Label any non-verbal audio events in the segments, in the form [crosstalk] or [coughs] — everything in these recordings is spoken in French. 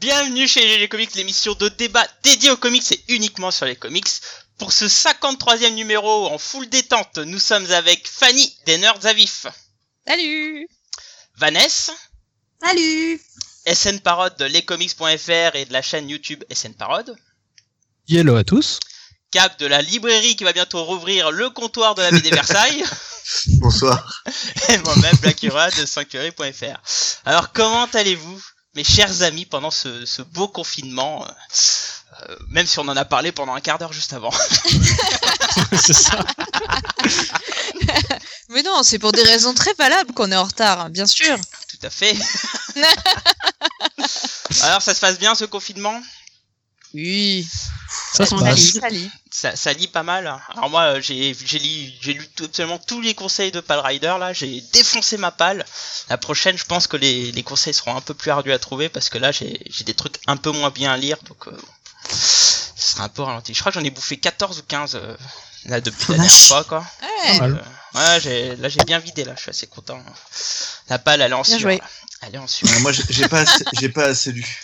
bienvenue chez Les Comics, l'émission de débat dédiée aux comics et uniquement sur les comics. Pour ce 53e numéro en full détente, nous sommes avec Fanny des Nerds à Vif, Salut Vanessa, Salut SN Parode de lescomics.fr et de la chaîne YouTube SN Parode, Hello à tous. Cap de la librairie qui va bientôt rouvrir le comptoir de la baie des Versailles, Bonsoir. et [laughs] moi-même Blackura de sanctuary.fr. Alors comment allez-vous, mes chers amis, pendant ce, ce beau confinement euh, euh, même si on en a parlé pendant un quart d'heure juste avant. [laughs] C'est ça. Mais non, c'est pour des raisons très valables qu'on est en retard, hein, bien sûr. Tout à fait. Alors, ça se passe bien ce confinement Oui. Ça se on passe. lit, ça lit. ça, ça lit pas mal. Alors moi, euh, j'ai j'ai lu, j'ai lu tout- absolument tous les conseils de Pal Rider là. J'ai défoncé ma palle. La prochaine, je pense que les, les conseils seront un peu plus ardus à trouver parce que là, j'ai j'ai des trucs un peu moins bien à lire, donc euh, bon. ce sera un peu ralenti. Je crois que j'en ai bouffé 14 ou 15 euh, là depuis la dernière Vache. fois, quoi. Ouais. Mal. Euh, ouais, j'ai- là j'ai bien vidé là. Je suis assez content. La palle, elle est en Bien sueur. joué. là. Elle est en sueur. Ouais, moi, j'ai j'ai pas, assez- j'ai pas assez lu.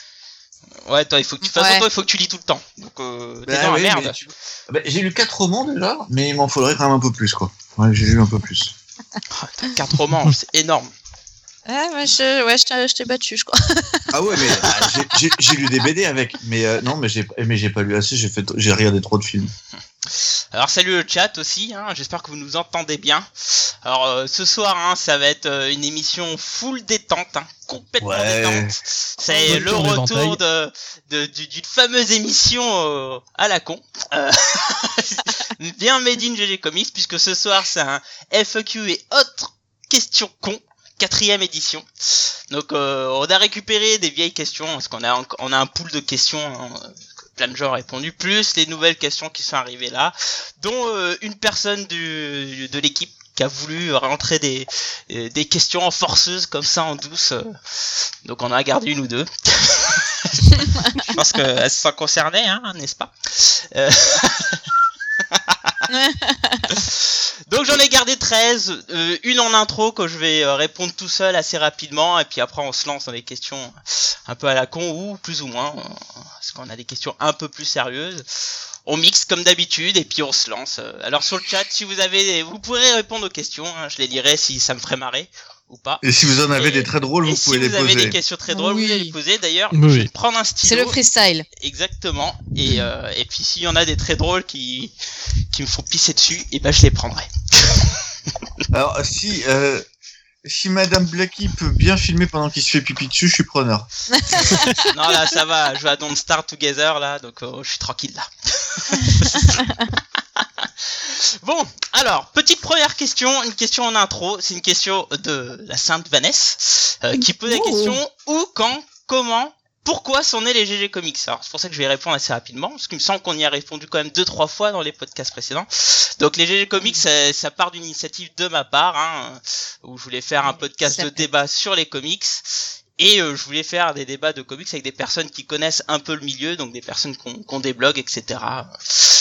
Ouais, toi, il faut que tu de toute façon, Ouais. toi, il faut que tu lis tout le temps. Donc euh, t'es Bah dans oui, la mais merde. tu- bah, j'ai lu quatre romans déjà, mais il m'en faudrait quand même un peu plus, quoi. Ouais, j'ai lu un peu plus. Oh, t'as quatre romans, c'est énorme. Ah, Ouais, moi, je, ouais, je t'ai- je t'ai battu, je crois. Ah ouais, mais ah, j'ai- j'ai- j'ai lu des BD avec, mais euh, non, mais j'ai mais j'ai pas lu assez. J'ai fait, j'ai regardé trop de films. Alors salut le chat aussi, hein, j'espère que vous nous entendez bien. Alors euh, ce soir, hein, ça va être euh, une émission full détente, hein, complètement Ouais. détente. C'est Bonne le tournée retour d'éventail. de, de- du- d'une fameuse émission euh, à la con. Euh, [laughs] bien made in GG Comics, puisque ce soir c'est un FAQ et autres questions con. Quatrième édition. Donc euh, on a récupéré des vieilles questions, parce qu'on a, enc- on a un pool de questions, hein, que plein de gens ont répondu, plus les nouvelles questions qui sont arrivées là, dont euh, une personne du, de l'équipe qui a voulu rentrer des, euh, des questions en forceuse comme ça en douce. euh, donc on en a gardé une ou deux. Je pense qu'elles se sont concernées, hein, n'est-ce pas Euh, Donc j'en ai gardé 13, euh, une en intro que je vais euh, répondre tout seul assez rapidement, et puis après on se lance dans les questions un peu à la con, ou plus ou moins, on- parce qu'on a des questions un peu plus sérieuses. On mixe comme d'habitude, et puis on se lance. Euh, Alors sur le chat, si vous avez, vous pourrez répondre aux questions, hein, je les lirai si ça me ferait marrer, ou pas. Et si vous en avez Et- des très drôles, Et vous si pouvez les vous avez poser. des questions très drôles, vous Oui. pouvez les poser. D'ailleurs, Oui, oui. je vais prendre un stylo. C'est le freestyle. Exactement. Et, euh, et puis s'il y en a des très drôles qui, qui me font pisser dessus, et ben je les prendrai. Alors si euh, si Madame Blackie peut bien filmer pendant qu'il se fait pipi dessus, je suis preneur. [laughs] non là ça va, je vais à Don't Start Together là, donc euh, je suis tranquille là. bon, alors, petite première question, une question en intro, c'est une question de la sainte Vanessa, euh, qui pose la Oh. question où, quand, comment, pourquoi sont nés les GG Comics Alors c'est pour ça que je vais répondre assez rapidement, parce qu'il me semble qu'on y a répondu quand même deux trois fois dans les podcasts précédents. Donc les GG Comics, ça, ça part d'une initiative de ma part, hein, où je voulais faire un podcast de s'appelle- débat sur les comics. Et euh, je voulais faire des débats de comics avec des personnes qui connaissent un peu le milieu, donc des personnes qui ont, qui ont des blogs, etc. euh,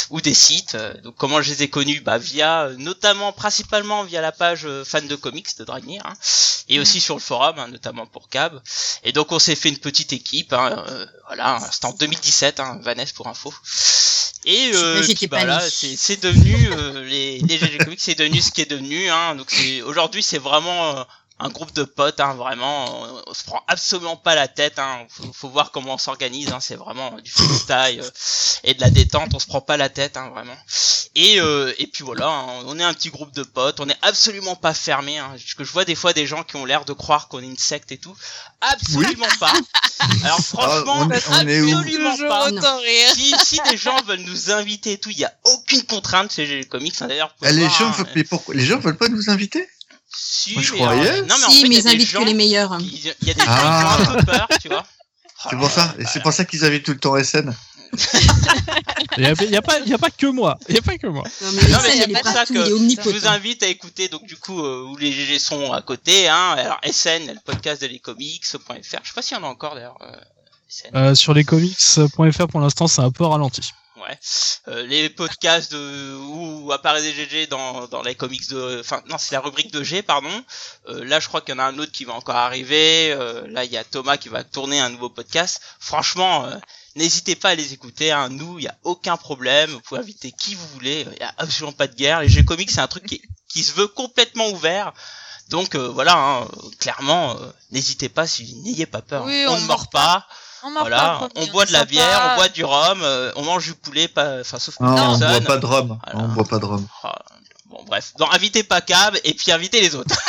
ou des sites. Euh, Donc comment je les ai connus Bah via, euh, notamment, principalement via la page euh, fan de comics de Dragnir, hein, et aussi sur le forum, hein, notamment pour Cab. Et donc on s'est fait une petite équipe. Hein, euh, voilà, c'était en 2017, hein, Vanessa pour info. Et euh, J'imagine puis, qu'il est bah, pas là, né. c'est c'est devenu euh, les, les GG Comics, c'est devenu ce qui est devenu. Hein, donc c'est- aujourd'hui, c'est vraiment euh, un groupe de potes, hein, vraiment, on, on se prend absolument pas la tête. Hein, faut, faut voir comment on s'organise. Hein, c'est vraiment du freestyle euh, et de la détente. On se prend pas la tête, hein, vraiment. Et, euh, et puis voilà, hein, on est un petit groupe de potes. On est absolument pas fermé. Hein, parce que je vois des fois des gens qui ont l'air de croire qu'on est une secte et tout. Absolument pas. [laughs] Alors franchement, Ah, on est- on est où absolument pas autant rire. si, si des gens veulent nous inviter et tout, il n'y a aucune contrainte chez les comics. hein. D'ailleurs, vous Ah, pouvez les voir, gens, hein, euh, veulent- mais pourquoi les gens veulent pas nous inviter si, Moi, je mais, croyais. euh, Non, mais en si, fait, il mais y ils a des invitent gens. que les hein. meilleurs. qui- Il y a des gens Ah. qui ont un peu peur, tu vois. [laughs] Ah C'est pour ça. Et c'est pour ça qu'ils invitent tout le temps SN. Il n'y a, pas- y a pas que moi. Il a pas que moi. Non, Non, mais mais il c'est est pour ça partout, que il est Je vous omnipotent. invite à écouter donc du coup euh, où les GG sont à côté. Hein. Alors SN, le podcast de lescomics.fr. Je sais pas s'il y en a encore d'ailleurs. euh, SN. Euh, sur lescomics.fr, pour l'instant, c'est un peu ralenti. Ouais. vrai. Euh, les podcasts de, où apparaît des GG dans, dans les comics de... Enfin, non, c'est la rubrique de G, pardon. Euh, là, je crois qu'il y en a un autre qui va encore arriver. Euh, là, il y a Thomas qui va tourner un nouveau podcast. Franchement, euh, n'hésitez pas à les écouter. hein. Nous, il n'y a aucun problème. Vous pouvez inviter qui vous voulez. Il n'y a absolument pas de guerre. Les G comics, c'est un truc qui, est- qui se veut complètement ouvert. Donc euh, voilà, hein, clairement, euh, n'hésitésez pas, si n'ayez pas peur, Oui, on on ne meurt mord pas, On marque pas voilà, le on premier, boit de la sympa. bière, on boit du rhum, euh, on mange du poulet, pas, enfin sauf Non, on personne. boit pas de rhum. Voilà. Non, On boit pas de rhum. Ah, Bon bref, donc invitez pas Cab et puis invitez les autres. [laughs]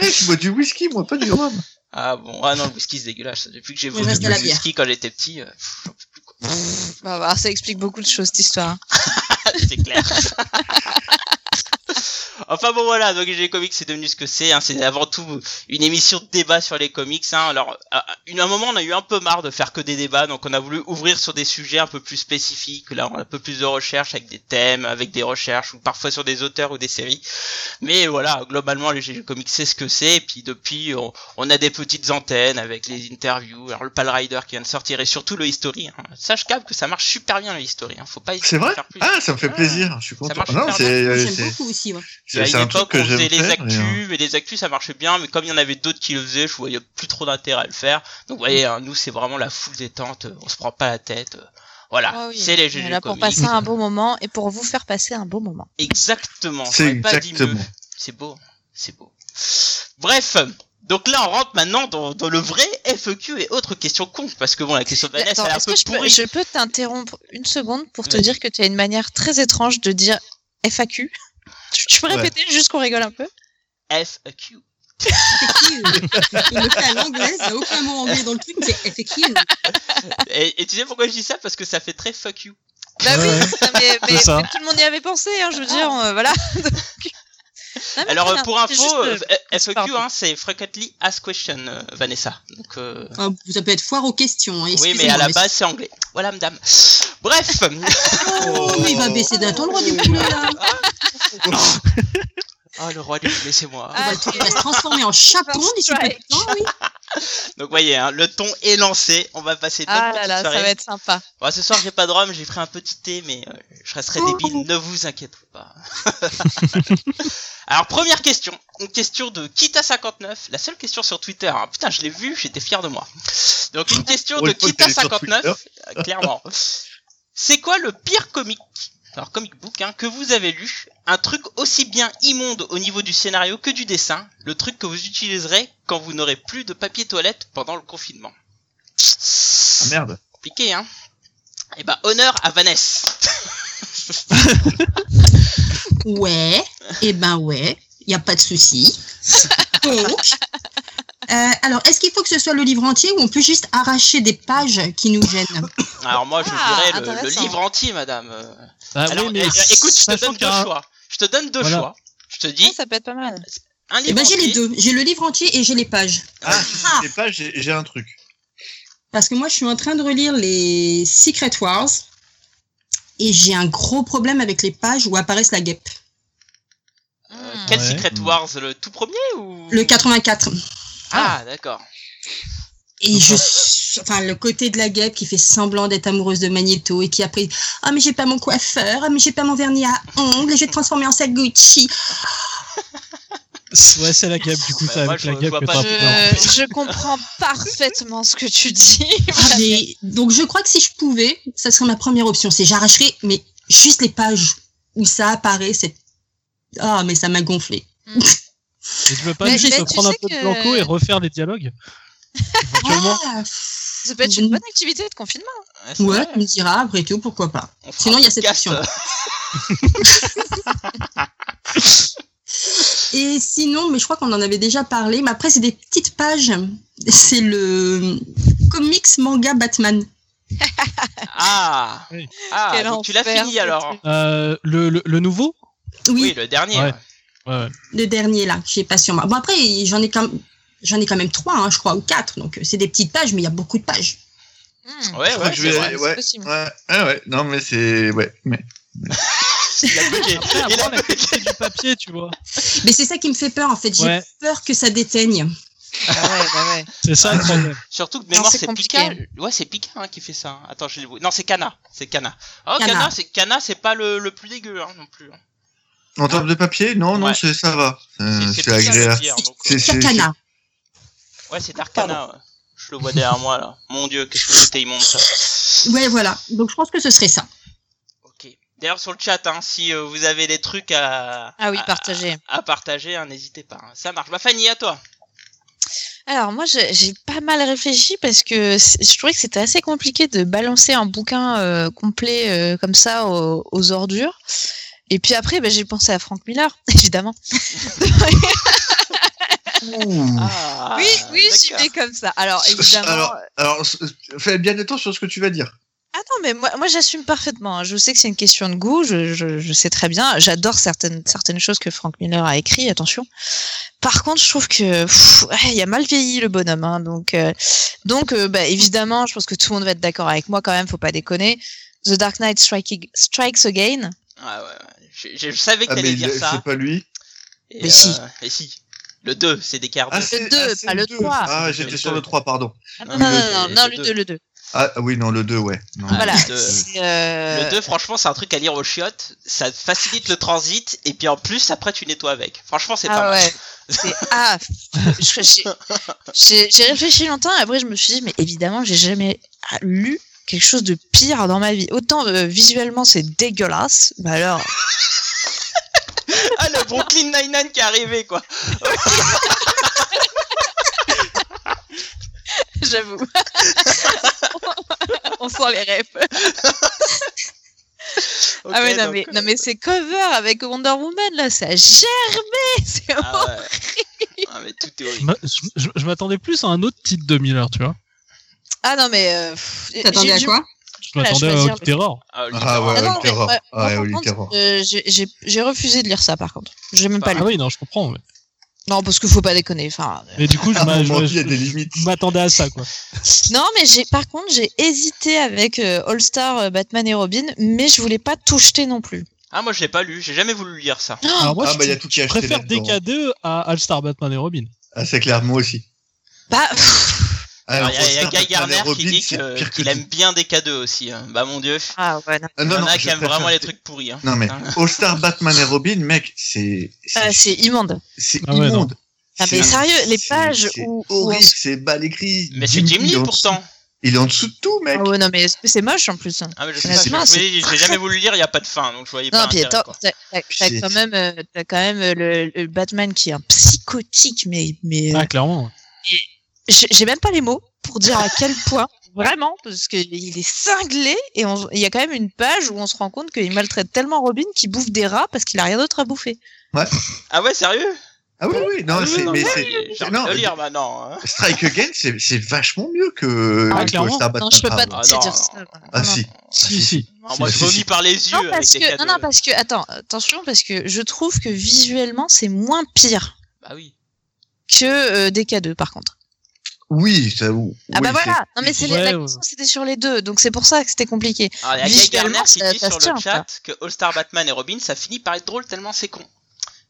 Eh, je bois du whisky, moi, pas du rhum. Ah bon, ah non le whisky c'est dégueulasse. Depuis que j'ai Il voulu reste à la du whisky quand j'étais petit, euh, pff, j'en peux plus, quoi. Bah, bah, ça explique beaucoup de choses, cette histoire. hein. c'est clair. [laughs] enfin bon voilà, donc les comics c'est devenu ce que c'est, hein. c'est avant tout une émission de débat sur les comics. Hein. Alors à, à- une- à un moment on a eu un peu marre de faire que des débats, donc on a voulu ouvrir sur des sujets un peu plus spécifiques, là on a un peu plus de recherches avec des thèmes, avec des recherches, ou parfois sur des auteurs ou des séries. Mais voilà, globalement les GG comics c'est ce que c'est, et puis depuis on, on a des petites antennes avec les interviews, alors le Pal Rider qui vient de sortir, et surtout le History. Hein. Sache Cap que ça marche super bien le History, hein. faut pas hésiter C'est vrai à faire plus. [laughs] Ah, ça me fait Ah, plaisir. Je suis content. marche Non, super c'est bien. euh, J'aime c'est- beaucoup aussi. ouais. À c'est- une c'est un truc époque, que on faisait j'aime les faire. et, euh, actus, mais les actus ça marchait bien, mais comme il y en avait d'autres qui le faisaient, je voyais plus trop d'intérêt à le faire. Donc, vous voyez, hein, nous c'est vraiment la foule détente, euh, on se prend pas la tête. euh, Voilà, Ah oui, c'est les on est GG là pour Comics. passer un bon moment et pour vous faire passer un bon moment. Exactement, C'est j'aurais pas dit mieux. exactement. C'est beau, c'est beau. Bref, donc là on rentre maintenant dans, dans le vrai FEQ et autres questions cons, parce que bon, la question de Mais Vanessa attends, elle est un est-ce peu que je peux, pourrie. je peux t'interrompre une seconde pour te Vas-y. dire que tu as une manière très étrange de dire FAQ [laughs] Tu, tu peux Ouais. répéter juste qu'on rigole un peu FAQ. Effective. Il le fait à l'anglaise, il n'y a aucun mot anglais dans le truc, c'est effective. Et, et tu sais pourquoi je dis ça Parce que ça fait très fuck you. Bah oui, Ouais. non, mais, mais- C'est ça. mais tout le monde y avait pensé, hein, je veux dire, euh, voilà. Donc- Non, mais Alors euh, voilà, pour c'est info, juste, euh, euh, F- FAQ, pardon. hein, c'est frequently asked question, euh, Vanessa. Donc, euh, Ah, ça peut être foire aux questions. hein, oui, mais à excusez-moi, la base c'est anglais. Voilà, madame. [laughs] Bref. Oh, mais il va baisser d'un ton le roi du poulet là. oh le roi du laissez-moi. Ah. On va le- Il va se transformer en chaton d'ici peu de temps, oui. Donc voyez, hein, le ton est lancé. On va passer. notre Ah petite là là, ça soirée. va être sympa. Bon, Bah, ce soir j'ai pas de rhum, j'ai pris un petit thé, mais euh, je resterai débile. Ne vous inquiétez pas. [laughs] Alors première question, une question de Kita59, la seule question sur Twitter. hein. Putain, je l'ai vu, j'étais fier de moi. Donc une question de Drôle, faut que t'ailles sur Kita59, euh, clairement. C'est quoi le pire comic alors comic book hein, que vous avez lu, un truc aussi bien immonde au niveau du scénario que du dessin, le truc que vous utiliserez quand vous n'aurez plus de papier toilette pendant le confinement. Ah, Merde. Compliqué, hein Eh ben, honneur à Vanessa. Ouais, et ben ouais, il n'y a pas de souci. Donc, euh, alors, est-ce qu'il faut que ce soit le livre entier ou on peut juste arracher des pages qui nous gênent Alors moi, je Ah, dirais le- le, intéressant. livre entier, madame. Euh, Ah Alors, oui, mais euh, écoute, je te sachant donne deux qu'il y a un- choix. Je te donne deux Voilà. choix. Je te Ouais, dis, Ah, ça peut être pas mal. un Eh livre ben j'ai les entier. deux, j'ai le livre entier et j'ai les pages. Ah, je sais pas, j'ai j'ai un truc. Parce que moi, je suis en train de relire les Secret Wars et j'ai un gros problème avec les pages où apparaissent la guêpe. Euh, Hmm. Quel Ouais. Secret Wars Le tout premier ou Le 84. Ah, d'accord. Et je, enfin, le côté de la guêpe qui fait semblant d'être amoureuse de Magneto et qui après, ah, mais j'ai pas mon coiffeur, ah, mais j'ai pas mon vernis à ongles, je vais te transformer en sac Gucci. Ouais, c'est la gap, du coup, Bah, c'est moi, avec je la vois gap pas que Je, Ah, t'as- hein. putain. [laughs] je comprends parfaitement ce que tu dis. [laughs] Ah, mais- donc, je crois que si je pouvais, ça serait ma première option. C'est j'arracherais, mais juste les pages où ça apparaît, c'est, ah, mais ça m'a gonflé. Et tu veux pas Mais- juste mais tu prendre un sais peu de que- blanco et refaire des dialogues Éventuellement. Ah, Ça peut être une bonne activité de confinement. c'est ouais, vrai. tu me diras, après tout, pourquoi pas. On fera Sinon, un il y a cette podcast. option. Et sinon, mais je crois qu'on en avait déjà parlé, mais après, c'est des petites pages. [laughs] C'est le comics manga Batman. Ah, Oui. ah Quel donc tu l'as enfer, fini ce alors truc. Euh, le, le, le nouveau Oui, Oui, le dernier. Ouais. ouais. Ouais, ouais. le dernier là, qui est pas sur moi. Bon, après, j'en ai quand même. J'en ai quand même trois, hein, je crois, ou quatre. Donc, euh, c'est des petites pages, mais il y a beaucoup de pages. Hmm. Ouais, crois ouais, que je c'est vais- vrai. ouais. C'est possible. Ouais, ah ouais, non, mais c'est. Ouais, mais. Il a [laughs] bugué. Après, Il a avoir la bugué. qualité du papier, tu vois. Mais c'est ça qui me fait peur, en fait. J'ai Ouais. peur que ça déteigne. Ah ouais, bah ouais. C'est ça le problème. Surtout que de Non, mémoire, c'est c'est compliqué. Pika. Ouais, c'est Pika hein, qui fait ça. hein. Attends, je l'ai Non, c'est Kana. C'est Kana. Oh, Kana. Kana, c'est Kana, c'est pas le, le plus dégueu hein, non plus. hein. En termes de papier, non, non, Ouais. c'est ça va. Euh, C'est- c'est c'est plus ça, agréable. le pire, donc, C'est- euh, c'est- Kakana. Ouais, c'est Arcana. ouais. Je le vois derrière moi là. Mon dieu, qu'est-ce que c'était immonde ça. Ouais, voilà. Donc je pense que ce serait ça. Ok. D'ailleurs, sur le chat, hein, si euh, vous avez des trucs à, Ah oui, à- partagez. à partager, hein, n'hésitez pas. hein. Ça marche. Bah, Fanny, à toi. Alors moi, j'ai j'ai pas mal réfléchi parce que c'est- je trouvais que c'était assez compliqué de balancer un bouquin euh, complet euh, comme ça aux, aux ordures. Et puis après, ben, j'ai pensé à Frank Miller, [laughs] évidemment. Ouh. Ah, oui, oui, je suis d'accord. née comme ça. Alors Ce- ce- évidemment. alors- Alors, c- fais bien attention à ce que tu vas dire. Ah non, mais moi, moi j'assume parfaitement. hein. Je sais que c'est une question de goût, je, je- je sais très bien. J'adore certaines, certaines choses que Frank Miller a écrit, attention. Par contre, je trouve que pff, ouais, il a mal vieilli le bonhomme. hein. donc, euh, donc euh, bah, évidemment, je pense que tout le monde va être d'accord avec moi quand même, faut pas déconner. The Dark Knight Striking- Strikes Again. Ah, ouais, ouais. Je, je- je savais que Ah, mais t'allais il- dire ça. c'est pas lui. Et, euh, Mais si. et si. Le 2, c'est des quarts Ah, de- c'est deux, ah, pas c'est le trois. Ah, Le j'étais sur deux. le 3, pardon. Ah, Non, Non, non, le non, non, deux, non, le le deux. 2, le 2. Ah oui, non, le 2, ouais. Non. Ah, Voilà. le deux. c'est, euh, Le 2, franchement, c'est un truc à lire aux chiottes. Ça facilite le transit. Et puis en plus, après, tu nettoies avec. Franchement, c'est ah pas mal. ouais. C'est ah, je- j'ai- j'ai j'ai réfléchi longtemps et après je me suis dit mais évidemment j'ai jamais lu quelque chose de pire dans ma vie. Autant euh, visuellement c'est dégueulasse, bah alors [laughs] [laughs] Ah, le Brooklyn Nine-Nine qui est arrivé, quoi. j'avoue. [laughs] On sent les rêves. ah Ok, mais Ah non donc, mais euh, non mais c'est cover avec Wonder Woman là, ça a germé. [laughs] C'est Ah, [laughs] ouais. Ah, mais tout est Je horrible. m'a- Je je- je m'attendais plus à un autre titre de Miller, tu vois. Ah non mais euh, pff, T'attendais j'ai à du- quoi Je Là, je m'attendais vais à dire Holy le- Terror. Ah, le Ah, ouais, livre, Ah ouais, non, le mais, terror. ouais, moi, Ah, par ouais, le contre, terror. euh, j'ai- j'ai j'ai refusé de lire ça par contre. J'ai même pas lu. Ah oui, non, je comprends. Mais, Non parce qu'il faut pas déconner. Enfin, mais du coup, je À un m'a- moment, Bah, Ah je- il y a je- des limites. je m'attendais à ça, quoi. Non, mais j'ai par contre j'ai hésité avec euh, All Star, euh, Batman et Robin, mais je voulais pas tout jeter non plus. [gasps] Ah, moi, je l'ai pas lu. J'ai jamais voulu lire ça. Alors moi, Ah, je bah, il y a tout qui est acheté. préfère là-dedans. DK2 à All-Star Batman et Robin. Ah, c'est clair, moi aussi. Bah, pff, Alors, Alors, Il y a, il y a Rockstar, Guy Ah, Batman Gardner et qui Robin, dit c'est que- pire qu'il que aime bien des K2 aussi. hein. Bah, mon dieu. ah ouais, non. Ah, Il y non, en non, a je qui aiment préfère- vraiment les trucs pourris. Hein. Non, mais Putain. All-Star, Batman et Robin, mec, c'est. Ah, c'est C'est immonde. c'est Ah ouais, non. immonde. Ah, mais C'est- sérieux, les c'est- pages c'est où- où horrible, on- c'est mal écrit. Mais c'est Jim il est Lee en pourtant. dessous- Il est en dessous de tout, mec. Ah ouais, non mais c'est moche en plus. Ah, mais je C'est- sais pas, c'est- je- c'est- oui, j'ai jamais voulu lire, il n'y a pas de fin, donc je voyais pas. Non, puis l'intérêt, attends, quoi. t'as t'as- t'as Puis quand c'est- même, euh, t'as quand même euh, le, le Batman qui est un psychotique, mais mais euh, Ah, clairement. j'ai j'ai même pas les mots pour dire à quel point [laughs] vraiment parce que il est cinglé et on- il y a quand même une page où on se rend compte qu'il maltraite tellement Robin qu'il bouffe des rats parce qu'il a rien d'autre à bouffer. Ah ouais, sérieux Ah oui, oui, non, Ah oui, c'est. non, mais mais c'est- J'ai c'est- envie non, de le lire maintenant. hein. Strike Again, c'est c'est vachement mieux que. Ah, que clairement. All-Star Non, Batman je peux pas Forever. Ah, te non, dire non. ça. Ah, Non, si. Si, si. Non, moi, Si, je si, vomis si. par les yeux Non, avec parce des que, K2. non, non, parce que, attends, euh, attention, parce que je trouve que visuellement, c'est moins pire Bah oui. que euh, DK2, par contre. Oui, ça. ah bah voilà, non, mais c'est les- Ouais, la ouais. question, c'était sur les deux, donc c'est pour ça que c'était compliqué. Alors, il y a Guy Visuellement, Gardner Ah, qui ça- dit ça sur se tient, le chat que All Star Batman et Robin, ça finit par être drôle tellement c'est con.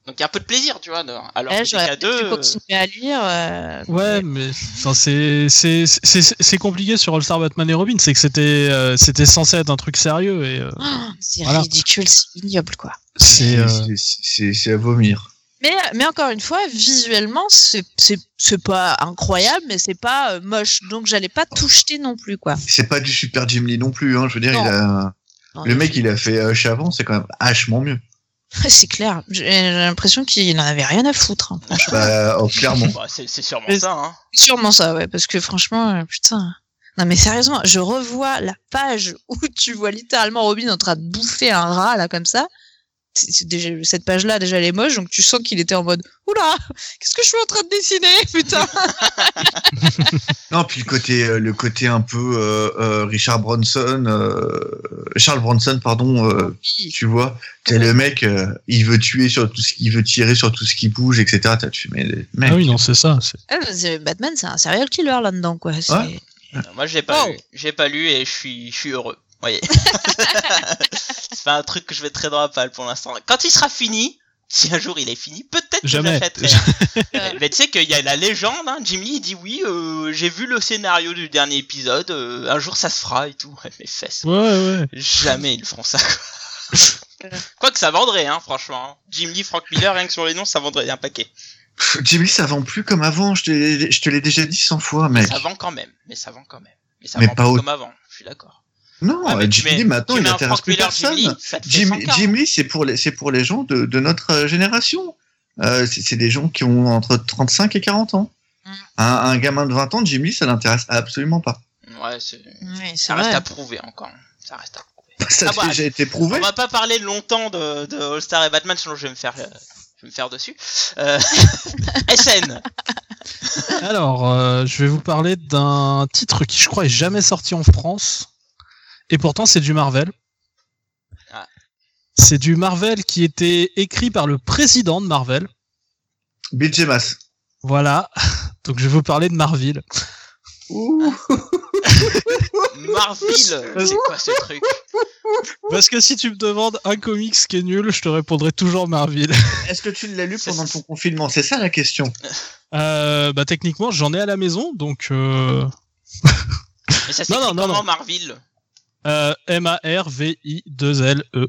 Donc, il y a un peu de plaisir, tu vois. de- Alors, Là, que Eh, j'aurais DK2. peut-être dû euh, continuer à lire. euh, Ouais, mais enfin, c'est c'est- c'est- c'est compliqué sur All-Star Batman et Robin. C'est que c'était euh, c'était censé être un truc sérieux et euh, oh, c'est Voilà. ridicule, c'est ignoble, quoi. c'est. euh, C'est c'est à vomir. Mais, euh, mais encore une fois, visuellement, c'est c'est- c'est pas incroyable, mais c'est pas euh, moche, donc j'allais pas tout jeter non plus, quoi. C'est pas du super Jim Lee non plus, hein. Je veux dire, Non. il a- Non, le mec, il a fait euh, Chavant, c'est quand même vachement mieux. [laughs] C'est clair, j'ai j'ai l'impression qu'il en avait rien à foutre. hein. Bah, oh, clairement. bah, c'est c'est sûrement Mais- ça, hein. Sûrement ça, ouais, parce que franchement, euh, putain. Non mais sérieusement, je revois la page [laughs] où tu vois littéralement Robin en train de bouffer un rat là comme ça. C'est- c'est déjà, cette page-là déjà elle est moche, donc tu sens qu'il était en mode oula, qu'est-ce que je suis en train de dessiner, [laughs] [laughs] putain. Non, puis le côté, euh, le côté un peu euh, euh, Richard Bronson, euh, Charles Bronson, pardon, euh, tu vois, t'as le mec, euh, il veut tuer sur tout ce qu'il veut tirer sur tout ce qui bouge, etc. T'as tu mais mec, Ah oui, non, c'est ça. c'est- Ah, mais c'est- Batman, c'est un serial killer là-dedans quoi. c'est- Ouais. Non, Euh, Moi, j'ai pas Oh. lu. J'ai pas lu et je suis je suis heureux. [laughs] Voyez. c'est pas un truc que je mettrai dans la palle pour l'instant. Quand il sera fini, si un jour il est fini, peut-être peut-être que Jamais. j'achèterais. Euh. hein. Mais tu sais qu'il y a la légende, hein, Jimmy il dit oui, euh, j'ai vu le scénario du dernier épisode, euh, un jour ça se fera et tout. Ouais, Mes fesses. Ouais, ouais. Jamais ils feront ça. quoi. Euh. quoi que ça vendrait, hein, franchement. hein. Jim Lee, Frank Miller, rien que sur les noms, ça vendrait un paquet. Pff, Jimmy, ça vend plus comme avant. Je te, je te l'ai déjà dit 100 fois, mec. Ça vend quand même, mais ça vend quand même. Mais ça Mais vend pas pas au- comme avant, je suis d'accord. Non, Ah, mais tu Jimmy, mets- maintenant, tu il mets un n'intéresse Frank plus Miller, personne. Jim Lee, ça te fait Jim, 140. Jim Lee, c'est pour les, c'est pour les gens de, de notre euh, génération. Euh, c'est c'est des gens qui ont entre 35 et 40 ans. Mm. Un, un gamin de 20 ans, Jim Lee, ça l'intéresse absolument pas. Ouais, c'est- Oui, c'est ça reste vrai. à prouver encore. Ça reste à prouver. Ça Ah, bah, a déjà été prouvé. On va pas parler longtemps de, de All Star et Batman, sinon je vais me faire, euh, je vais me faire dessus. Euh, [laughs] SN. Alors, euh, je vais vous parler d'un titre qui, je crois, est jamais sorti en France. Et pourtant, c'est du Marvel. Ah. C'est du Marvel qui était écrit par le président de Marvel. Bill Jemas. Voilà. [laughs] Donc, je vais vous parler de Marvel. Marvel. C'est quoi ce truc Parce que si tu me demandes un comics qui est nul, je te répondrai toujours Marvel. Est-ce que tu l'as lu C'est- pendant ton confinement C'est ça la question. [laughs] Euh, bah, techniquement, j'en ai à la maison, donc euh, Mais ça Non, s'écrit non, non, comment non. Marvel euh, M-A-R-V-I-2-L-E.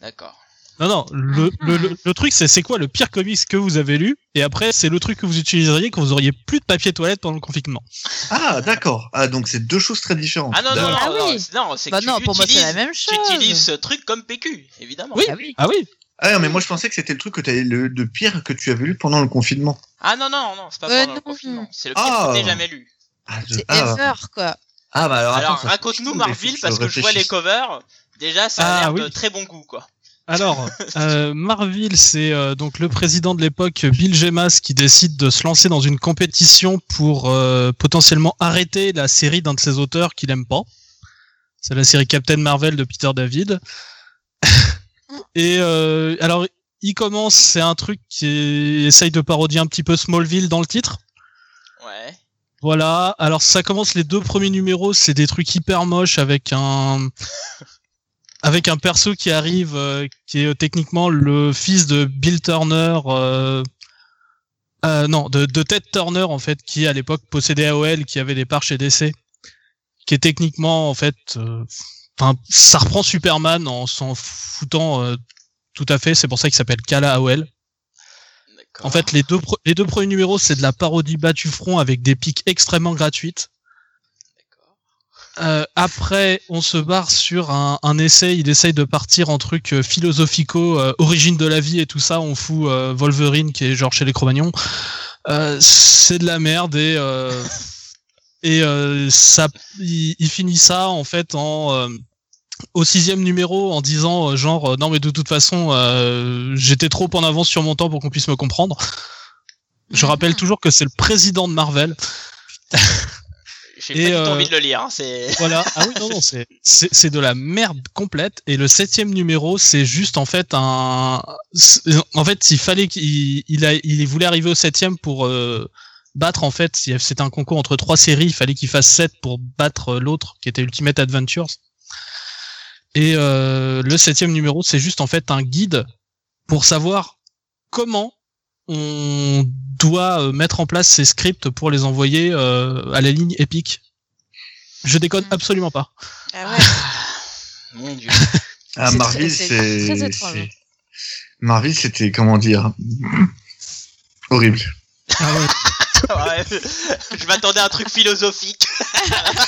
D'accord. E. Non, non, le, le, le, le truc, c'est c'est quoi le pire comics que vous avez lu Et après, c'est le truc que vous utiliseriez quand vous auriez plus de papier toilette pendant le confinement. Ah, d'accord. Ah, donc c'est deux choses très différentes. Ah non non non Ah non, oui. c'est- non, c'est que Bah tu non, pour moi, c'est la utilises- même tu chose. utilises ce truc comme PQ, évidemment. Oui. Ah oui. Ah oui Ah non, mais moi je pensais que c'était le truc que t'avais le de pire que tu avais lu pendant le confinement. Ah non non non, c'est pas Euh, pendant le non. confinement. C'est le pire que Ah. j'ai jamais lu. Ah, je- C'est ah, ever, quoi. ah, bah alors, Alors attends, ça- raconte-nous je- Marvel je parce que je vois les réfléchis. covers. Déjà, ça a Ah, l'air de oui. très bon goût, quoi. Alors, euh, Marvel, c'est euh, donc le président de l'époque, Bill Gemas, qui décide de se lancer dans une compétition pour euh, potentiellement arrêter la série d'un de ses auteurs qu'il aime pas. C'est la série Captain Marvel de Peter David. Et euh, alors, il commence, c'est un truc qui essaye de parodier un petit peu Smallville dans le titre. Ouais. Voilà, alors ça commence les deux premiers numéros, c'est des trucs hyper moches avec un avec un perso qui arrive euh, qui est euh, techniquement le fils de Bill Turner euh, euh, non, de, de Ted Turner en fait qui à l'époque possédait AOL qui avait des parts chez DC qui est techniquement en fait euh, enfin, ça reprend Superman en s'en foutant euh, tout à fait, c'est pour ça qu'il s'appelle Kala AOL. D'accord. En fait, les deux, pre- les deux premiers numéros, c'est de la parodie battue front avec des pics extrêmement gratuites. D'accord. Euh, après, on se barre sur un, un essai. Il essaye de partir en trucs euh, philosophicaux, euh, origine de la vie et tout ça. On fout euh, Wolverine qui est genre chez les Cro-Magnons. Euh, c'est de la merde et euh, et euh, ça. Il, il finit ça en fait en euh, au sixième numéro en disant euh, genre euh, non mais de toute façon euh, j'étais trop en avance sur mon temps pour qu'on puisse me comprendre. Je rappelle toujours que c'est le président de Marvel. J'ai pas Et, du tout euh, envie de le lire. hein, [laughs] C'est Voilà. Ah oui, non, non, c'est, c'est, c'est de la merde complète. Et le septième numéro, c'est juste en fait un. c'est- En fait, il fallait qu'il il a, il voulait arriver au septième pour euh, battre en fait. il y a- C'était un concours entre trois séries. Il fallait qu'il fasse sept pour battre euh, l'autre qui était Ultimate Adventures. Et euh, le septième numéro, c'est juste en fait un guide pour savoir comment on doit euh, mettre en place ces scripts pour les envoyer euh, à la ligne épique. Je déconne Mhm. absolument pas. Ah ouais. mon dieu. Ah, C'est Marvel, très- c'est c'est. très étrange. hein. c'est- Marvel, c'était, comment dire. Horrible. [laughs] Ah Ouais. je m'attendais à un truc philosophique.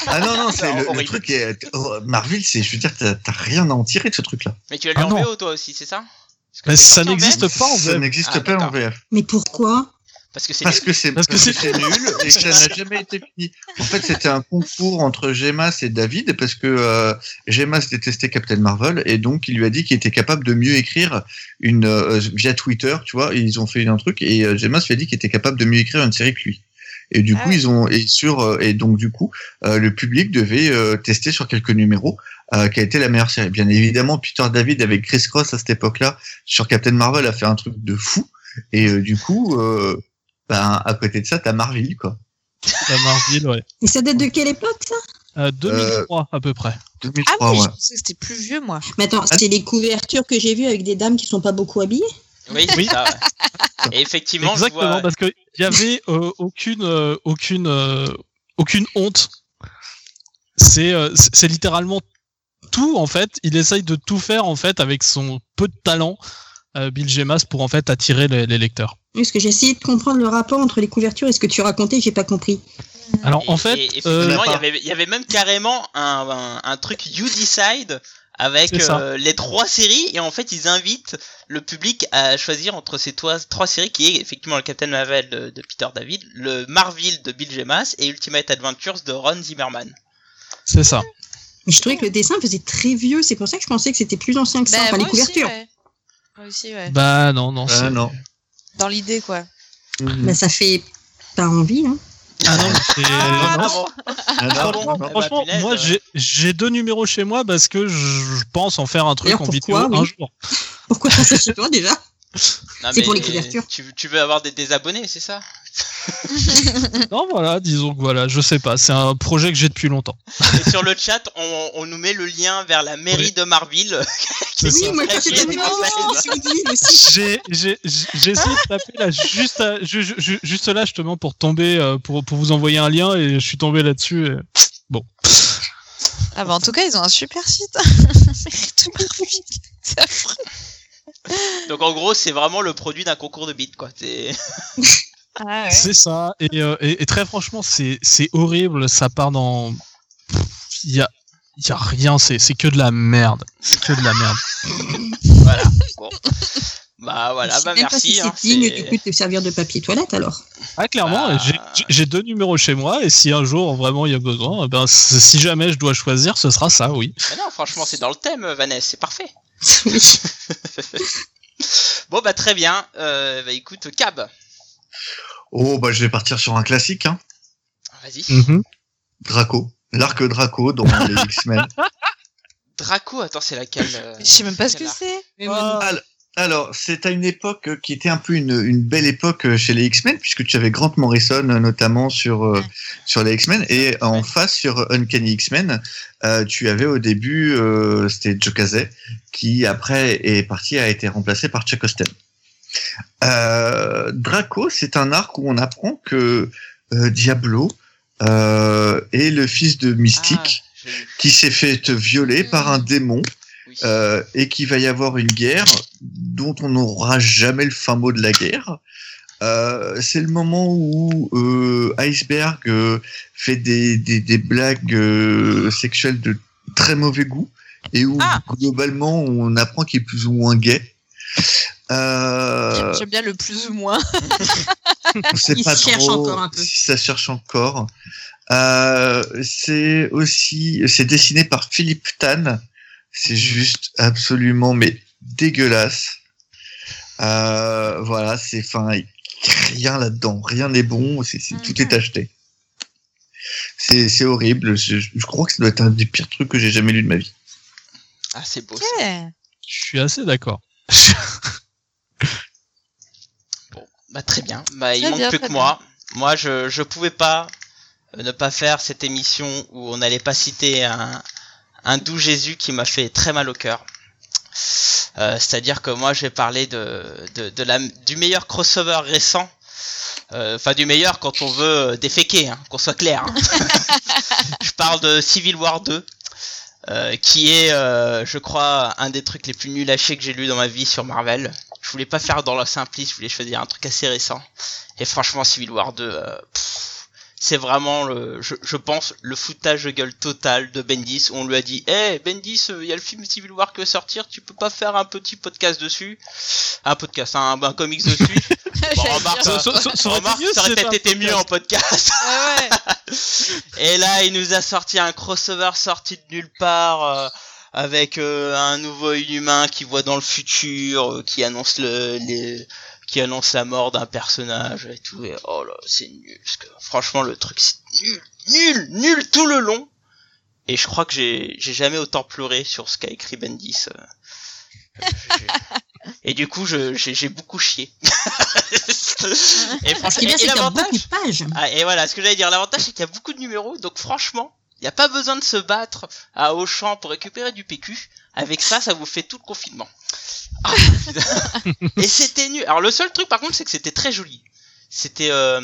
Ah non, non, c'est Non, le, le horrible. truc. Est, oh, Marvel, c'est, je veux dire, t'as t'as rien à en tirer de ce truc-là. Mais tu l'as lu Ah en non. VO toi aussi, c'est ça Parce que Mais c'est ça sorti en VF? n'existe pas en Ça VF. n'existe Ah, pas en d'accord. VF. Mais pourquoi Parce que c'est Parce que c'est Parce que parce que c'est- c'est nul et que ça n'a jamais été fini. En fait, c'était un concours entre Gemas et David et parce que euh, Gemas détestait Captain Marvel et donc il lui a dit qu'il était capable de mieux écrire une euh, via Twitter, tu vois, ils ont fait un truc et euh, Gemas lui a dit qu'il était capable de mieux écrire une série que lui. Et du Ah coup, ouais. ils ont et sur euh, et donc du coup, euh, le public devait euh, tester sur quelques numéros euh, qui a été la meilleure série. Bien évidemment, Peter David avec Chris Cross à cette époque-là sur Captain Marvel a fait un truc de fou et euh, du coup euh, ben, à côté de ça, t'as Marvel, quoi. La Marvel, ouais. Et ça date de quelle époque ça Euh, 2003 à peu près. Ah 2003, oui, ouais. je pensais que c'était plus vieux, moi. Mais attends, c'est les couvertures que j'ai vues avec des dames qui sont pas beaucoup habillées Ouais, [laughs] Oui, c'est Oui. ça, ouais. [laughs] Et effectivement, je Exactement, vois. parce qu'il n'y avait euh, aucune, euh, aucune, euh, aucune honte. C'est euh, c'est- c'est littéralement tout, en fait. Il essaye de tout faire, en fait, avec son peu de talent, euh, Bill Gemas, pour, en fait, attirer les, les lecteurs. Oui, parce que j'ai essayé de comprendre le rapport entre les couvertures et ce que tu racontais, j'ai pas compris. Alors, en et- fait, et euh, effectivement, il y, avait, il y avait même carrément un, un, un truc You Decide avec C'est ça. euh, les trois séries et en fait ils invitent le public à choisir entre ces trois, trois séries qui est effectivement le Captain Marvel de, de Peter David, le Marvel de Bill Gemas et Ultimate Adventures de Ron Zimmerman. c'est ça. Mais je trouvais que le dessin faisait très vieux, c'est pour ça que je pensais que c'était plus ancien que ça, Bah, enfin moi les couvertures. Aussi, ouais. Moi aussi, ouais. Bah, non, non. Ah c'est- [laughs] non. Ah, Dans l'idée, quoi. Bah, ça fait pas envie, hein. Ah, non, mais c'est- Ah, non, bon Ah non, Ah bon non, Ah bah, non. Franchement, punaise, moi ouais. j'ai- j'ai deux numéros chez moi parce que je je pense en faire un truc D'ailleurs, en vidéo pourquoi, un oui. jour. Pourquoi t'as ça chez toi déjà Non, C'est mais pour les couvertures. Tu, tu veux avoir des, des abonnés, c'est ça Non, voilà, disons que voilà, je sais pas, c'est un projet que j'ai depuis longtemps. Et sur le chat, on, on nous met le lien vers la mairie de Marville. C'est ça. Oui, moi je Ah, faisais j'ai des vu recherches sur LinkedIn [laughs] aussi. j'ai j'ai- j'ai essayé de taper là juste à- ju- ju- ju- juste là justement pour tomber euh, pour pour vous envoyer un lien et je suis tombé là-dessus. et- Ah bah en tout cas, ils ont un super [laughs] site. Merde, Marvin, c'est affreux. Donc en gros, c'est vraiment le produit d'un concours de beat, quoi. C'est- Ah ouais. C'est ça et, euh, et- et très franchement c'est c'est horrible, ça part dans Pff, il y a il y a rien, c'est c'est que de la merde, c'est que de la merde. [laughs] Voilà. Bon. Bah voilà, Je sais bah même pas merci. si hein, c'est digne c'est- du coup de te servir de papier toilette alors. [laughs] Ah clairement, Bah. j'ai- j'ai- j'ai deux numéros chez moi et si un jour vraiment il y a besoin, eh ben c- si jamais je dois choisir, ce sera ça, oui. Mais non, franchement, c'est dans le thème, Vanessa, c'est parfait. Oui. Bon bah très bien. Euh, bah écoute, Cab, Oh, bah, je vais partir sur un classique, hein. vas-y. Mm. Mm-hmm. Draco. L'arc Draco dans les X-Men. Draco, attends, c'est laquelle euh, Je sais même pas ce que celle-là c'est. Al- Alors, c'est à une époque euh, qui était un peu une, une belle époque euh, chez les X-Men, puisque tu avais Grant Morrison euh, notamment sur, euh, Ouais. sur les X-Men, et en face sur Uncanny X-Men, euh, tu avais au début, euh, c'était Joe Casey, qui après est parti, a été remplacé par Chuck Austen. Euh, Draco, c'est un arc où on apprend que euh, Diablo euh, est le fils de Mystique, Ah, je l'ai eu, qui s'est fait violer par un démon. oui. Euh, et qu'il va y avoir une guerre dont on n'aura jamais le fin mot de la guerre. Euh, c'est le moment où euh, Iceberg euh, fait des, des, des blagues euh, sexuelles de très mauvais goût et où Ah. globalement on apprend qu'il est plus ou moins gay. Euh, Euh. J'aime bien le plus ou moins. on sait Il pas cherche trop encore un peu. si ça cherche encore. Euh, c'est aussi, c'est dessiné par Philippe Tan. Mm. C'est juste absolument mais dégueulasse. Euh, voilà, c'est fin, rien là-dedans, rien n'est bon, c'est c'est- tout Mm. est acheté. C'est c'est horrible. Je, je crois que ça doit être un des pires trucs que j'ai jamais lu de ma vie. Ah, c'est [laughs] beau. ça. Ouais. Je suis assez [laughs] d'accord. Bah très bien. Bah il Très manque bien, plus très que moi. Moi, je je pouvais pas euh, ne pas faire cette émission où on n'allait pas citer un un doux Jésus qui m'a fait très mal au cœur. Euh, C'est-à-dire que moi, je vais parler de, de, de la, du meilleur crossover récent. Euh, Enfin, du meilleur quand on veut euh, déféquer, hein, qu'on soit clair. [laughs] hein. je parle de Civil War 2, euh, qui est, euh, je crois, un des trucs les plus nuls à chier que j'ai lu dans ma vie sur Marvel. Je voulais pas faire dans la simplice, je voulais choisir un truc assez récent. Et franchement, Civil War 2, euh, pff, c'est vraiment, le, je, je pense, le foutage de gueule total de Bendis. On lui a dit, hé Bendis, euh, il y a le film Civil War qui va sortir, tu peux pas faire un petit podcast dessus Un podcast, hein, un, un comics dessus Bon, J'allais remarque, dire. euh, Remarque, ça aurait peut-être été mieux en podcast. [laughs] Ah ouais. Et là, il nous a sorti un crossover sorti de nulle part euh, avec euh, un nouveau inhumain qui voit dans le futur, euh, qui annonce le les- qui annonce la mort d'un personnage et tout. Et oh là, c'est nul. Parce que, franchement, le truc c'est nul, nul, nul tout le long. Et je crois que j'ai j'ai jamais autant pleuré sur ce qu'a écrit Bendis. euh. J'ai- Et du coup, je- j'ai j'ai beaucoup chié. et Ce qui est bien, et c'est qu'il y a l'avantage- beaucoup de pages. ah, et voilà, ce que j'allais dire, l'avantage c'est qu'il y a beaucoup de numéros, donc franchement, Il n'y a pas besoin de se battre à Auchan pour récupérer du PQ. Avec ça, ça vous fait tout le confinement. Ah, putain. [laughs] et c'était nul. Alors le seul truc par contre, c'est que c'était très joli. C'était. euh,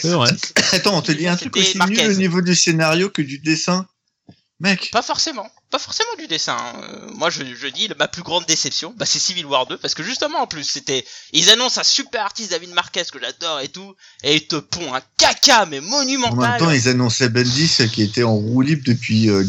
C'est vrai. Attends, on te dit un truc C'était aussi Marquez. nul au niveau du scénario que du dessin. Mec, Pas forcément, pas forcément du dessin. hein. Euh, Moi, je, je dis le- ma plus grande déception, bah, c'est Civil War 2 parce que justement en plus c'était, ils annoncent un super artiste David Marquez que j'adore et tout, et ils te pondent un caca mais en même monumental. temps, ils annonçaient Bendis euh, qui était en roue libre depuis euh,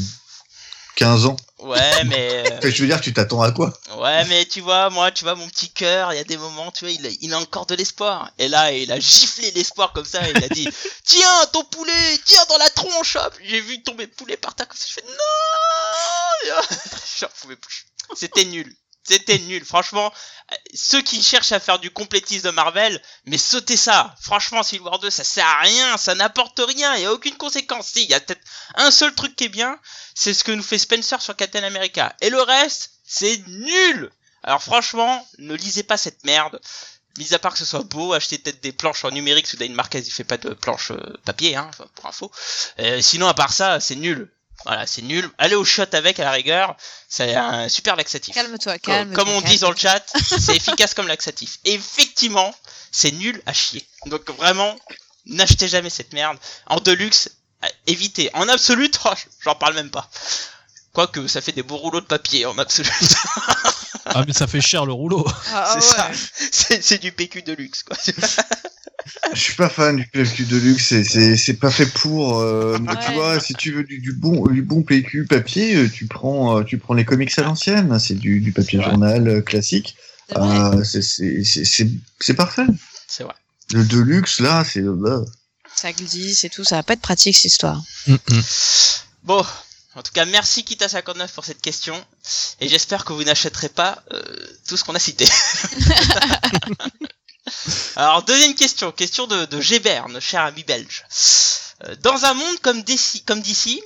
15 ans. Ouais, mais euh, Enfin, je veux dire, tu t'attends [laughs] à quoi ouais, mais tu vois, moi, tu vois mon petit cœur, il y a des moments, tu vois, il a, il a encore de l'espoir. Et là, il a giflé l'espoir comme ça, et il a dit, tiens ton poulet, tiens dans la tronche, hop, j'ai vu tomber le poulet par terre comme ça, je fais non, [laughs] j'en pouvais plus. C'était nul. C'était nul, franchement. euh, Ceux qui cherchent à faire du complétisme de Marvel, mais sautez ça. Franchement, Civil War 2, ça sert à rien, ça n'apporte rien, il n'y a aucune conséquence. Si, il y a peut-être un seul truc qui est bien, c'est ce que nous fait Spencer sur Captain America. Et le reste, c'est nul. Alors franchement, ne lisez pas cette merde. Mis à part que ce soit beau, achetez peut-être des planches en numérique, Soudain Marquez il fait pas de planches euh, papier, hein, enfin, pour info. Euh, sinon à part ça, c'est nul. Voilà, c'est nul. Allez au shot avec à la rigueur, c'est un super laxatif. Calme-toi, Co- calme. comme on dit dans le chat, c'est efficace comme laxatif. Et effectivement, c'est nul à chier. Donc vraiment, n'achetez jamais cette merde. En deluxe, euh, évitez. En absolu, [laughs] oh, j'en parle même pas. Quoique, ça fait des beaux rouleaux de papier en absolu. Ah, mais ça fait cher le rouleau. Ah, [laughs] c'est ça. C'est c'est du PQ de luxe, quoi. Je suis pas fan du PQ de luxe, c'est- c'est c'est pas fait pour. euh, mais Tu Ouais. vois, si tu veux du, du bon du bon PQ papier, euh, tu prends euh, tu prends les comics à l'ancienne, hein, c'est du, du papier Ouais. journal euh, classique. Euh, c'est- c'est- c'est c'est- c'est parfait. C'est vrai. Le de luxe là, c'est bah, Ça glisse et tout, ça va pas être pratique cette histoire. Mm, Bon. En tout cas, merci Kita59 pour cette question. Et j'espère que vous n'achèterez pas euh, tout ce qu'on a cité. Alors, deuxième question. Question de, de Géberne, cher ami belge. Euh, Dans un monde comme d'ici, comme d'ici,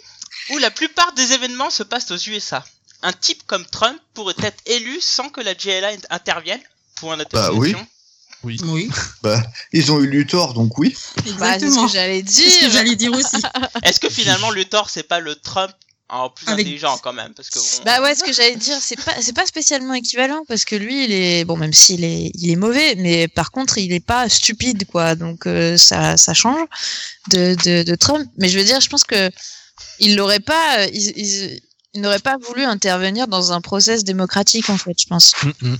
où la plupart des événements se passent aux USA, un type comme Trump pourrait être élu sans que la GLA intervienne pour un Bah oui. Oui, ils ont eu du tort, donc oui. Bah, c'est ce exactement. que j'allais dire. C'est ce que j'allais dire [laughs] aussi. Est-ce que finalement [laughs] Luthor c'est pas le Trump en plus Avec- intelligent quand même parce que on- Bah ouais, ce que j'allais dire, c'est pas, c'est pas spécialement équivalent parce que lui, il est bon, même s'il est, il est mauvais, mais par contre, il est pas stupide, quoi. Donc euh, ça, ça change de, de, de Trump. Mais je veux dire, je pense que il l'aurait pas, euh, il, il- il n'aurait pas voulu intervenir dans un process démocratique, en fait, je pense. mm,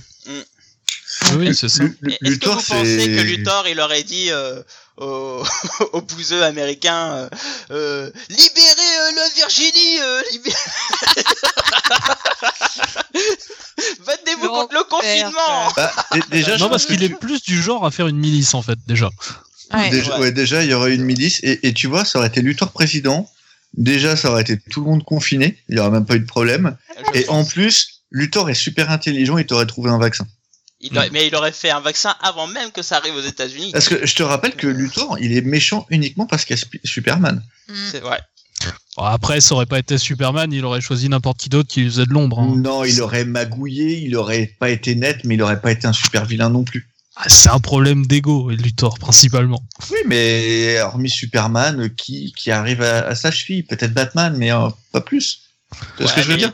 Oui, c'est ça. Le- le- est-ce que Luthor, vous pensez c'est- que Luthor il aurait dit euh, [laughs] aux, aux bouseux américains euh, euh, libérez euh, la Virginie euh, libé- [laughs] battez-vous Laurent contre le confinement Ah, Bah, dé- déjà, je non, parce pense que qu'il est plus du genre à faire une milice, en fait, déjà. Ouais. Déjà, Ouais. ouais, déjà, il y aurait une milice. Et, et tu vois, ça aurait été Luthor président. Déjà, ça aurait été tout le monde confiné. Il n'y aurait même pas eu de problème. Je Et en pense. plus, Luthor est super intelligent. Il t'aurait trouvé un vaccin. Il aurait- mais il aurait fait un vaccin avant même que ça arrive aux États-Unis Parce que je te rappelle que Luthor, il est méchant uniquement parce qu'il y a Sp- Superman. Mm. c'est vrai Bon, après, ça aurait pas été Superman, il aurait choisi n'importe qui d'autre qui lui faisait de l'ombre. Oh. hein. Non, il aurait magouillé. Il aurait pas été net, mais il aurait pas été un super vilain non plus. Ah, c'est un problème d'ego, Luthor, principalement. Oui, mais hormis Superman, euh, qui, qui arrive à, à sa cheville, peut-être Batman, mais euh, pas plus. C'est ce que Ouais, je veux mais- dire.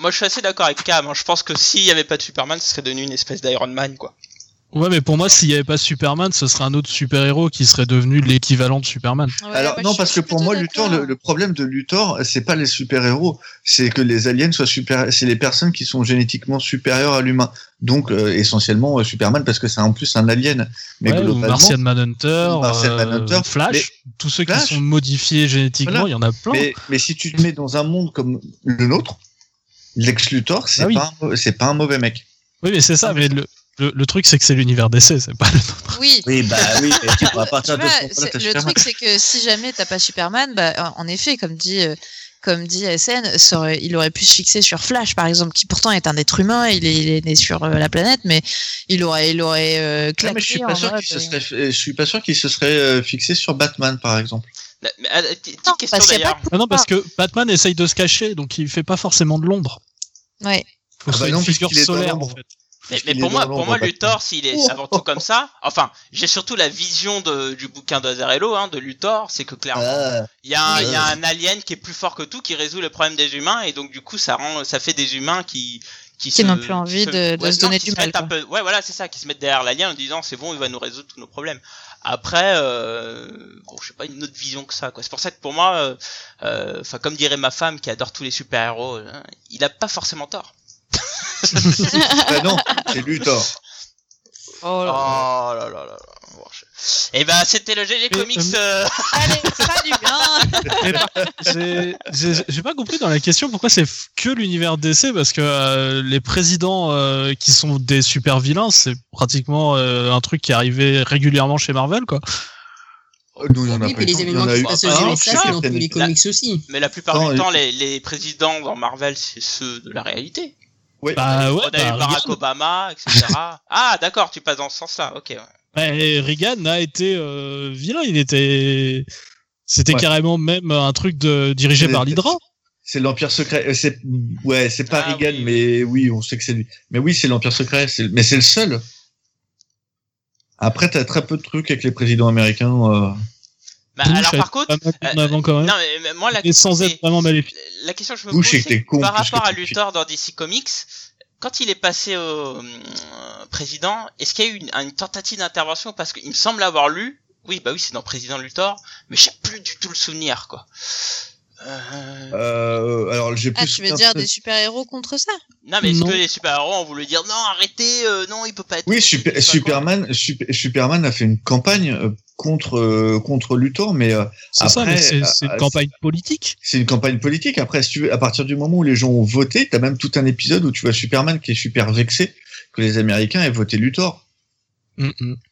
moi je suis assez d'accord avec Cam hein. je pense que s'il y avait pas de Superman ce serait devenu une espèce d'Iron Man quoi Ouais, mais pour moi, s'il y avait pas Superman, ce serait un autre super-héros qui serait devenu l'équivalent de Superman. Ouais, Alors moi, je non, suis parce que pour plutôt moi, Luthor, d'accord. le, le problème de Luthor, c'est pas les super-héros, c'est que les aliens soient super, c'est les personnes qui sont génétiquement supérieures à l'humain. Donc euh, essentiellement euh, Superman parce que c'est en plus un alien. Mais Ouais, ou globalement, Martian Manhunter, Martian euh, Manhunter, Flash, tous ceux Flash. qui sont modifiés génétiquement, Voilà. il y en a plein. mais, mais si tu te mets dans un monde comme le nôtre, Lex Luthor, c'est Ah oui. pas un mau- c'est pas un mauvais mec. Oui, mais c'est Ah, ça, mais le, le, le truc, c'est que c'est l'univers d'essai, c'est pas le nôtre. Oui. Oui, bah oui. à [laughs] Tu partir vois, c'est- le truc, c'est que si jamais t'as pas Superman, bah, en en effet, comme dit, euh, comme dit SN, ça aurait- euh, il aurait pu se fixer sur Flash, par exemple, qui pourtant est un être humain, il est, il est né sur euh, la planète, mais il aurait, il aurait euh, Ah, claqué. mais je suis en pas sûr mode, qu'il se euh, serait, euh, je suis pas sûr qu'il se serait euh, fixé sur Batman par exemple. Mais, euh, petite Non, question parce qu'il y a d'ailleurs pas Ah non, parce que Batman essaye de se cacher, donc il fait pas forcément de l'ombre. Ouais. Faut que Ah ce bah soit non, une figure puisqu'il est dans solaire, en l'ombre. fait. Mais, Parce mais qu'il pour est moi, dans pour l'ombre, moi, Batman. Luthor, s'il est avant oh, tout comme ça, enfin, j'ai surtout la vision de- du bouquin d'Azarello, hein, de Luthor, c'est que clairement, Ah, il y, a un- oui. il y a un alien qui est plus fort que tout, qui résout le problème des humains, et donc du coup, ça rend, ça fait des humains qui qui, se- n'ont plus envie de- de se donner qui du mal, mettent un peu, ouais, voilà, c'est ça, qui se mettent derrière l'alien en disant c'est bon, il va nous résoudre tous nos problèmes. Après, euh, bon, je sais pas une autre vision que ça, quoi. C'est pour ça que pour moi, euh, euh, enfin, comme dirait ma femme qui adore tous les super héros, il a pas forcément tort. bah non, c'est Luthor. Oh là. Oh là là là là. Bon, je- Eh ben, c'était le GG Mais, Comics. euh, euh, [laughs] Allez, salut, hein. Mais par- j'ai- J'ai j'ai pas compris dans la question pourquoi c'est f- que l'univers DC parce que euh, les présidents euh, qui sont des super vilains c'est pratiquement euh, un truc qui arrivait régulièrement chez Marvel quoi. Oh, Nous, il y en a Oui, pas puis les eu. événements Il y en a qui se eu passent un aux chez USA, c'est un peu Captain les comics aussi. Mais la plupart Non, du et- temps, les, les présidents dans Marvel, c'est ceux de la réalité. Oui. Bah ouais, On a bah, eu Barack Reagan, Obama, etc. [laughs] ah, d'accord, tu passes dans ce sens-là. Ok. ouais. ouais, Reagan bah, a été euh, vilain, il était c'était Ouais. carrément même un truc de dirigé Mais- par l'Hydra. C'est l'Empire secret. euh, C'est ouais, c'est pas Ah, Reagan, oui. mais oui, on sait que c'est lui. Mais oui, c'est l'Empire secret. c'est le- Mais c'est le seul. Après, t'as très peu de trucs avec les présidents américains. euh. Bah, Bush alors a par été contre, pas mal en euh, avant quand même, non mais, mais moi la et sans mais- être vraiment maléfique. la question que je me Bush pose, était c'est con par plus que rapport à tout de suite. Luthor dans DC Comics, quand il est passé au euh, président, est-ce qu'il y a eu une, une tentative d'intervention parce qu'il me semble avoir lu, oui bah oui c'est dans président Luthor, mais j'ai plus du tout le souvenir quoi. Euh, Euh, alors, j'ai plus. Ah, tu veux un dire peu- des super-héros contre ça Non, mais est-ce Non. que les super-héros ont voulu dire non, arrêtez, euh, non, il peut pas être. Oui, il peut Super- pas Superman, Sup- Superman a fait une campagne euh, contre euh, contre Luthor, mais euh, C'est ça, après, mais c'est euh, c'est une euh, campagne politique. c'est une campagne politique. Après, si tu veux, à partir du moment où les gens ont voté, t'as même tout un épisode où tu vois Superman qui est super vexé que les Américains aient voté Luthor. Mm, mm. quoi.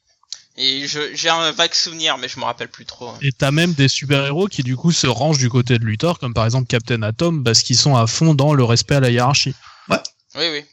Et je- j'ai un vague souvenir, mais je me rappelle plus trop. hein. Et t'as même des super-héros qui du coup se rangent du côté de Luthor, comme par exemple Captain Atom, parce qu'ils sont à fond dans le respect à la hiérarchie. Oui, oui.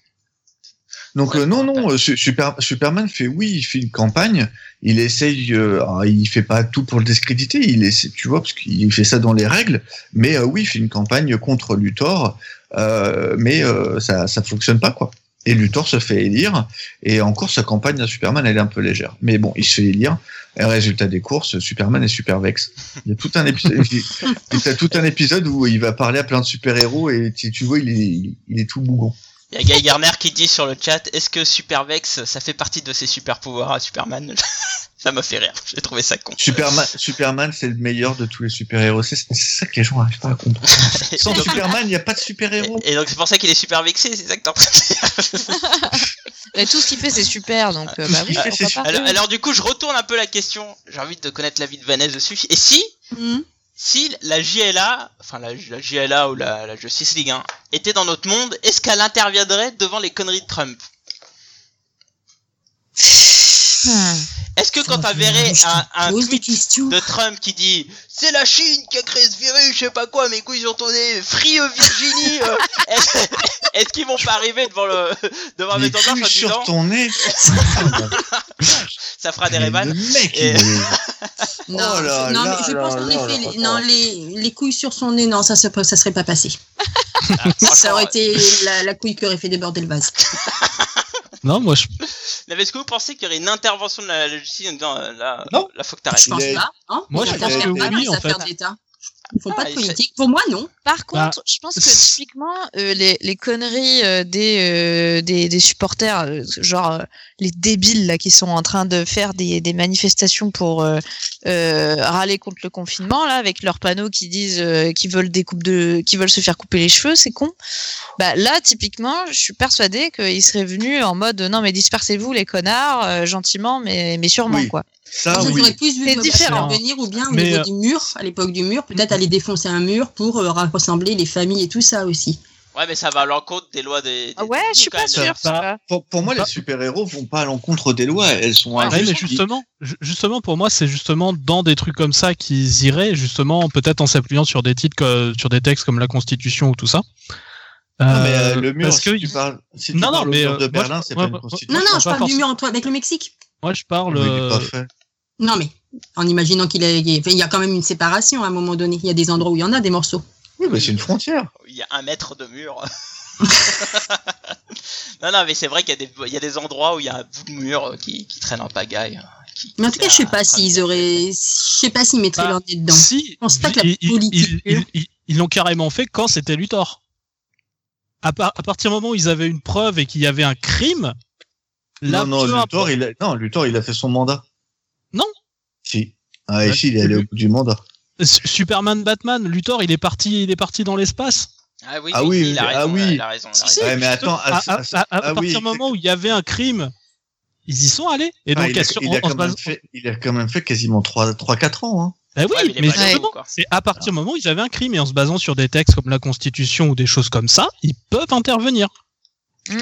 Donc Ouais, euh, je non, me non, euh, Su- Super- Superman fait oui, il fait une campagne, il essaye, euh, alors, il fait pas tout pour le discréditer, il essaie, tu vois, parce qu'il fait ça dans les règles, mais euh, oui, il fait une campagne contre Luthor, euh, mais euh, ça, ça fonctionne pas quoi. Et Luthor se fait élire, et encore sa campagne à Superman, elle est un peu légère. Mais bon, il se fait élire, et résultat des courses, Superman est super vex. Il y a tout un épisode, [laughs] il y a tout un épisode où il va parler à plein de super-héros, et tu, tu vois, il est, il est tout bougon. Il y a Guy Garner qui dit sur le chat est-ce que Supervex, ça fait partie de ses super-pouvoirs à Superman [laughs] Ça m'a fait rire, j'ai trouvé ça con. Superman, Superman c'est le meilleur de tous les super-héros. C'est c'est ça que les gens n'arrivent pas [laughs] à comprendre. Et Sans donc- Superman, il n'y a pas de super-héros. et- et donc c'est pour ça qu'il est super vexé, c'est ça que t'es en train de dire. Ah, Mais Tout ce qu'il fait, c'est super, donc euh, Tout ce bah oui, qu'il pourquoi fait, Ah, c'est pas. super. alors, alors du coup, je retourne un peu la question. J'ai envie de connaître l'avis de Vanessa dessus. Et si, Hmm. si la JLA, enfin la, la JLA ou la, la Justice League, hein, était dans notre monde, est-ce qu'elle interviendrait devant les conneries de Trump Hmm. Est-ce que quand t'as verré un, un Pose des tweet questions. de Trump qui dit c'est la Chine qui a créé ce virus, je sais pas quoi, mes couilles ont tourné, free euh, Virginie, [laughs] euh, est-ce est-ce qu'ils vont pas arriver devant le devant Mais le tendance en cul sur disant [laughs] ton nez. ça fera des Mais rébans le mec, Et- il est- Non, Oh là je, non, là mais je là pense là qu'en là effet, là les, là. non, les, les couilles sur son nez, non, ça se- ça serait pas passé. Ah, franchement, [laughs] Ça aurait euh, été la, la couille qui aurait fait déborder le vase. Non, moi je Non, mais Est-ce que vous pensez qu'il y aurait une intervention de la, la justice en disant euh, là, Non. là faut que Je t'arrêtes pense est- pas. hein. Bah, Moi, Ils je font pense pas que mal oui, des en affaires fait. d'État. Ils font pas Ah, de il fait- politique. Pour moi, non. Par contre, je pense que typiquement, euh, les, les conneries euh, des, euh, des, des supporters, euh, genre euh, les débiles là, qui sont en train de faire des, des manifestations pour euh, euh, râler contre le confinement, là, avec leurs panneaux qui disent euh, qu'ils veulent des coupes de, qu'ils veulent se faire couper les cheveux, c'est con. Bah, là, typiquement, je suis persuadée qu'ils seraient venus en mode non, mais dispersez-vous, les connards, euh, gentiment, mais, mais sûrement, Oui. quoi. Ça, Moi, je Ah oui. voudrais plus vu C'est le différent. venir ou bien au Mais, niveau euh, du mur, à l'époque du mur, peut-être aller défoncer un mur pour euh, rassembler les familles et tout ça aussi. Ouais, mais ça va à l'encontre des lois des. des- Ah ouais, je suis quand même. pas sûre. Ça- c'est pas- Pour, pour moi, les Bah- super-héros vont pas à l'encontre des lois. Elles sont Ouais, Ah, mais injustes. justement, ju- justement pour moi, c'est justement dans des trucs comme ça qu'ils iraient, justement peut-être en s'appuyant sur des titres, que- sur des textes comme la Constitution ou tout ça. Non, mais euh, Euh, le mur, parce si que tu parles, si tu Non, non, parles au mais, mur euh, de moi, Berlin, je- c'est moi, pas une moi- constitution. Non, non, pas je parle du forcément. mur en toi avec le Mexique. moi je parle. Mais il est euh, pas fait. Non, mais en imaginant qu'il est- enfin, il y a quand même une séparation à un moment donné. Il y a des endroits où il y en a des morceaux. Oui, mais c'est une frontière. Il y a un mètre de mur. [laughs] Non, non, mais c'est vrai qu'il y, a des- il y a des endroits où il y a un bout de mur euh, qui, qui traîne en pagaille. euh, qui- Mais en qui tout cas, je sais traîne à- pas train de- s'ils auraient, je sais pas s'ils mettraient Bah, leur nez dedans. Si, pense pas que la ils- ils- politique- Ils ils- ils- ils l'ont carrément fait quand c'était Luthor. À, par- à partir du moment où ils avaient une preuve et qu'il y avait un crime, là, Non, non, peu Luthor, importe. il a... non, Luthor, il a fait son mandat. Non. Si. Ah, et Ouais, si, il est c'est allé au lui. bout du mandat. S- Superman, Batman, Luthor, il est parti, il est parti dans l'espace. Ah oui, Ah oui, oui, il a mais- raison. ah oui. Il a raison. il a Si, raison. Ouais, mais attends, à, à- ah, à- à ah oui, partir du moment où il y avait un crime, ils y sont allés. Et Ah, donc, il, a, elles sont- il a en- en se quand même basant- fait, il a quand même fait quasiment 3-4 ans. Hein. Bah oui, Ouais, mais il est mais pas allé au justement, bout, quoi. c'est à partir du moment où ils avaient un crime et en se basant sur des textes comme la Constitution ou des choses comme ça, ils peuvent intervenir. Hmm.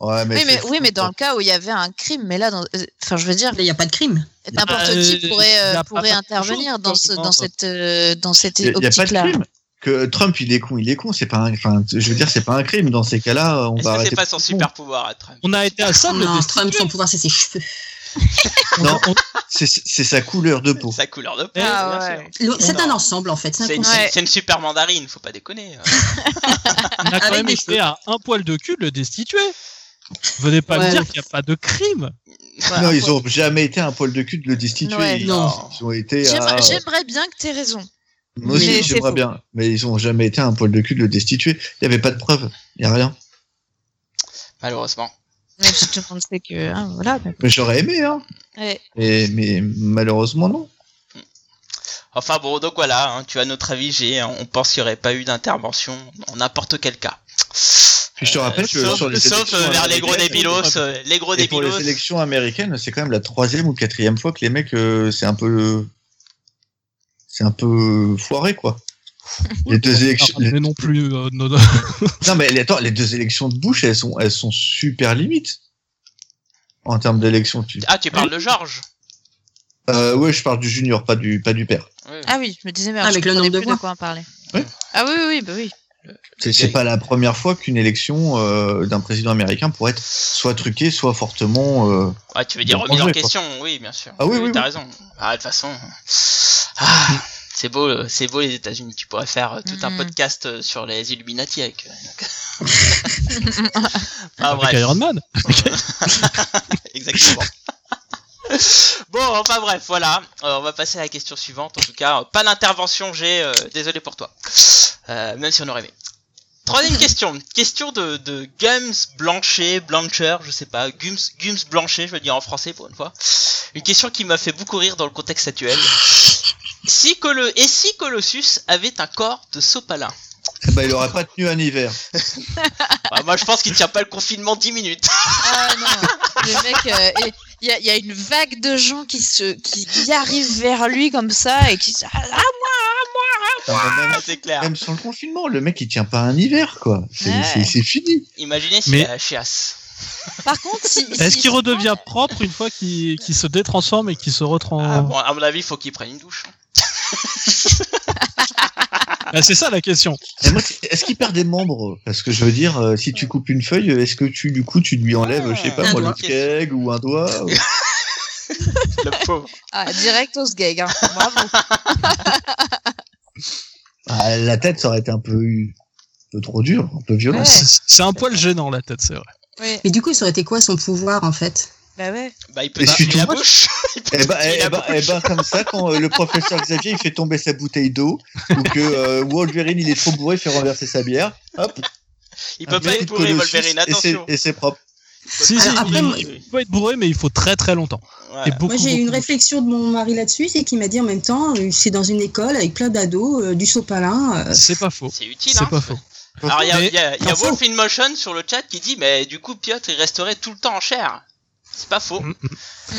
Ouais, mais Oui, mais, c'est- oui, mais dans le cas où il y avait un crime, mais là, dans- euh, enfin, je veux dire, Là, il n'y a pas de crime. n'importe Euh, qui pourrait, euh, y a pas- pourrait pas intervenir chose, dans, ce, quoi, dans, je pense. cette, euh, dans cette Il y a- il y a pas de optique-là. crime. Que Trump, il est con, il est con. C'est pas un... enfin, je veux dire, c'est pas un crime. Dans ces cas-là, on Est-ce va que arrêter. c'est pas son super pouvoir à Trump On a été à ça de le Non, destituer. Trump, son pouvoir, c'est ses cheveux. Non, c'est c'est sa couleur de peau. Sa couleur de peau. Ah bien ouais. sûr. Le- C'est Non. un ensemble, en fait. c'est un C'est une, concept. Ouais. c'est une super mandarine, faut pas déconner. euh. On Ah a quand Avec même des été à un poil de cul de le destituer. Venez pas Ouais. me dire qu'il n'y a pas de crime. non, ils ont jamais été un poil de cul de le destituer. Ouais. Ils- Non. Ils ont été à... J'aimerais j'aimerais bien que tu aies raison. Moi aussi, Mais c'est j'aimerais faux. bien. Mais ils ont jamais été un poil de cul de le destituer. Il y avait pas de preuve. Il y a rien. Malheureusement. Même si tout le monde sait que. hein, voilà. mais- Mais j'aurais aimé, hein. Ouais. Et- mais malheureusement, non. Enfin bon, donc voilà, hein, tu as notre avis, j'ai, on pense qu'il n'y aurait pas eu d'intervention en n'importe quel cas. Puis je te rappelle que sauf sur les sauf, élections euh, vers les américaines, gros débilos, Et euh, les gros pour les débilos. élections américaines, c'est quand même la troisième ou quatrième fois que les mecs, euh, c'est un peu, c'est un peu foiré [laughs] quoi. Les deux élections, les- Mais non plus. euh, non, non. non mais les- attends, les deux élections de Bush, elles sont, elles sont super limites en termes d'élections. Tu... Ah, tu parles de Georges Euh, ouais, je parle du junior, pas du, pas du père. Oui. Ah oui, je me disais, merde, Avec je le nombre comprenais de plus voix. de quoi en parler. Ouais. Ah oui, oui, oui, bah oui. C'est c'est pas la première fois qu'une élection euh, d'un président américain pourrait être soit truquée, soit fortement. euh, Ah, tu veux dire Donc, remise en manger, quoi. question, oui, bien sûr. Ah oui, oui, T'as oui. raison. Ah, de toute façon. Ah, c'est beau, euh, c'est beau les États-Unis. Tu pourrais faire euh, tout un Mm. podcast euh, sur les Illuminati avec. euh, [laughs] ah, Avec bref. Iron Man. Exactement. [laughs] bon, enfin bref, voilà. Euh, on va passer à la question suivante. En tout cas, euh, pas d'intervention, j'ai. euh, désolé pour toi. Euh, même si on aurait aimé. Troisième question. Question de, de Gums Blanchet, Blancher, je sais pas. Gums, Gums Blanchet, je vais le dire en français pour une fois. Une question qui m'a fait beaucoup rire dans le contexte actuel. Si Colo- et si Colossus avait un corps de sopalin eh ben, il aurait pas tenu un hiver. Bah, Moi, je pense qu'il tient pas le confinement 10 minutes. [laughs] Ah non, le mec, euh, et il y, a- il y a une vague de gens qui se qui, qui arrivent vers lui comme ça et qui disent ah, ah, Enfin, même- Ah, C'est clair. Même sans le confinement, le mec il tient pas un hiver quoi. C'est Ouais. c'est- c'est fini. Imaginez si Mais- a la chiasse. Par contre, si, Est-ce si- qu'il redevient propre une fois qu'il qu'il se détransforme et qu'il se retransforme bah, Ah, bon, à mon avis, il faut qu'il prenne une douche. Ah, C'est ça la question. Et moi, c'est- Est-ce qu'il perd des membres Parce que je veux dire, euh, si tu coupes une feuille, est-ce que tu du coup tu lui enlèves, je sais Un pas moi, doigt. le keg ou un doigt ou- Le [laughs] pauvre. Ah, direct au sgeg, hein. bravo. Ah, La tête, ça aurait été un peu, un peu trop dur, un peu violent. Ouais. C'est c'est un poil gênant la tête, c'est vrai. Oui, Mais du coup, ça aurait été quoi son pouvoir, en fait bah ouais. Bah, il peut Mais pas suis la tout bouche. Eh ben, eh Il a ben, eh ben, comme ça, quand euh, le professeur Xavier il fait tomber sa bouteille d'eau ou que euh, Wolverine il est trop bourré, il fait renverser sa bière, hop, Il un peut pas petit être bourré, colossus, Wolverine, et c'est- attention. et c'est propre. Si, si, Alors, après, il, moi- il peut être bourré, mais il faut très très longtemps. Voilà. Et beaucoup, Moi, j'ai eu une beaucoup. réflexion de mon mari là-dessus, c'est qu'il m'a dit en même temps, euh, c'est dans une école avec plein d'ados, euh, du sopalin. euh, C'est pas faux. C'est utile, C'est hein. pas faux. Alors, il y a, il y a, il y a Pas faux. Wolf in Motion sur le chat qui dit, mais du coup, Piotr, il resterait tout le temps en chair. C'est pas faux. Mm,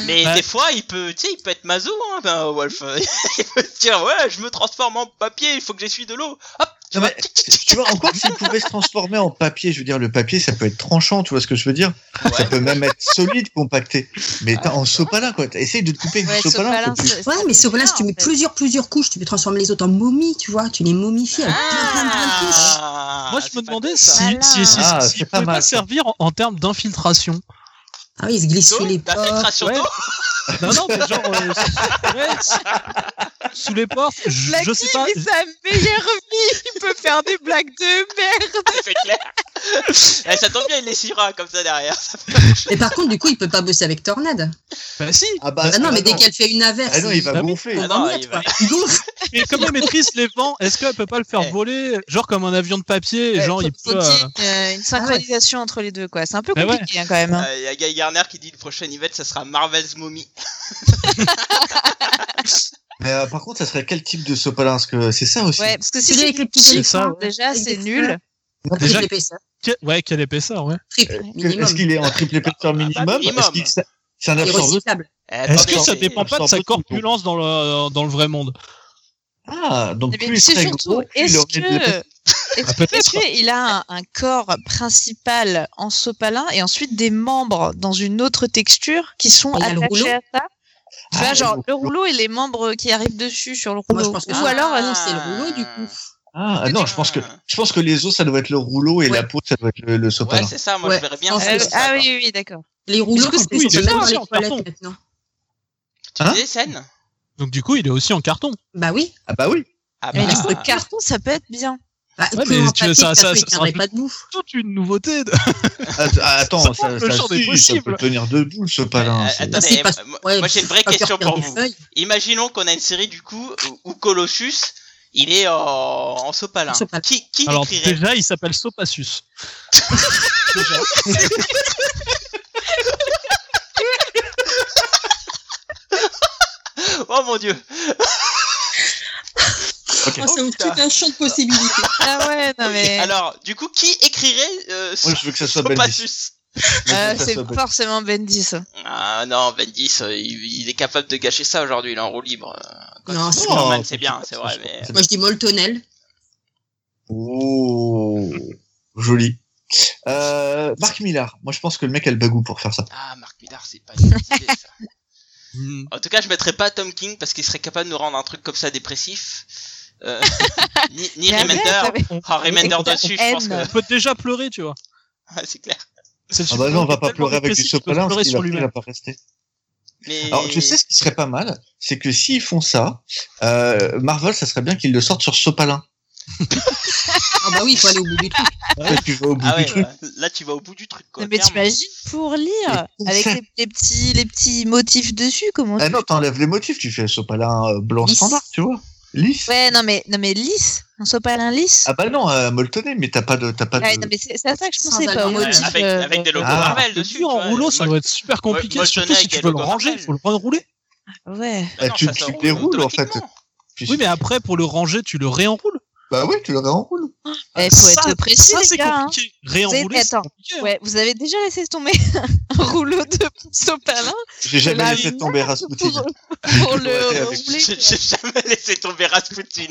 Mais Ouais. des fois, il peut, tu sais, il peut être maso, hein, ben, Wolf. [laughs] il peut se dire, ouais, je me transforme en papier, il faut que j'essuie de l'eau. Hop, tu Non, vois. mais, [laughs] tu vois, encore s'il pouvait se transformer en papier, je veux dire, le papier, ça peut être tranchant, tu vois ce que je veux dire Ça Ouais. peut même être solide, compacté. Mais t'as en sopalin, quoi. T'as- Essaye de te couper Ouais, du sopalin. Sopalin, faut que tu- c'est- Ouais, c'est mais sopalin, si tu bizarre, mets en fait. plusieurs, plusieurs couches, tu peux transformer les autres en momies, tu vois, tu les momifies avec plein, plein, plein de couches. Ah, Moi, je c'est me pas demandais con, si, ça. si, Malin. si, si- Ah, si- c'est il pas pouvait mal, pas ça. servir en, en termes d'infiltration. Ah oui, ils se glissent sous les D'eau, portes. d'infiltration ouais. d'eau. Non, non, mais genre, euh, sous- [laughs] ouais, sous- sous les portes, je, je sais pas. sa meilleure vie, il peut faire des blagues de merde. [laughs] c'est clair. Eh, ça tombe bien, il les sciera comme ça derrière. Mais par contre, du coup, il peut pas bosser avec Tornade. Bah si Ah bah Ah non, mais dès non. qu'elle fait une averse. Ah non, il va Ah oui. gonfler. Ah on non, va il mettre, va- quoi. Il gonfle. Mais comme elle maîtrise les vents, est-ce qu'elle peut pas le faire Eh. voler, genre comme un avion de papier, Ouais, genre faut- il faut peut. qu'il y ait, euh, Ah euh, une synchronisation entre les deux, quoi. C'est un peu Bah ouais. compliqué hein, quand même. hein. Euh, Il y a Guy Garner qui dit le prochain event, ça sera Marvel's Mommy. Mais euh, par contre, ça serait quel type de sopalin Parce que c'est ça aussi. Ouais, parce que si Celui c'est Ah, avec les une petits chiffre, ça, hein, ouais. déjà, Avec c'est des nul. Déjà- Triple épaisseur. que- Ouais, quelle épaisseur, ouais. Triple, Que- Est-ce minimum. qu'il est en triple épaisseur minimum minimum. Est-ce qu'il c'est c'est un Et absorbeur recyclable. Eh, Est-ce attendez, que ça c'est- dépend pas de sa absorbe tout. corpulence dans le, dans le vrai monde Ah, donc Eh bien, plus il C'est serait surtout, gros, plus il est-ce aurait de la- que, Ah, est-ce que- peut-être. est-ce que il a un, un corps principal en sopalin et ensuite des membres dans une autre texture qui sont Il y a le rouleau. attachés à ça Tu vois, Ah, genre le le rouleau et les membres qui arrivent dessus sur le Moi, je rouleau. pense que Ou c'est- alors, Ah, euh, non, c'est le rouleau, du coup. Ah, non, je pense que je pense que les os ça doit être le rouleau et Ouais. la peau ça doit être le, le Ouais, sopalin. c'est ça, moi Ouais, je verrais bien. Eh, ça je pense ah, que comme c'est ça, quoi. oui, oui, oui, d'accord. Les rouleaux, Parce que quand oui, ils il est sont même dans aussi les en carton. toilettes maintenant. Tu Hein disais scène Donc du coup, il est aussi en carton. Bah oui. ah bah oui. Ah Mais bah, juste le carton, ça peut être bien. Bah, Ouais, écoute, mais en tu veux, ça- papier, de toute ça- façon, ça- il tiendrait ça- pas debout. Toute une nouveauté. De... Att- ah, attends, Ça ça, prend le ça champ des suit, ça possibles. peut tenir debout le sopalin. euh, c'est- attendez, C'est pas- euh, moi- Ouais, moi j'ai une vraie pas faire question pour perdre vous. des feuilles. Imaginons qu'on a une série du coup où- où Colossus, il est en, en sopalin. En sopalin. Qui, qui Alors l'écrirait déjà, il s'appelle Sopassus. Oh mon dieu Oh, ça ouvre tout putain. un champ de possibilités. Ah ouais, [laughs] non mais. Alors, du coup, qui écrirait euh, Moi je veux que ça soit Bendis. Sopassus Je veux Euh, que ça c'est soit Bendis. forcément Bendy, ça. Ah non, Bendis, euh, il, il est capable de gâcher ça aujourd'hui, il est en roue libre. Euh, Quand [laughs] Non, il- c'est- Superman, Oh, c'est bien, c'est vrai, mais... Moi, je dis Moltonel. Oh, joli. Euh, Marc Millard, moi je pense que le mec a le bagou pour faire ça. Ah, Marc Millard, c'est pas une bonne idée, ça. Hmm. En tout cas, je mettrais pas Tom King parce qu'il serait capable de nous rendre un truc comme ça dépressif. [laughs] Euh, ni ni Mais après, Remender. ça fait- Ah, Remender dessus, je pense que [laughs] Haine. On peut déjà pleurer, tu vois. Ah, c'est clair. C'est le Ah bah super-héros non, on va qui est pas tellement pleurer avec du dépressif qu'il peut sopalin pleurer parce qu'il sur après, il lui-même. va pas rester. Mais Alors je sais ce qui serait pas mal, c'est que s'ils font ça, euh, Marvel, ça serait bien qu'ils le sortent sur sopalin. Ah bah oui, il faut aller au bout du truc. Tu vas au bout Ah du ouais, truc. ouais. là tu vas au bout du truc quoi. Non, mais Clairement. t'imagines pour lire Mais avec ça- les, les petits les petits motifs dessus comment Ah tu- non, t'enlèves les motifs, tu fais sopalin euh, blanc Lisse. standard, tu vois. Lisse. ouais non mais non mais lisse un sopalin lisse Ah bah non, euh, molletonné, mais t'as pas de, t'as pas de. Ouais, non mais c'est c'est à ça que je Sans pensais pas au valeur. Ouais, motif avec, euh, avec des logos Ah, Marvel Le dessus. tu dur en vois. euh, rouleau, ça Moi, doit être super compliqué. moi, je surtout tenais si avec tu les veux le logos ranger, Marvel. faut le prendre roulé. euh, ouais Ah non, Bah, tu- ça tu s'enroule déroules, en fait. automatiquement. Tu- Oui, mais après, pour le ranger, tu le réenroules. Bah oui, tu le réenroules. Eh, faut Ah, Ça, être précis ça, les c'est gars hein. compliqué. Réenrouler, Vous savez, c'est attends. compliqué. hein. ouais vous avez déjà laissé tomber [laughs] un rouleau de sopalin J'ai jamais la laissé tomber [laughs] pour, Rasputin. pour Ouais, le avec- rouler J'ai j'ai jamais laissé tomber [laughs] Rasputin.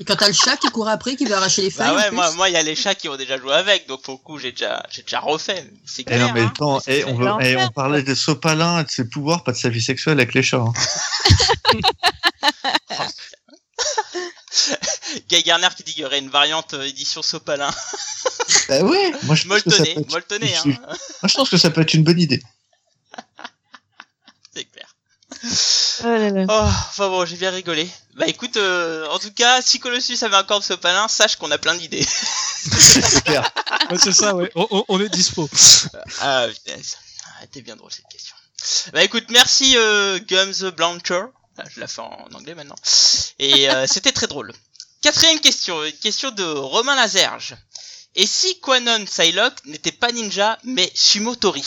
Et quand t'as le chat qui court après, qui veut arracher les feuilles. Bah en ouais, plus. moi, moi, il y a les chats qui ont déjà joué avec, donc pour le coup, j'ai déjà, j'ai déjà refait. mais C'est Eh clair. non, mais hein. attends, C'est eh, clair. on, veut- l'enfer, eh, on quoi. parlait de Sopalin, et de ses pouvoirs, pas de sa vie sexuelle avec les chats. hein. Guy Garner qui dit qu'il y aurait une variante euh, édition [laughs] Sopalin. bah ouais, moi je, pense que ça Moltonné, peut être... moltonné, hein. je- moi je pense que ça peut être une [laughs] bonne idée. C'est clair. Oh là là. Oh, enfin bon, j'ai bien rigolé. Bah écoute, euh, en tout cas, si Colossus avait encore de Sopalin, sache qu'on a plein d'idées. C'est clair. Ouais, c'est ça, ouais. On, on- on est dispo. Ah, punaise. Ah, t'es bien drôle cette question. Bah écoute, merci euh, Gums Blancher. Ah, Je la fais en anglais maintenant. Et euh, c'était très drôle. Quatrième question, une question de Romain Lazerge. Et si Quanon Psylocke n'était pas ninja, mais Sumotori,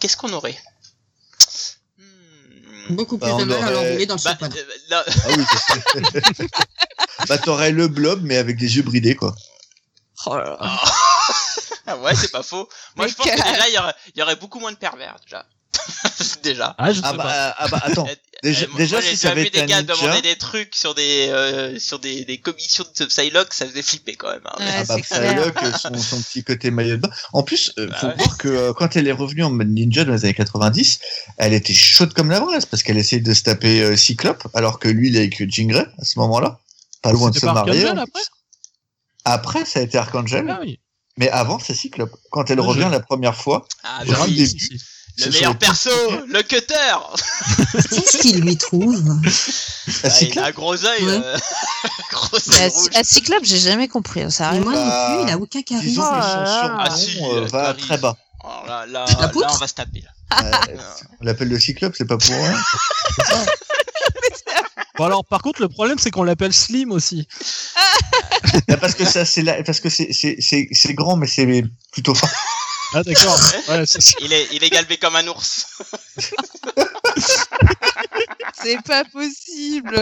qu'est-ce qu'on aurait Hmm. Beaucoup plus Bah, de on mal à aurait- l'enrouler dans le Bah, sopalin. euh, non, Ah oui, c'est ça. bah t'aurais le blob, mais avec des yeux bridés, quoi. Oh là là. Ah ouais, c'est pas faux. [laughs] Moi, Mais je pense que quel- déjà, il y aurait, il y aurait beaucoup moins de pervers, déjà. [laughs] déjà. Ah, je sais Ah pas. bah, ah bah attends, Eh, déjà, Eh, moi, déjà moi, si j'ai ça déjà avait vu été des gars un demander ninja... des trucs sur des euh, sur des, des commissions de Psylocke, ça faisait flipper quand même. hein. Ouais, Ah bah, c'est clair. Psylocke, son, son petit côté maillot de bain. En plus, euh, Bah faut ouais. voir que euh, quand elle est revenue en mode ninja dans les années 90, elle était chaude comme la braise parce qu'elle essayait de se taper euh, Cyclope, alors que lui, il est avec Jean Grey à ce moment-là, pas loin de C'était se pas marier. hein. Archangel, après Après, ça a été Archangel, Ah oui. mais avant, c'est Cyclope. Quand elle Ah, je- revient la première fois, Ah, J'ai bah un oui. début. Si, si. Le Ce meilleur sont- perso, le cutter Qu'est-ce qu'il lui trouve Ah, Ah, c'est Il a un gros œil. Ouais. euh, [laughs] gros Mais œil à, rouge. à Cyclope, j'ai jamais compris, hein, ça Mais arrive. Moi Bah, non plus, il a aucun Disons charisme. que Ah, son surnom ah, si, euh, va Paris. très bas. Oh là là, La là, poutre on va se taper. là. Euh, on l'appelle le cyclope, c'est pas pour rien. Bon alors par contre le problème c'est qu'on l'appelle Slim aussi. Là, Bah, parce que ça, c'est là, parce que c'est, c'est, c'est, c'est grand, mais c'est plutôt fin. Ah [laughs] d'accord. Ouais, c'est- c'est- Il est, il est galbé comme un ours. [laughs] C'est pas possible.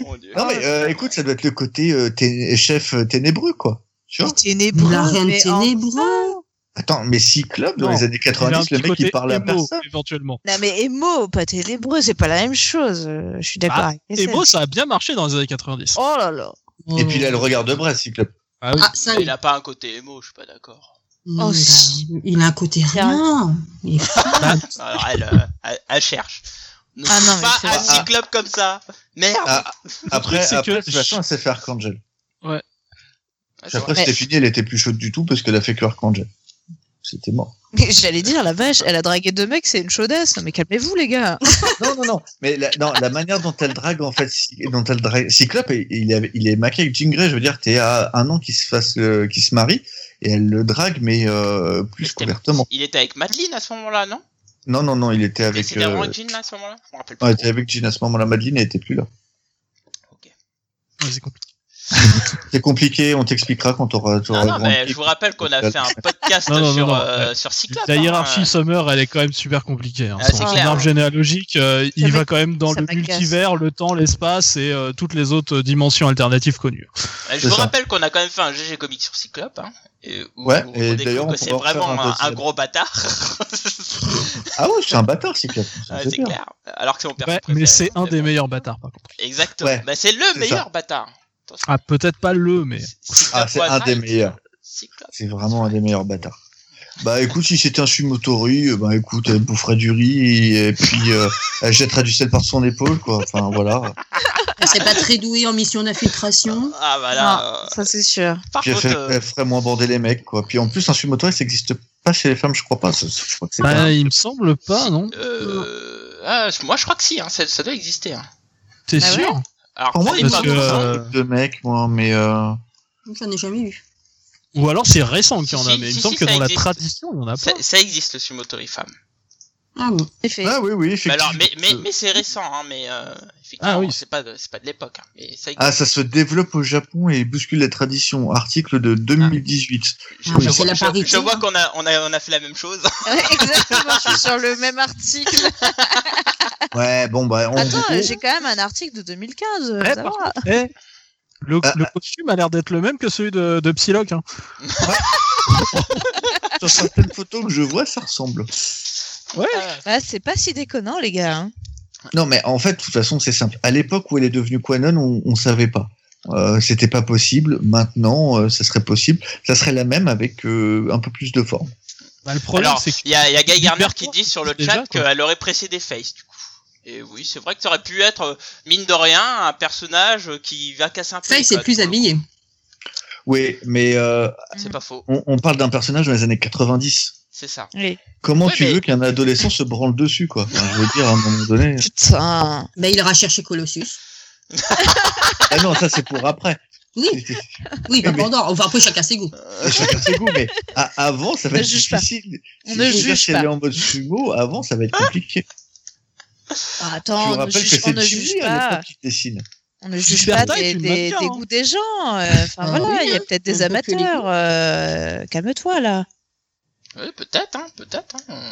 Mon Dieu. Non mais euh, écoute, ça doit être le côté euh, té- chef euh, ténébreux, quoi. Tu vois Ténébreux. Il a rien de mais en- ténébreux. Attends, mais Cyclope dans Non. les années il a un 90, le petit mec côté il parle à émo, personne. éventuellement. Non mais émo, pas ténébreux, c'est pas la même chose. euh, Je suis d'accord Ah, avec Estelle. Emo ça a bien marché dans les années 90. Oh là là. [laughs] Et puis il a le regard de bras, Cyclope. Ah oui. Ah, ça, Il a pas un côté émo, je suis pas d'accord. Non, Oh, il, si. a, il a un côté Il a Bah, rien. Il est fade. Alors, elle, euh, elle, elle cherche. Ne Ah, non, mais pas c'est un vrai. cyclope comme ça. Merde. Ah, après, truc, c'est après, que- de toute façon, elle s'est fait Archangel. Ah, Puis c'est après, vrai. c'était fini, elle était plus chaude du tout parce qu'elle a fait que Archangel. C'était mort. Mais J'allais dire, la vache, elle a dragué deux mecs, c'est une chaudasse. Non mais calmez-vous les gars. Non, non, non. Mais la, non, la manière dont elle drague, en fait, Cy- dont elle drague, Cyclope, il, il est- il est maqué avec Jean Grey. Je veux dire, t'es à un an qu'il se fasse, euh, qu'il se marie, et elle le drague, mais euh, plus C'était- ouvertement. Il était avec Madeline à ce moment-là, non Non, non, non, il était Mais avec. C'était euh, vraiment Jean là à ce moment-là Je me rappelle ouais, il plus. était avec Jean à ce moment-là. Madeleine, elle était plus là. Ouais, c'est compliqué. C'est compliqué. On t'expliquera quand t'auras. t'auras Ah Non, non, mais grandi. je vous rappelle qu'on a fait [laughs] un podcast Non, non, non, sur, non. euh, sur Cyclope. La hein. hiérarchie Summer, elle est quand même super compliquée. hein. Ah, son c'est son clair. arbre généalogique, euh, il m'a- va quand même dans ça le m'agace. multivers, le temps, l'espace et euh, toutes les autres euh, dimensions alternatives connues. Euh, Je C'est vous ça. rappelle qu'on a quand même fait un GG comique sur Cyclope. Hein, et où Ouais, on et découvre d'ailleurs, on que c'est pourra refaire vraiment un un, un dossier. gros bâtard. [laughs] Ah ouais, c'est un bâtard, Cyclope. Ouais, C'est Ah, c'est clair. clair. Alors que c'est mon perso Ouais, préféré, mais c'est un des bon. meilleurs bâtards par contre. Exactement. Ouais, Bah, c'est le ça. meilleur bâtard. Ah peut-être pas le, mais Ah, c'est un des meilleurs. Cyclope. C'est vraiment un des meilleurs bâtards. Bah écoute, si c'était un Shumotori, euh, bah écoute, elle boufferait du riz et, et [laughs] puis euh, elle jettera du sel par son épaule, quoi. Enfin voilà. C'est pas très doué en mission d'infiltration. Ah, bah là. euh, Non, ça c'est sûr. Par Puis elle, contre, fait- euh, elle ferait moins bander les mecs, quoi. Puis en plus, un Shumotori, ça n'existe pas chez les femmes, je crois pas. Ça- Je crois que c'est Ah, pas- Bah, il me semble pas, non euh, ah, je- moi je crois que si, hein, ça, ça doit exister. hein. T'es Ah sûr Alors, Pour moi, ça il me dépend semble parce que, de que c'est son- un truc de mec, moi, mais euh, J'en ai jamais eu. Ou alors c'est récent qu'il y en a, Si, mais si, il me si, semble que ça dans existe. la tradition, il y en a pas. ça, ça existe le sumotori femme. Ah bon. En effet. Ah oui, oui, Mais effectivement. Euh. alors, mais, mais, mais c'est récent, hein, mais euh, effectivement, Ah oui. c'est pas de, c'est pas de l'époque. hein, mais ça existe. Ah, ça se développe au Japon et bouscule la tradition. Article de 2018. je, Ah, je mais c'est vois, la je- parité, je vois hein. qu'on a on a on a fait la même chose. Ouais, [laughs] exactement, je suis sur le même article. Ouais, bon, bah on. Attends, on- euh, j'ai quand même un article de 2015. euh, Eh, ça par va. Eh, le, Bah, Ah, le costume a l'air d'être le même que celui de, de Psylocke. Hein. Sur certaines photos que je vois, ça ressemble. Ouais. Ouais, c'est pas si déconnant, les gars. hein. Non, mais en fait, de toute façon, c'est simple. À l'époque où elle est devenue Quanon, on, on savait pas. Euh, C'était pas possible. Maintenant, euh, ça serait possible. Ça serait la même avec euh, un peu plus de forme. Bah, le problème, Alors, c'est que il y a, il y a Guy Garner Liberté, qui dit sur le déjà, chat quoi. qu'elle aurait précédé Face, du coup. Et oui, c'est vrai que ça aurait pu être, euh, mine de rien, un personnage qui va casser un peu. Ça, il les s'est codes, plus pour le coup. habillé. Oui, mais euh, C'est pas faux, on, on parle d'un personnage dans les années 90. c'est ça. Oui. Comment Ouais, tu mais- veux qu'un adolescent se branle dessus, quoi Enfin, Je veux dire, à un moment donné. Putain. Bah, il ira chercher Colossus. Ah non, ça c'est pour après. Oui, oui, pas Mais- pendant. Enfin, après, chacun ses goûts. Chacun ses goûts, [laughs] mais à- avant, ça va Ne être juge pas. difficile. On Si ne je veux dire, juge si elle pas. est en mode sumo, avant, ça va être compliqué. Ah, je vous attends, on ne rappelle juge, que on c'est ne juge Jimmy à pas, Ah, l'époque qui dessine. on ne juge Gilberta pas est des, une des- mannequin, des hein. goûts des gens. euh, Enfin Ah voilà, oui, il y a hein. peut-être On des peut que les goûts. amateurs. euh, Calme-toi là. Oui, peut-être, hein, peut-être. hein.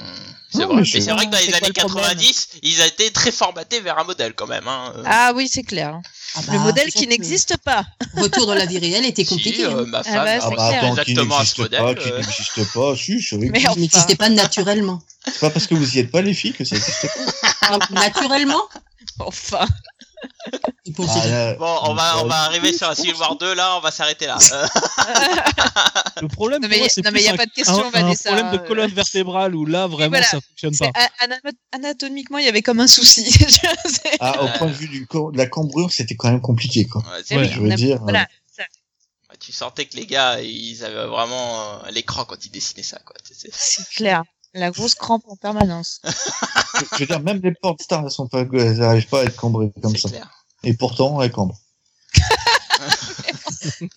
C'est Non, vrai. mais Mais c'est- c'est vrai que dans C'est les quoi années le problème 90, ils ont été très formatés vers un modèle quand même. Hein. Euh, Ah oui, c'est clair. Ah le bah, modèle disons qui que n'existe [laughs] pas. Retour dans la vie réelle [laughs] était si, compliqué. euh, hein. ma bah, femme, c'est Ah ressemble bah clair. attends, qui exactement à ce n'existe modèle. pas, qui euh, n'existe pas, si, c'est vrai. Mais que- enfin. Il n'existait pas naturellement. [laughs] C'est pas parce que vous y êtes pas, les filles, que ça existe [laughs] pas. naturellement Enfin. Il pensait Ah, là, Bon, on va, on va euh, arriver je sur un pense. Civil War 2, là, on va s'arrêter [laughs] là. Euh, le problème, [laughs] Non pour mais moi, c'est non, mais il n'y plus un- a pas de question, un, un Vanessa. problème de euh, colonne vertébrale où là, vraiment, voilà. ça fonctionne [laughs] c'est- pas. a- ana- Anatomiquement, il y avait comme un souci. [laughs] Je sais. Ah, au point de vue du cor- de la cambrure, c'était quand même compliqué, quoi. ouais, c'est Mais Ouais. oui, je veux on a- dire, euh, Voilà. Ouais, Tu sentais que les gars, ils avaient vraiment euh, l'écran quand ils dessinaient ça, quoi. C'est- c'est- C'est clair. La grosse crampe en permanence. Je veux dire, même les portes stars, elles sont pas, euh, elles n'arrivent pas à être cambrées comme c'est ça. clair. Et pourtant, elles cambrent.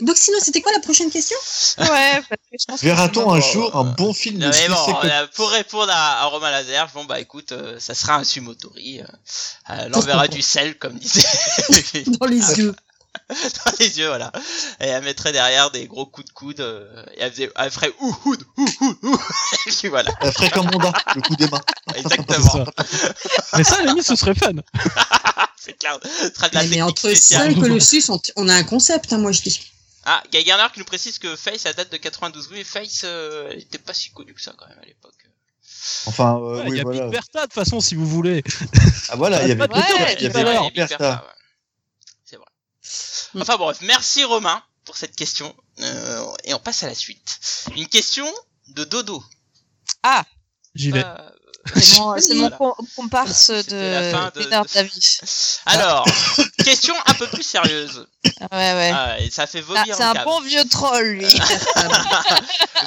Donc sinon, c'était quoi la prochaine question [laughs] Ouais, parce que je pense que- Verra-t-on un euh, jour un bon film Non, de mais Swiss bon, Economy euh, pour répondre à, à Romain Lazare, bon bah écoute, euh, ça sera un Sumotori. Euh, euh, L'enverra du sel, comme disait [laughs] Dans les Ah, yeux. dans les yeux, voilà. Et elle mettrait derrière des gros coups de coude. euh, et elle, faisait, elle ferait ouh ouh ouh ouh ouh. [laughs] Et puis [laughs] voilà, La frécommanda, le coup des mains. exactement. [laughs] Mais ça, à la limite, ce serait Euh, fun. C'est clair. Ce sera de la Mais, Eh, mais technique entre spéciale. Seul et Colossus, on, on a un concept, hein, moi je dis. Ah, il y a Garner qui nous précise que Face, ça date de 92. Oui, Face, euh, elle était pas si connue que ça quand même à l'époque. Enfin, euh, Il oui, y a voilà. Big Bertha, de toute façon, si vous voulez. Ah voilà, il y avait Ouais, Peter, ouais, il y C'est vrai, avait Big Bertha. Bertha, ouais. C'est vrai. Enfin bref, merci Romain pour cette question. Euh, et on passe à la suite. Une question de Dodo. J'y vais. Euh, C'est mon, c'est mon Voilà. com- comparse C'était la fin de- de Bénard de- Davis. Alors, [laughs] question un peu plus sérieuse. Ouais, ouais. Ah, et ça fait Ah, vomir c'est le un câble. bon vieux troll, lui.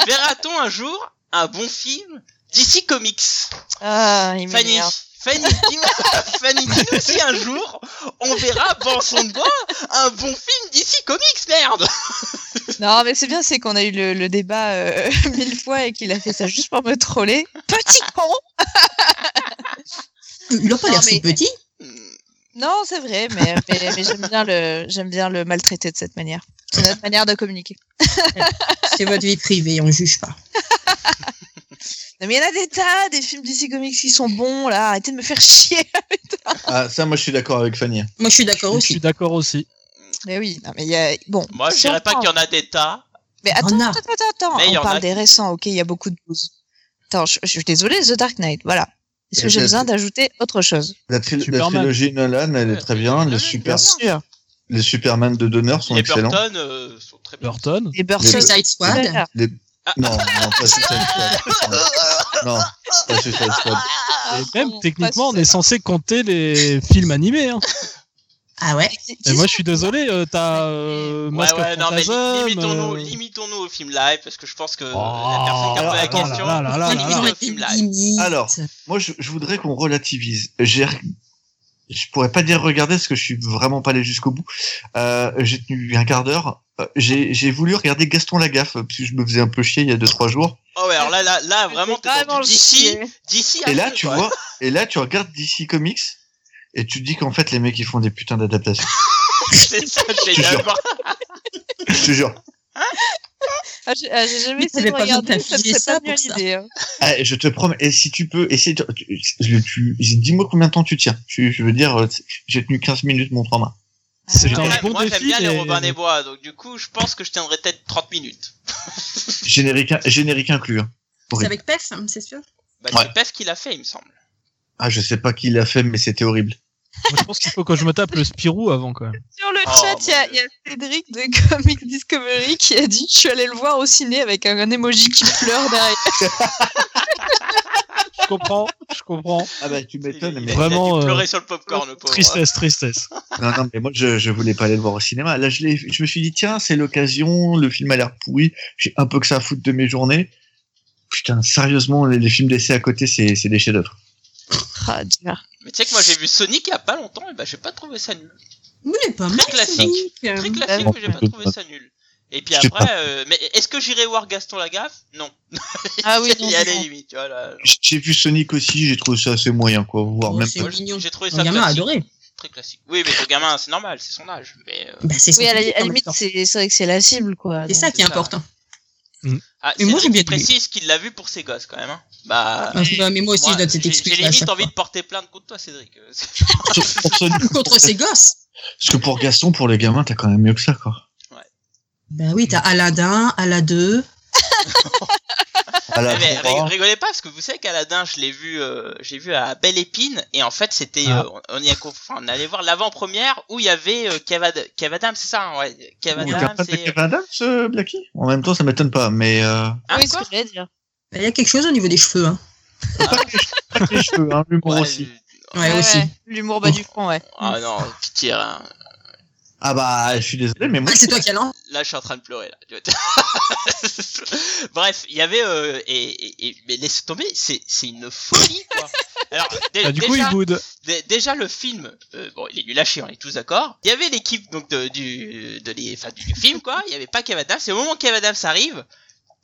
Verra-t-on un jour un bon film d'ici Comics [laughs] Ah, il Fanny, m'énerve. Fanny, [laughs] dis-nous- Fanny, dis-nous si un jour on verra, pensons de bois, un bon film d'ici Comics, merde Non, mais c'est bien, c'est qu'on a eu le, le débat euh, [laughs] mille fois et qu'il a fait ça juste pour me troller. Petit con Il a pas Non, l'air si mais- petit. Hmm. Non, c'est vrai, mais, mais, mais j'aime bien le j'aime bien le maltraiter de cette manière. C'est notre manière de communiquer. C'est votre vie privée, on juge pas. Non, mais il y en a des tas, des films DC Comics qui sont bons, là. Arrêtez de me faire chier. [laughs] Ah, ça, moi, je suis d'accord avec Fanny. Moi je suis d'accord [laughs] Je suis aussi. d'accord aussi. Mais oui, non, mais il y a... Bon. Moi, je si dirais on pas parle- qu'il y en a des tas. Mais Il y attends, en a. attends, attends, attends. Mais il y On en a parle qui- des récents, ok, il y a beaucoup de blues. Attends, je, je suis désolée, The Dark Knight, voilà. Est-ce que Et j'ai t'as- besoin d'ajouter autre chose La, tri- la Superman. trilogie Nolan, elle est Ouais, très bien. Nolan, Les, bien super... sûr. les Superman de Donner sont Les excellents. Burton euh, sont très bien. Burton. Les Burton. Suicide Squad. Voilà. Les... Non, non, pas Suicide Squad. Non, pas Suicide Squad. Et on même, techniquement, on passe- est censé compter les films [laughs] animés. Hein. Ah ouais Qui- qui Et moi, sont- je suis désolé, euh, t'as euh, Ouais, Mask of ouais, non, mais Phantasm, li- limitons-nous euh, limitons-nous au film live, parce que je pense que Oh, la personne qui a posé la attends, question, là, Ah là, là, là, [laughs] là. limitons-nous au film live. Limite. Alors. Moi, je, je voudrais qu'on relativise. J'ai... Je pourrais pas dire regarder parce que je suis vraiment pas allé jusqu'au bout. Euh, j'ai tenu un quart d'heure. Euh, J'ai, j'ai voulu regarder Gaston Lagaffe parce que je me faisais un peu chier il y a deux trois jours. Oh ouais, alors là, là, là vraiment, t'es dans du DC, chier. DC à Et là fond, tu quoi. vois, et là tu regardes DC Comics et tu te dis qu'en fait les mecs ils font des putains d'adaptations. [laughs] C'est ça, j'ai jure. je te jure. Ah, j'ai ah, j'ai jamais Mais essayé de t'avais pas besoin regarder, ça me serait d'afficher ça pas une pour ça. idée. hein. Ah, je te promets. Et si tu peux, essayer. De... tu- tu- tu- Dis-moi combien de temps tu tiens. Je, je veux dire, euh, j'ai tenu 15 minutes mon format. C'est Ah, un Après, bon moi, j'aime défi, bien les mais- Robin des Bois, donc du coup, je pense que je tiendrai peut-être 30 minutes. Générique, générique inclus. hein. C'est avec PEF, hein, c'est sûr. Bah, Ouais. c'est Pef qui l'a fait, il me semble. Ah, je sais pas qui l'a fait, mais c'était horrible. Moi, je pense qu'il faut que je me tape le Spirou avant, quand même. Sur le Oh, chat, il y, a- mon il y a Cédric de Comic Discovery qui a dit Je suis allé le voir au ciné avec un, un emoji qui pleure derrière. [laughs] Je comprends, je comprends. Ah bah tu il, m'étonnes, il mais a- il a dû Vraiment, euh, pleurer sur le popcorn, le pauvre. Tristesse, tristesse. [laughs] non, non, mais moi je, je voulais pas aller le voir au cinéma. Là, je, l'ai- je me suis dit tiens, c'est l'occasion. Le film a l'air pourri. J'ai un peu que ça à foutre de mes journées. Putain, sérieusement, les, les films laissés à côté, c'est c'est des chefs-d'œuvre. Ah, Dieu. Mais tu sais que moi, j'ai vu Sonic il y a pas longtemps, et bah, j'ai pas trouvé ça nul. Vous n'est pas mal. Très classique. Sonic. Très bah, classique, bon, mais j'ai pas écoute, trouvé ça nul. Et puis je sais après, euh, mais est-ce que j'irai voir Gaston Lagaffe Non. [laughs] Ah oui, il y non, a non. les limites, tu vois, là. J'ai vu Sonic aussi. J'ai trouvé ça assez moyen, quoi. Voire Oh, même. c'est Moi, mignon. J'ai trouvé Mon ça gamin a classique, adoré. très classique. Oui, mais ton gamin, c'est normal, c'est son âge. Mais, euh, Bah, c'est son Oui, à la, à public, la en même limite, temps. c'est c'est vrai que c'est la cible, quoi. C'est donc. ça qui est ça. important. Ah, Mais moi, Cédric, j'ai bien il aimé. précise qu'il l'a vu pour ses gosses quand même. hein. Bah, Ah, je- mais moi aussi, moi, je donne cette j'ai- excuse. J'ai limite envie de porter plainte contre toi, Cédric. Euh, c'est- Pour- pour Sonic- Contre ses gosses. Parce que pour Gaston, pour les gamins, t'as quand même mieux que ça, quoi. Bah oui, t'as Aladdin, Aladdin 2. À la Ah, Eh, mais trois, rig- rigolez pas parce que vous savez qu'Aladin, je l'ai vu, euh, j'ai vu à Belle Épine et en fait c'était, Ah. euh, on, on y a, conf- enfin, on allait voir l'avant-première où il y avait euh, Kev Ad- Kev Adams, c'est ça, hein, ouais. Kev on Adams regarde pas de et- Kevin Adams, euh, Blackie En même temps, ça m'étonne pas, mais euh, Hein, Oui, ce quoi que je voulais dire. Bah, Il y a quelque chose au niveau des cheveux. Hein. pas, que les, che- pas que les cheveux, hein, l'humour Ouais, aussi. euh, Ouais, aussi. Oh. L'humour bas du front, ouais. Ah non, pitié. hein. Ah bah, je suis désolé, mais moi, Ah, c'est toi qui as l'en- Là, je suis en train de pleurer là. Tu vois. [laughs] Bref, bref, il y avait euh, et, et, et- mais laisse tomber, c'est c'est une folie quoi. Alors dé- Bah, du coup, déjà, il boude. dé- déjà le film, euh, bon il est nul à chier, on est tous d'accord. Il y avait l'équipe donc de, du de les enfin, du, du film quoi. Il y avait pas Kev Adams. Et au moment où Kev Adams arrive,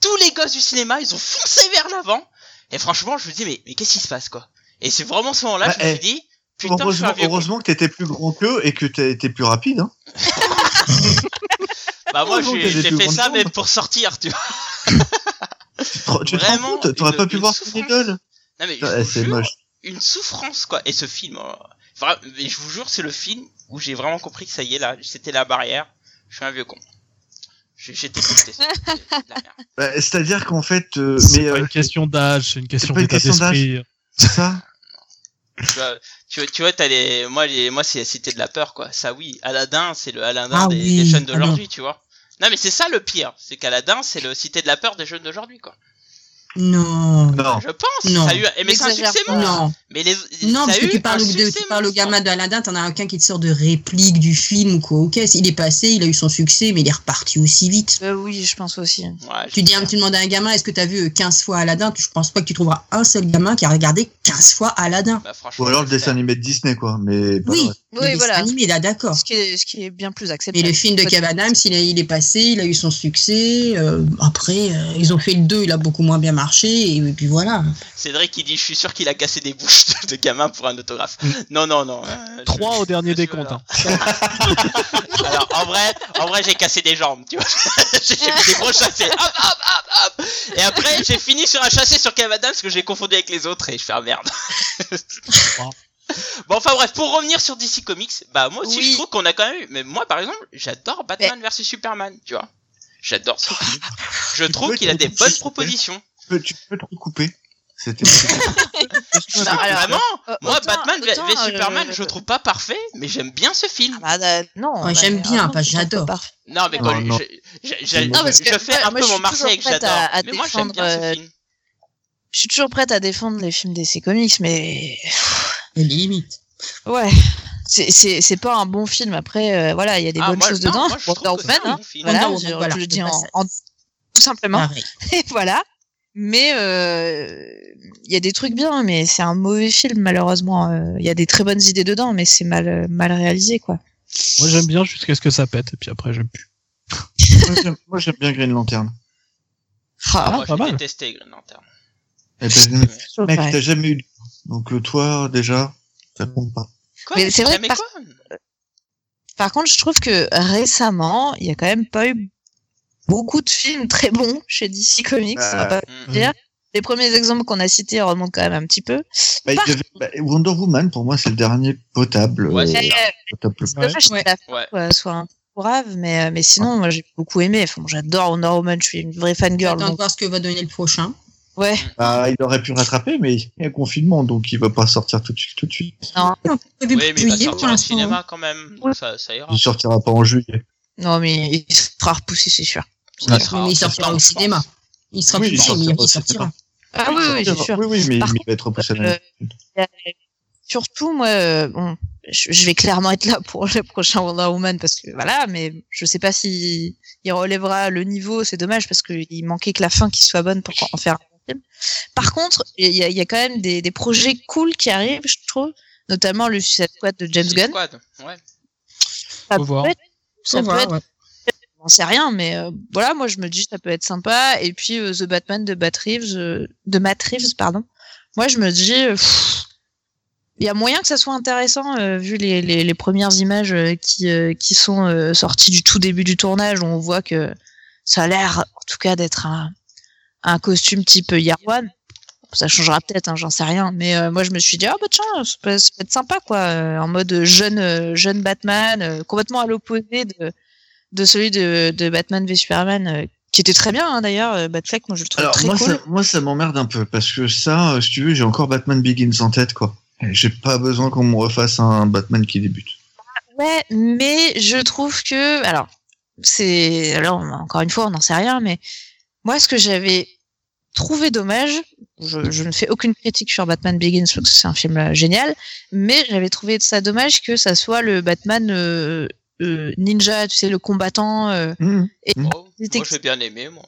tous les gosses du cinéma ils ont foncé vers l'avant. Et franchement je me dis mais mais qu'est-ce qui se passe quoi. Et c'est vraiment ce moment-là Bah, je me suis eh, dit [laughs] putain je suis un Heureusement, vieux con. heureusement que t'étais plus grand qu'eux et que t'as été plus rapide. Hein. Bah moi heureusement que j'ai j'ai j'ai pu fait prendre ça compte. même pour sortir tu vois. Tu te- tu te rends Vraiment, compte T'aurais une- pas pu une voir souffrance. ton idole Non mais je Eh, vous C'est jure, moche. une souffrance quoi. Et ce film, euh, vra- mais je vous jure, c'est le film où j'ai vraiment compris que ça y est là, c'était la barrière. Je suis un vieux con. J'ai- J'étais dégoûté. C'était de la merde. Bah, C'est-à-dire qu'en fait, euh, C'est mais pas euh, une question d'âge, c'est une question pas une d'état question d'âge. d'esprit. [laughs] ça, Tu vois, tu vois, tu vois, t'as les, moi, les, moi, c'est, c'était de la peur quoi. Ça oui, Aladdin, c'est le Aladdin Ah des, oui, des jeunes ah d'aujourd'hui, tu vois. Non mais c'est ça le pire, c'est qu'Aladdin, c'est le cité de la peur des jeunes d'aujourd'hui quoi. Non. non. Je pense. Non. Ça a eu, eh, mais c'est un N'exagère succès pas. monstre. Non, Mais les, non, ça parce a que eu tu parles, un au- de- succès tu parles au monstre. gamin d'Aladin, t'en as aucun qui te sort de réplique du film ou quoi. Ok, il est passé, il a eu son succès, mais il est reparti aussi vite. Bah oui, je pense aussi. Ouais, Tu dis, un- tu demandes à un gamin, est-ce que t'as vu euh, 15 fois Aladdin Tu- Je pense pas que tu trouveras un seul gamin qui a regardé 15 fois Aladdin. bah, franchement, Ou alors le j'espère. dessin animé de Disney, quoi. Mais pas Oui, vrai. le Ah Oui, dessin voilà. animé, là, d'accord. Ce qui, est, ce qui est bien plus Mais acceptable. le film de Kev Adams, il, est- il est passé, il a eu son succès. euh, après, euh, ils ont fait le 2, il a beaucoup moins bien marché, et, puis voilà. Cédric qui dit je suis sûr qu'il a cassé des bouches de- de gamin pour un autographe. Non non non. euh, je- Trois au dernier je suis- décompte. hein. Alors [laughs] en vrai, en vrai j'ai cassé des jambes, tu vois. [laughs] j'ai j'ai mis des gros chassés. Hop hop hop hop. Et après j'ai fini sur un chassé sur Kev Adams que j'ai confondu avec les autres et je fais ah merde. Wow. [laughs] Bon enfin bref, pour revenir sur DC Comics, bah moi aussi Oui. je trouve qu'on a quand même eu mais moi par exemple, j'adore Batman versus Superman, tu vois. J'adore ce [laughs] film. Je trouve peux qu'il a te des couper, bonnes s'il te plaît. propositions. Tu peux- Tu peux te couper. [laughs] C'était. Bah, Ah, Non, alors, Ah, Vraiment euh, Moi, autant- Batman v autant, v euh, Superman, je le trouve pas parfait, mais j'aime bien ce film. Ah bah, euh, non. Ouais, bah, j'aime bien, ah non, pas- c'est j'adore. parfait. Non, mais Non, quand non. je, je- je- Non, parce que je fais moi- un moi, peu je mon suis Marseille que toujours prête j'adore. à- à Mais moi, j'aime bien défendre, ce euh, film. Je suis toujours prête à défendre les films DC Comics, mais Et limite. ouais, c'est- c'est c'est pas un bon film. Après, euh, voilà, il y a des Ah, bonnes moi, choses non, dedans. moi, je trouve Wonder que c'est Woman, un hein, bon film. Ah, voilà, Wonder je, Woman, voilà, je le je dis en, passe en- tout simplement. Pareil. [laughs] Et voilà. Mais euh, il y a des trucs bien, mais c'est un mauvais film malheureusement. Euh, Il y a des très bonnes idées dedans, mais c'est mal euh, mal réalisé quoi. Moi, j'aime bien jusqu'à ce que ça pète, et puis après, j'aime plus. Moi, j'aime- Moi j'aime bien Green Lantern. Ah, moi, pas j'ai mal. détesté Green Lantern. Eh ben, toujours Mec, pareil. t'as jamais eu. Donc le toit déjà, ça compte pas. Quoi Mais c'est vrai Jamais que par- quoi Par contre, je trouve que récemment, il y a quand même pas eu beaucoup de films très bons chez DC Comics. on va Euh, pas Mm. se dire. Les premiers exemples qu'on a cités remontent quand même un petit peu. Bah, il Par- devait- bah, Wonder Woman pour moi c'est le dernier potable. Ouais, c'est euh, Mais, ça. euh, potable. c'est Ouais. dommage que Ouais. la fin Ouais. soit- soit un peu grave, mais, euh, mais sinon, moi, j'ai beaucoup aimé. Enfin, bon, J'adore Wonder Woman, je suis une vraie fangirl. Attends de Donc, voir ce que va donner le prochain. ouais, Ah, il aurait pu rattraper mais il y a un confinement donc il va pas sortir tout de suite. Tout de suite. Oui, mais il va Juillet, pour sortir au l'instant, hein. cinéma quand même. donc Ça, ça ira. Il sortira pas en juillet. non, mais il sera repoussé, c'est sûr. Ça Oui, sera- mais il ça sortira sera, au je pense. cinéma. Il sera Oui, plus il chaud, mais sortira il au sortira. Ah oui, oui, c'est sûr. Oui oui mais Par il va être repoussé. à euh, l'année. Surtout, moi, euh, bon, je je vais clairement être là pour le prochain Wonder Woman parce que voilà, mais je sais pas si il relèvera le niveau. C'est dommage parce qu'il manquait que la fin qui soit bonne pour en faire un bon film. Par contre, il y a, il y a quand même des, des projets cool qui arrivent, je trouve, notamment le Suicide Squad de James Suicide Gunn. Squad, Ouais. Ça Faut voir. peut être, ça peut Faut voir, être- ouais. j'en sais rien, mais euh, voilà, moi je me dis ça peut être sympa. Et puis euh, The Batman de Bat Reeves, euh, de Matt Reeves, pardon. Moi je me dis, euh, pff, il y a moyen que ça soit intéressant euh, vu les, les, les premières images euh, qui euh, qui sont euh, sorties du tout début du tournage. où On voit que ça a l'air, en tout cas, d'être un un costume type Yarwan. Ça changera peut-être, hein, j'en sais rien. Mais euh, moi, je me suis dit, ah bah tiens, ça peut, ça peut être sympa, quoi. euh, en mode jeune, euh, jeune Batman, euh, complètement à l'opposé de, de celui de, de Batman v Superman, euh, qui était très bien, hein, d'ailleurs. euh, Batfleck, moi, je le trouve Alors très moi, cool. ça, moi ça m'emmerde un peu parce que ça, euh, si tu veux, j'ai encore Batman Begins en tête quoi. Et J'ai pas besoin qu'on me refasse un Batman qui débute. Ouais, mais je trouve que, alors, c'est, alors, encore une fois, on n'en sait rien, mais moi, ce que j'avais trouvé dommage, je, je ne fais aucune critique sur Batman Begins parce que c'est un film euh, génial, mais j'avais trouvé ça dommage que ça soit le Batman euh, euh, ninja, tu sais, le combattant. euh, Mmh. Oh, moi, Détective. j'ai bien aimé, moi.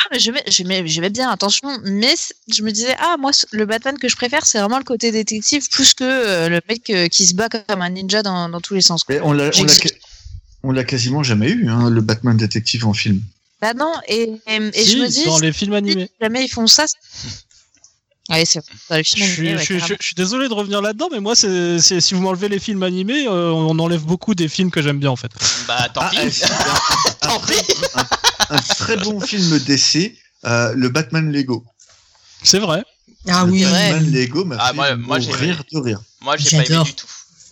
Ah, mais j'aimais- j'aimais j'aimais bien, attention, mais c- je me disais, ah, moi, le Batman que je préfère, c'est vraiment le côté détective, plus que euh, le mec euh, qui se bat comme un ninja dans, dans tous les sens. quoi. Et on l'a, on l'a, J'explique. ca- on l'a quasiment jamais eu, hein, le Batman détective en film. Bah non, et, et, et Si, je me dis, dans les films si animés. jamais ils font ça. c'est- Ouais, c'est dans les Je films suis, animés, ouais, je suis- je carrément. suis- je suis désolé de revenir là-dedans, mais moi, c'est, c'est- si vous m'enlevez les films animés, euh, on enlève beaucoup des films que j'aime bien en fait. Bah tant Ah, pis. euh, eh, c'est [laughs] un, tant pis. un très bon film d'essai, euh, le Batman Lego. C'est vrai. Ah le oui. Batman Lego m'a Ah, fait moi- moi, j'ai- rire de rire. Moi j'ai pas aimé J'adore. du tout.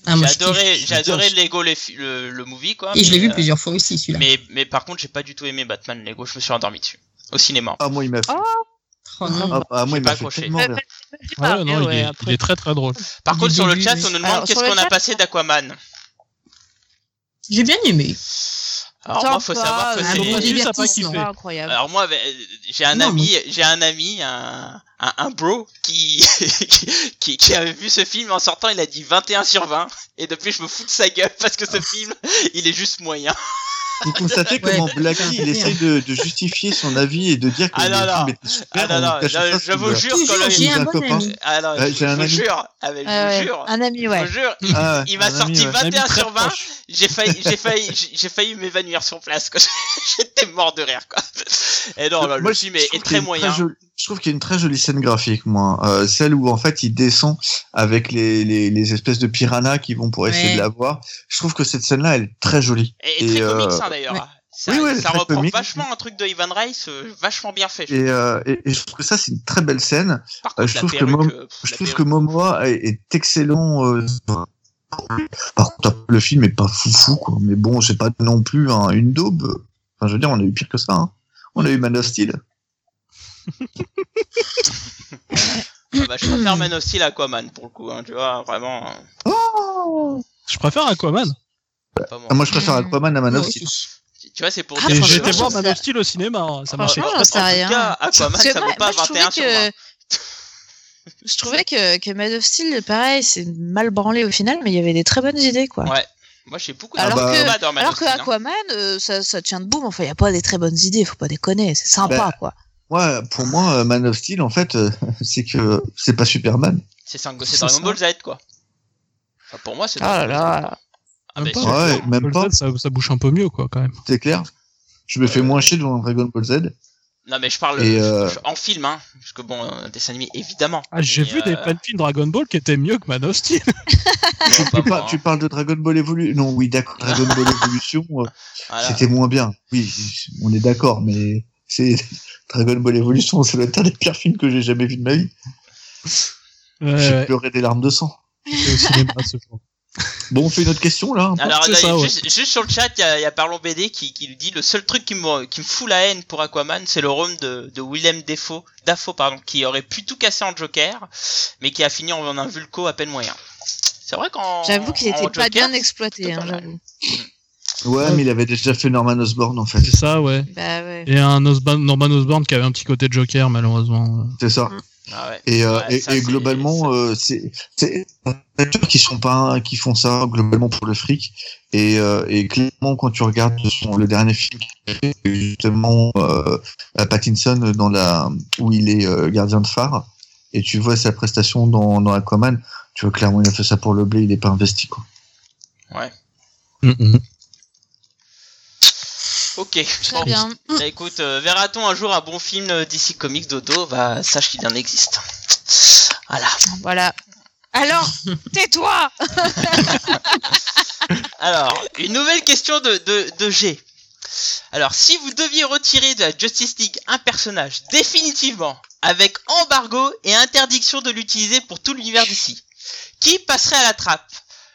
Ah, moi, J'ai je kiffe. adoré, j'ai je adoré kiffe. Lego les fi- le, le movie quoi. Et je l'ai mais, vu euh, plusieurs fois aussi celui-là. Mais mais par contre j'ai pas du tout aimé Batman Lego. Je me suis endormi dessus au cinéma. Ah, moi, il m'a fait, Oh, Oh non. ah, ah, moi, J'ai pas il m'a fait accroché. tellement rire. Ah ouais, non, il, Ouais, est, après. il est très très drôle. Par du contre sur le début, chat oui. on nous Alors, demande qu'est-ce sur le qu'on a chat- passé d'Aquaman. J'ai bien aimé. Alors Sympa, moi faut savoir que ouais, Ah, c'est bon, bon, là-dessus, ça a pas divertissement. kiffé. pas incroyable. Alors moi, avec- euh, j'ai un Non, ami, j'ai un ami, un, un, un bro qui, [laughs] qui qui avait vu ce film en sortant, il a dit 21 sur 20 et depuis je me fous de sa gueule parce que ce film, il est juste moyen. Vous constatez Ouais, comment putain, Blackie, il c'est essaye de, de justifier son avis et de dire que Ah, le non, non. film était super. Ah non on non, cache non, ça je sous vous le- jure que Toujours, le j'ai un un bon copain. ami. Ah non, Euh, je, j'ai un je ami. jure, ah, mais je Ouais, vous jure. un ami, je ouais. vous jure, Ah, il m'a un sorti ami, ouais. Un ami 21 très sur 20, proche. j'ai failli, j'ai failli, j'ai- j'ai failli m'évanouir sur place. quoi. [laughs] J'étais mort de rire quoi. Et non, Moi, bah, le je- film je est, trouve est qu'il y a très une moyen. jolie- je trouve qu'il y a une très jolie scène graphique, moi. Euh, celle où, en fait, il descend avec les, les, les espèces de piranhas qui vont pour essayer Ouais. de la voir. Je trouve que cette scène-là, elle est très jolie. Et, et très Et, euh, comique, ça, d'ailleurs. hein. ouais. Ça, Oui, ouais, ça très reprend comique. vachement un truc de Ivan Rice, euh, vachement bien fait. Et, euh, et, et je trouve que ça, c'est une très belle scène. Par euh, contre, je la trouve que perruque, Mom- euh, pff, Je la trouve que perruque- Momoa est, est excellent. euh, par contre, le film est pas foufou, quoi. Mais bon, c'est pas non plus un- une daube. Enfin, je veux dire, on a eu pire que ça. hein. On a eu Man of Steel. Ah bah, je préfère Man aussi l'Aquaman pour le coup, hein, tu vois, vraiment. euh, Je préfère Aquaman. pas moi. Ah, moi, je préfère Hmm. Aquaman à Man Moi of aussi. Steel. Tu vois, c'est pour Ah, dire et que- j'ai été franchement, voir je- Man of Steel au cinéma, hein, ça marchait. Franchement, ah, en- j'en sais en tout rien. cas, Aquaman, Parce que ça vaut moi- pas moi, je 21 sur trouvais 20. que- Je trouvais que, que Man of Steel, pareil, c'est mal branlé au final, mais il y avait des très bonnes idées, quoi. Ouais. bah. Moi, j'ai beaucoup Alors d'amour que- combat dans Man Alors of que Steel, hein. Aquaman, euh, ça, ça tient debout, mais enfin, il n'y a pas des très bonnes idées, faut pas déconner, c'est sympa, Bah, quoi. Moi, pour moi, euh, Man of Steel, en fait, euh, [laughs] c'est que c'est pas Superman. C'est Sango- c'est C'est Dragon ça. Ball Z, quoi. Enfin, pour moi, c'est Oh là Ah Dragon Ball Z. là. Ah, bah, Même pas. sûr. Ouais, même Paul pas. Zed, Ça, ça bouche un peu mieux, quoi, quand même. C'est clair. Je me fais Euh, moins chier devant Dragon Ball Z. Non, mais je parle Et, je- euh, je- en film, hein. Parce que bon, euh, dessin animé, évidemment. Ah, j'ai Mais, vu des euh, fanfilms Dragon Ball qui étaient mieux que Man [laughs] of Steel. bon, pas Tu, moi, par- tu hein. parles de Dragon Ball Evolution. Non, oui, d'accord. Dragon Ball Evolution, euh, [laughs] Voilà. c'était moins bien. Oui, on est d'accord, mais c'est [laughs] Dragon Ball Evolution, c'est le un des pires films que j'ai jamais vu de ma vie. Ouais, j'ai ouais, pleuré des larmes de sang. j'étais au cinéma ce jour. Bon, on fait une autre question là. Alors, C'est là, ça, ouais. juste, juste sur le chat, il y a, il y a Parlons BD qui, qui nous dit le seul truc qui me, qui me fout la haine pour Aquaman, c'est le rôle de, de Willem Dafoe, Dafoe pardon, qui aurait pu tout casser en Joker, mais qui a fini en, en un Vulco à peine moyen. C'est vrai qu'en. J'avoue qu'il en était pas Joker, bien exploité, c'était pas hein, mal. j'avoue. Ah. Ouais, mais il avait déjà fait Norman Osborn en fait. C'est ça, ouais. Bah ouais. Et un Osborn, Norman Osborn qui avait un petit côté Joker, malheureusement. C'est ça. Ah ouais. Et, euh, Ouais, et, ça, et c'est- globalement, euh, c'est c'est des acteurs qui sont pas qui font ça globalement pour le fric. Et, euh, et clairement, quand tu regardes son- le dernier film qu'il a fait, justement euh, à Pattinson dans la où il est euh, gardien de phare, et tu vois sa prestation dans, dans Aquaman, tu vois clairement il a fait ça pour le blé, il est pas investi quoi. Ok. Très Bon. bien. Bah, écoute, euh, verra-t-on un jour un bon film euh, d'ici Comics Dodo Bah, sache qu'il en existe. Voilà. Voilà. Alors, tais-toi Alors, une nouvelle question de, de, de G. Alors, si vous deviez retirer de la Justice League un personnage définitivement, avec embargo et interdiction de l'utiliser pour tout l'univers d'ici, qui passerait à la trappe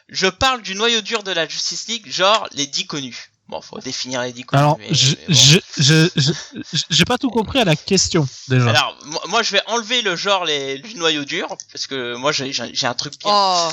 Je parle du noyau dur de la Justice League, genre les 10 connus. Bon, faut définir les 10 connus. Alors, mais- je- mais bon. je- je- je- j'ai pas tout compris à la question, déjà. Alors, moi- moi, je vais enlever le genre les, du noyau dur, parce que moi, j'ai j'ai- j'ai un truc bien. Oh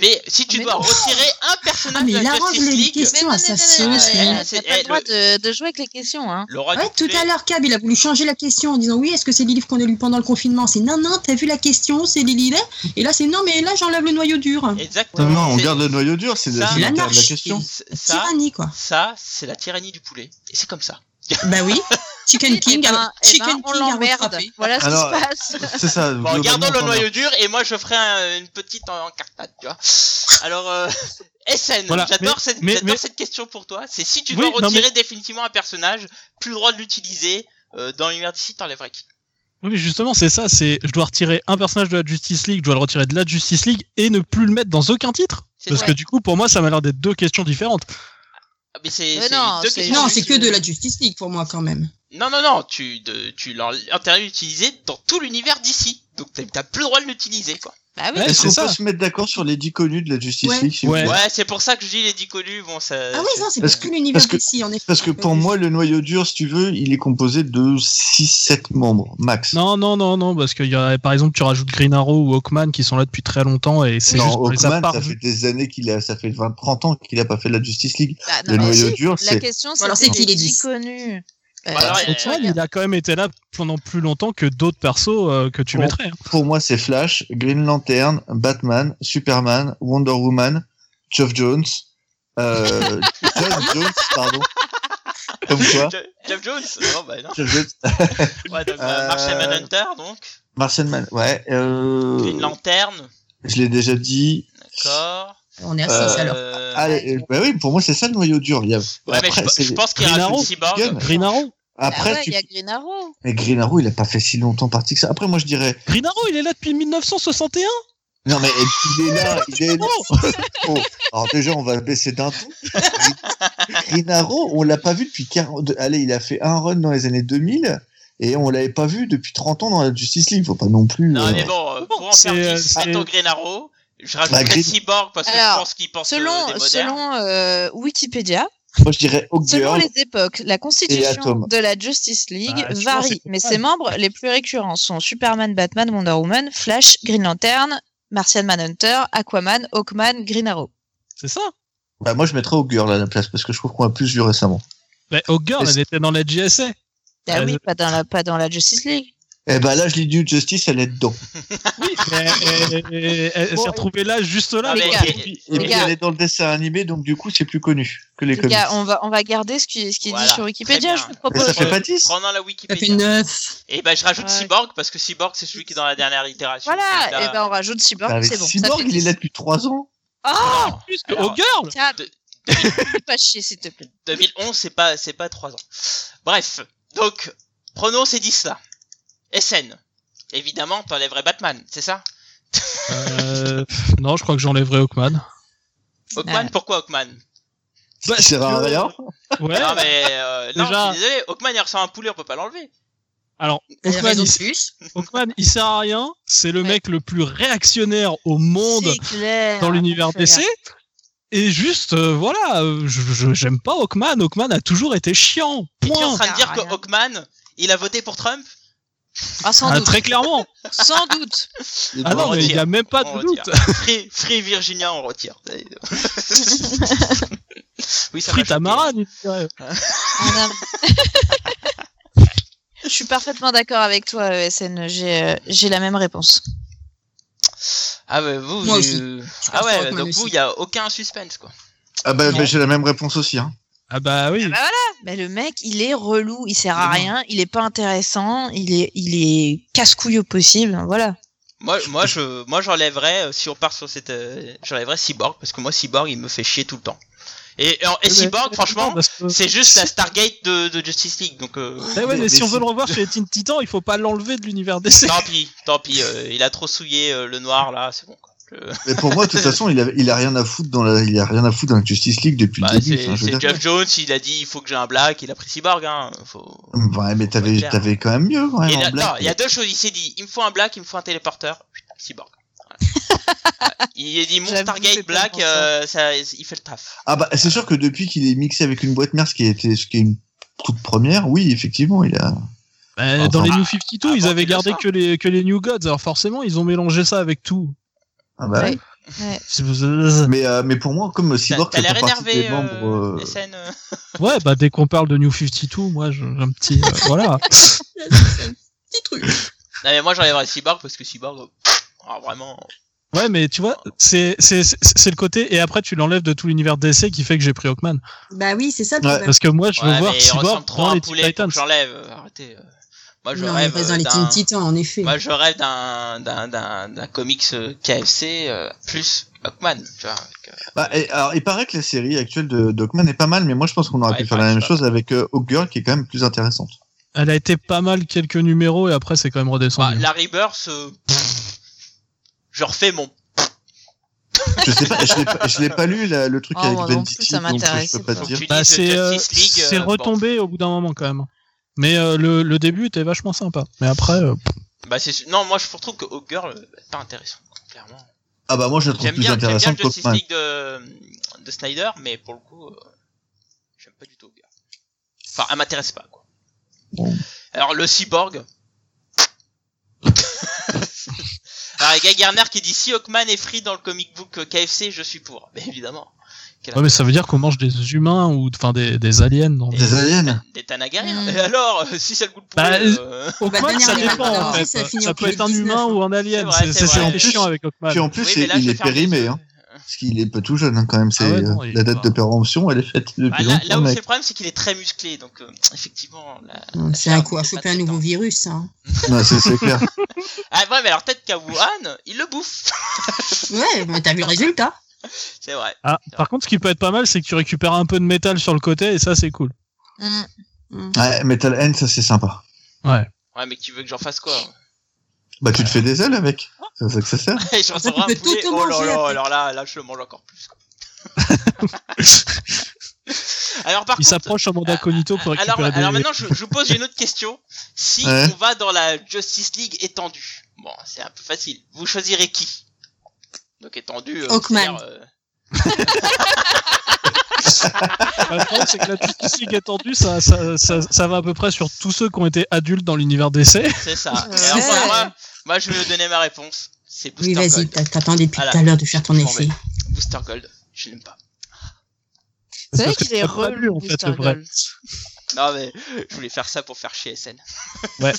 Mais si tu Mais dois non. retirer un Oh, Ah, personnage mais de il la arrange Justice les League, questions à sa sauce. ouais, lui. ouais. c'est- T'as pas eh, le droit le- de, de jouer avec les questions, hein. le roi Ouais, du tout poulet- à l'heure, Cab, il a voulu changer la question en disant Oui, est-ce que c'est des livres qu'on a lus pendant le confinement C'est non, non, t'as vu la question, c'est des livres. Et là, c'est non, mais là, j'enlève le noyau dur. Exactement. Non, non, on C'est- garde le noyau dur, c'est Ça, la, c'est la [laughs] l'anarchie. question. Ça, [laughs] Tyrannie, quoi. ça c'est la tyrannie du poulet. Et c'est comme ça. Bah oui. Chicken King, Eh ben- alors, eh ben, Chicken on King a l'emmerde. rattrapé. Voilà ce qui Alors, se passe. C'est ça. Bon, globalement, gardons le pendant- noyau dur et moi je ferai un- une petite en- encartade, tu vois. Alors, [laughs] euh, SN, Voilà, j'adore mais- cette, mais- j'adore mais- cette question pour toi. C'est si tu Oui, dois non, retirer définitivement un personnage, plus le droit de l'utiliser euh, dans l'univers d'ici, t'enlèverais qui Oui, mais justement, c'est ça. C'est, je dois retirer un personnage de la Justice League, je dois le retirer de la Justice League et ne plus le mettre dans aucun titre. C'est Parce ça. que du coup, pour moi, ça m'a l'air d'être deux questions différentes. Ah, Mais c'est, Mais c'est non, deux c'est- questions Non, juste. c'est que de la Justice League pour moi quand même. Non, non, non, tu, de, tu l'as intérêt à l'utiliser dans tout l'univers d'ici. Donc t'as, t'as plus le droit de l'utiliser, quoi. Bah oui. Ouais, Est-ce c'est qu'on ça. peut se mettre d'accord sur les 10 connus de la Justice Ouais. League s'il vous Ouais. plaît Ouais, c'est pour ça que je dis les 10 connus, bon, ça. Ah oui, non, c'est Parce parce que l'univers parce que- d'ici en effet. Euh, Parce que pour moi, le noyau dur, si tu veux, il est composé de 6-7 membres, max. Non, non, non, non, parce qu'il y a, par exemple, tu rajoutes Green Arrow ou Hawkman qui sont là depuis très longtemps et c'est Non, juste qu'on les a Hawkman, pas ça revus. fait des années qu'il a, ça fait 20, 30 ans qu'il a pas fait de la Justice League. Bah, non, le mais noyau si, dur, La c'est. question, Alors, c'est c'est qu'il est dix. connu. Euh, bah Alors, euh, Hawkman, il a quand même été là pendant plus longtemps que d'autres persos euh, que tu Bon. mettrais. hein. Pour moi, c'est Flash, Green Lantern, Batman, Superman, Wonder Woman, Geoff Jones, [laughs] euh, Geoff Jones, pardon. Comme quoi, Jo- Jeff Jones Non, bah non. Geoff Jones, Ouais, donc, Euh, Martian Manhunter, donc. Martian Man, ouais, euh, Une lanterne, je l'ai déjà dit. Euh, d'accord. On est à Euh, 6 alors. Euh, Allez, euh, bah oui, pour moi, c'est ça le noyau dur. Il y a- ouais, mais après, je, c'est- je pense qu'il Green rajoute Arrow, Cyborg. Gun. Green Arrow après, Ah il tu... y a Green Arrow. mais Green Arrow, il a pas fait si longtemps partie que ça. Après, moi, je dirais, Green Arrow, il est là depuis 1961 Non, mais il est là, [laughs] il est là. Bon, alors déjà, on va baisser d'un ton. Green Arrow, on l'a pas vu depuis 40... Allez, il a fait un run dans les années 2000 et on l'avait pas vu depuis 30 ans dans la Justice League. Faut pas non plus... Non, euh, mais bon, euh, pour en C'est, faire euh, 10, c'est- mettons Green Arrow. Je rajoute Bah, Green- Cyborg parce que je Alors, pense qu'il pense euh, des Selon, modernes. selon euh, Wikipédia, Moi, je dirais selon Hawkgirl. les époques, la constitution Atom. de la Justice League Bah, je pense que varie, c'est mais pas ses mal. membres les plus récurrents sont Superman, Batman, Wonder Woman, Flash, Green Lantern, Martian Manhunter, Aquaman, Hawkman, Green Arrow. C'est ça Bah, moi, je mettrais Hawkgirl à la place parce que je trouve qu'on a plus vu récemment. bah, Hawkgirl, Et elle c'est- était dans la JSA. Ah Euh, oui, pas dans la, pas dans la Justice League. Eh ben là, je l'ai dit, Justice, elle est dedans. [laughs] Oui, mais elle, elle- elle s'est retrouvée là, juste Non, Ah, là. mais- quoi. et- Et Les puis, gars. elle est dans le dessin animé, donc du coup, c'est plus connu que les Les comics. gars, on va, on va garder ce qui, ce qui est Voilà, dit sur Wikipédia, très je vous bien. Mais [laughs] propose. ça fait pas 10 Prenons la Ça fait Wikipédia. 9. Et ben je rajoute Ouais. Cyborg parce que Cyborg c'est celui qui est dans la dernière itération. Donc Voilà, là- et ben on rajoute Cyborg, Avec c'est bon. ça Cyborg, fait il est 10. là depuis 3 ans. Ah, Non, Plus que Alors, Hawkgirl tiens, [laughs] De- fais pas chier, s'il te plaît. 2011 c'est pas c'est pas 3 ans. Bref, donc prenons ces 10 là. SN. Évidemment, t'enlèverais Batman, c'est ça Euh, Non, je crois que j'enlèverai Hawkman. Hawkman, Ouais. pourquoi Hawkman Ça sert à rien. Ouais, Non mais euh, non, Déjà- je suis désolé, Hawkman il ressemble à un poulet, on peut pas l'enlever. alors, Elle Hawkman, raison il de plus. Hawkman, il sert à rien. C'est le Ouais. mec le plus réactionnaire au monde C'est clair. dans l'univers enfer. DC. Et juste, euh, voilà, euh, je- je- j'aime pas Hawkman. Hawkman a toujours été chiant. Et tu es en train Point. de dire Ça sert que à rien. Hawkman, il a voté pour Trump Ah, sans Ah, doute. très clairement. Sans doute. [laughs] Ah non, mais il y a même pas On de retire. doute. Free, Free Virginia, on retire. [laughs] oui, ça m'a Free choqué. Tamaran. il dirait. On a- [laughs] Je suis parfaitement d'accord avec toi, euh, SN. J'ai euh, j'ai la même réponse. Ah ouais, vous, Moi vous- aussi. Ah pense ouais, Hawkman donc vous, aussi. il n'y a aucun suspense, quoi. Ah bah, bah, j'ai la même réponse aussi. Hein. Ah bah oui. bah Mais le mec, il est relou, il sert à Mais non. rien, il est pas intéressant, il est, il est casse-couille au possible. Voilà. Moi, moi, je, moi, j'enlèverais, euh, si on part sur cette, euh, j'enlèverais Cyborg, parce que moi, Cyborg, il me fait chier tout le temps. Et, et, en- et Cyborg, franchement, Parce que- c'est juste la Stargate de, de Justice League, donc euh... [laughs] Eh euh, ouais, mais Mais si on veut c'est- le revoir chez les Teen Titans, il faut pas l'enlever de l'univers [laughs] DC. tant pis, tant pis, euh, il a trop souillé euh, le noir, là, c'est bon, quoi. Je- Mais [laughs] pour moi, de toute façon, il a, il a rien à foutre dans la, il a rien à foutre dans la Justice League depuis Bah, le début. c'est enfin, je veux c'est dire. Jeff Jones, il a dit, il faut que j'ai un black, il a pris Cyborg, hein, faut... Ouais, mais Ouais, t'avais, clair. t'avais quand même mieux. Ouais, Et en là- blague. non, il y a deux choses. Il s'est dit, il me faut un black, il me faut un téléporteur. Putain, Cyborg. Voilà. Ouais. il a dit mon J'avoue, c'est Stargate black, tellement ça. euh, ça, il fait le taf. Ah bah, c'est sûr que depuis qu'il est mixé avec une boîte mère, ce qui était, ce qui est une toute première, oui, effectivement, il a. Bah, Enfin, dans les New 52, avant ils avaient qu'il le gardé soit. que les, que les New Gods. Alors forcément, ils ont mélangé ça avec tout. Ah bah, Ouais. Ouais. C'est- Mais, euh, mais pour moi, comme T'as Cyborg t'as fait l'air partie énervé, des euh, membres. euh, SN, euh. Ouais, bah dès qu'on parle de New 52, moi j'ai un petit. euh, [laughs] voilà. C'est un Petit truc. Non mais moi j'enlèverais Cyborg parce que Cyborg, euh, ah, vraiment. Ouais, mais tu vois, c'est c'est- c'est- c'est le côté, et après tu l'enlèves de tout l'univers DC qui fait que j'ai pris Hawkman. Bah oui, c'est ça le Ouais. problème. Parce que moi, je veux Ouais, voir mais il ressemble Cyborg trop dans à un les poulet, faut Titans. que j'enlève. euh, Arrêtez. euh. Moi, je non, on est rêve. pas euh, dans les d'un- Teen Titans, en effet. Moi, je rêve d'un d'un d'un d'un comics euh, KFC euh, plus Hawkman, tu vois. avec, euh, Bah, et- alors, il paraît que la série actuelle de Dogman est pas mal, mais moi je pense qu'on aurait Ouais, pu il faire la paraît même que chose avec euh, Hawkgirl qui est quand même plus intéressante. Elle a été pas mal quelques numéros et après c'est quand même bah, redescendu. la Rebirth, euh, pff, je refais mon. Je sais pas, je l'ai pas, je l'ai pas lu la- le truc [laughs] Oh, avec moi non Venditti, plus, ça donc euh, je m'intéressait peux pas pas. te Tu dire. dis Bah, de c'est euh, Justice League. c'est euh, bon. retombé au bout d'un moment quand même. Mais euh, le, le début était vachement sympa. Mais après, euh, Bah, c'est non, moi, je trouve que Hawkgirl, euh, pas intéressant, clairement. Ah bah moi je la trouve J'aime plus bien, j'aime bien intéressante le Justice qu'Hawkman. League de, de Snyder, mais pour le coup, euh, j'aime pas du tout. gars. Enfin, elle m'intéresse pas, quoi. Bon. Alors, le [laughs] cyborg. Alors, il y a Guy Garner qui dit si Hawkman est free dans le comic book KFC, je suis pour. Mais évidemment. Quel ouais, mais intérêt. ça veut dire qu'on mange des humains ou enfin des, des aliens. Dans Et- des- Des aliens Des Tanagariens. Mm. Et alors, euh, si ça le goût de Bah, poulet, euh, Hawkman, dernière ça numéro, dépend en après, fait. ça Ça, finit au peut être un 19, humain hein. ou un C'est alien. vrai, C'est c'est c'est- c'est vrai. un peu chiant avec Hawkman. Puis en plus oui, c'est- mais là, il je est vais faire des- périmé, hein, parce qu'il est peu tout jeune hein, quand même. C'est Ah ouais, euh, non, il est la date pas- de péremption, elle est faite Bah, depuis là, là longtemps. où c'est mec. le problème, c'est qu'il est très musclé, donc euh, effectivement. Là... C'est à Ah, quoi c'est Faut pas pas un tout le nouveau temps. virus, hein. Ouais, c'est [laughs] c'est clair. Ah ouais, mais alors peut-être qu'à Wuhan, il le bouffe. [laughs] Ouais, mais t'as vu le résultat c'est vrai. Ah, par contre, ce qui peut être pas mal, c'est que tu récupères un peu de métal sur le côté et ça, [laughs] c'est cool. Hum. Mm. Ouais, Metal Hand, ça c'est sympa. Ouais. Ouais, mais tu veux que j'en fasse quoi Bah tu te fais des ailes avec. C'est ça que ça sert. [laughs] Et j'en Ça, saurai un tu peux poulet. tout Oh là manger là, après. alors là, là, je le mange encore plus. quoi. alors par Il contre, s'approche en mode incognito pour alors, récupérer alors des. maintenant, je, je vous pose une autre question. Si Ouais. on va dans la Justice League étendue, bon, c'est un peu facile. Vous choisirez qui Donc étendue. euh, Hawkman. c'est-à-dire, euh, Bah, Le problème, c'est que la Justice League étendue, ça, ça, ça, ça va à peu près sur tous ceux qui ont été adultes dans l'univers DC. c'est [laughs] ça. Ouais. Et alors, pour moi, moi, je vais donner ma réponse. C'est Booster Oui, vas-y, Gold. t'a- t'attendais depuis Voilà. tout à l'heure de faire ton Je m'en essai. Booster Gold, je l'aime pas. C'est vrai Parce que qu'il est t'as pas lu, relou, en fait, Booster le vrai. Gold. Non mais je voulais faire ça pour faire chier SN. Ouais.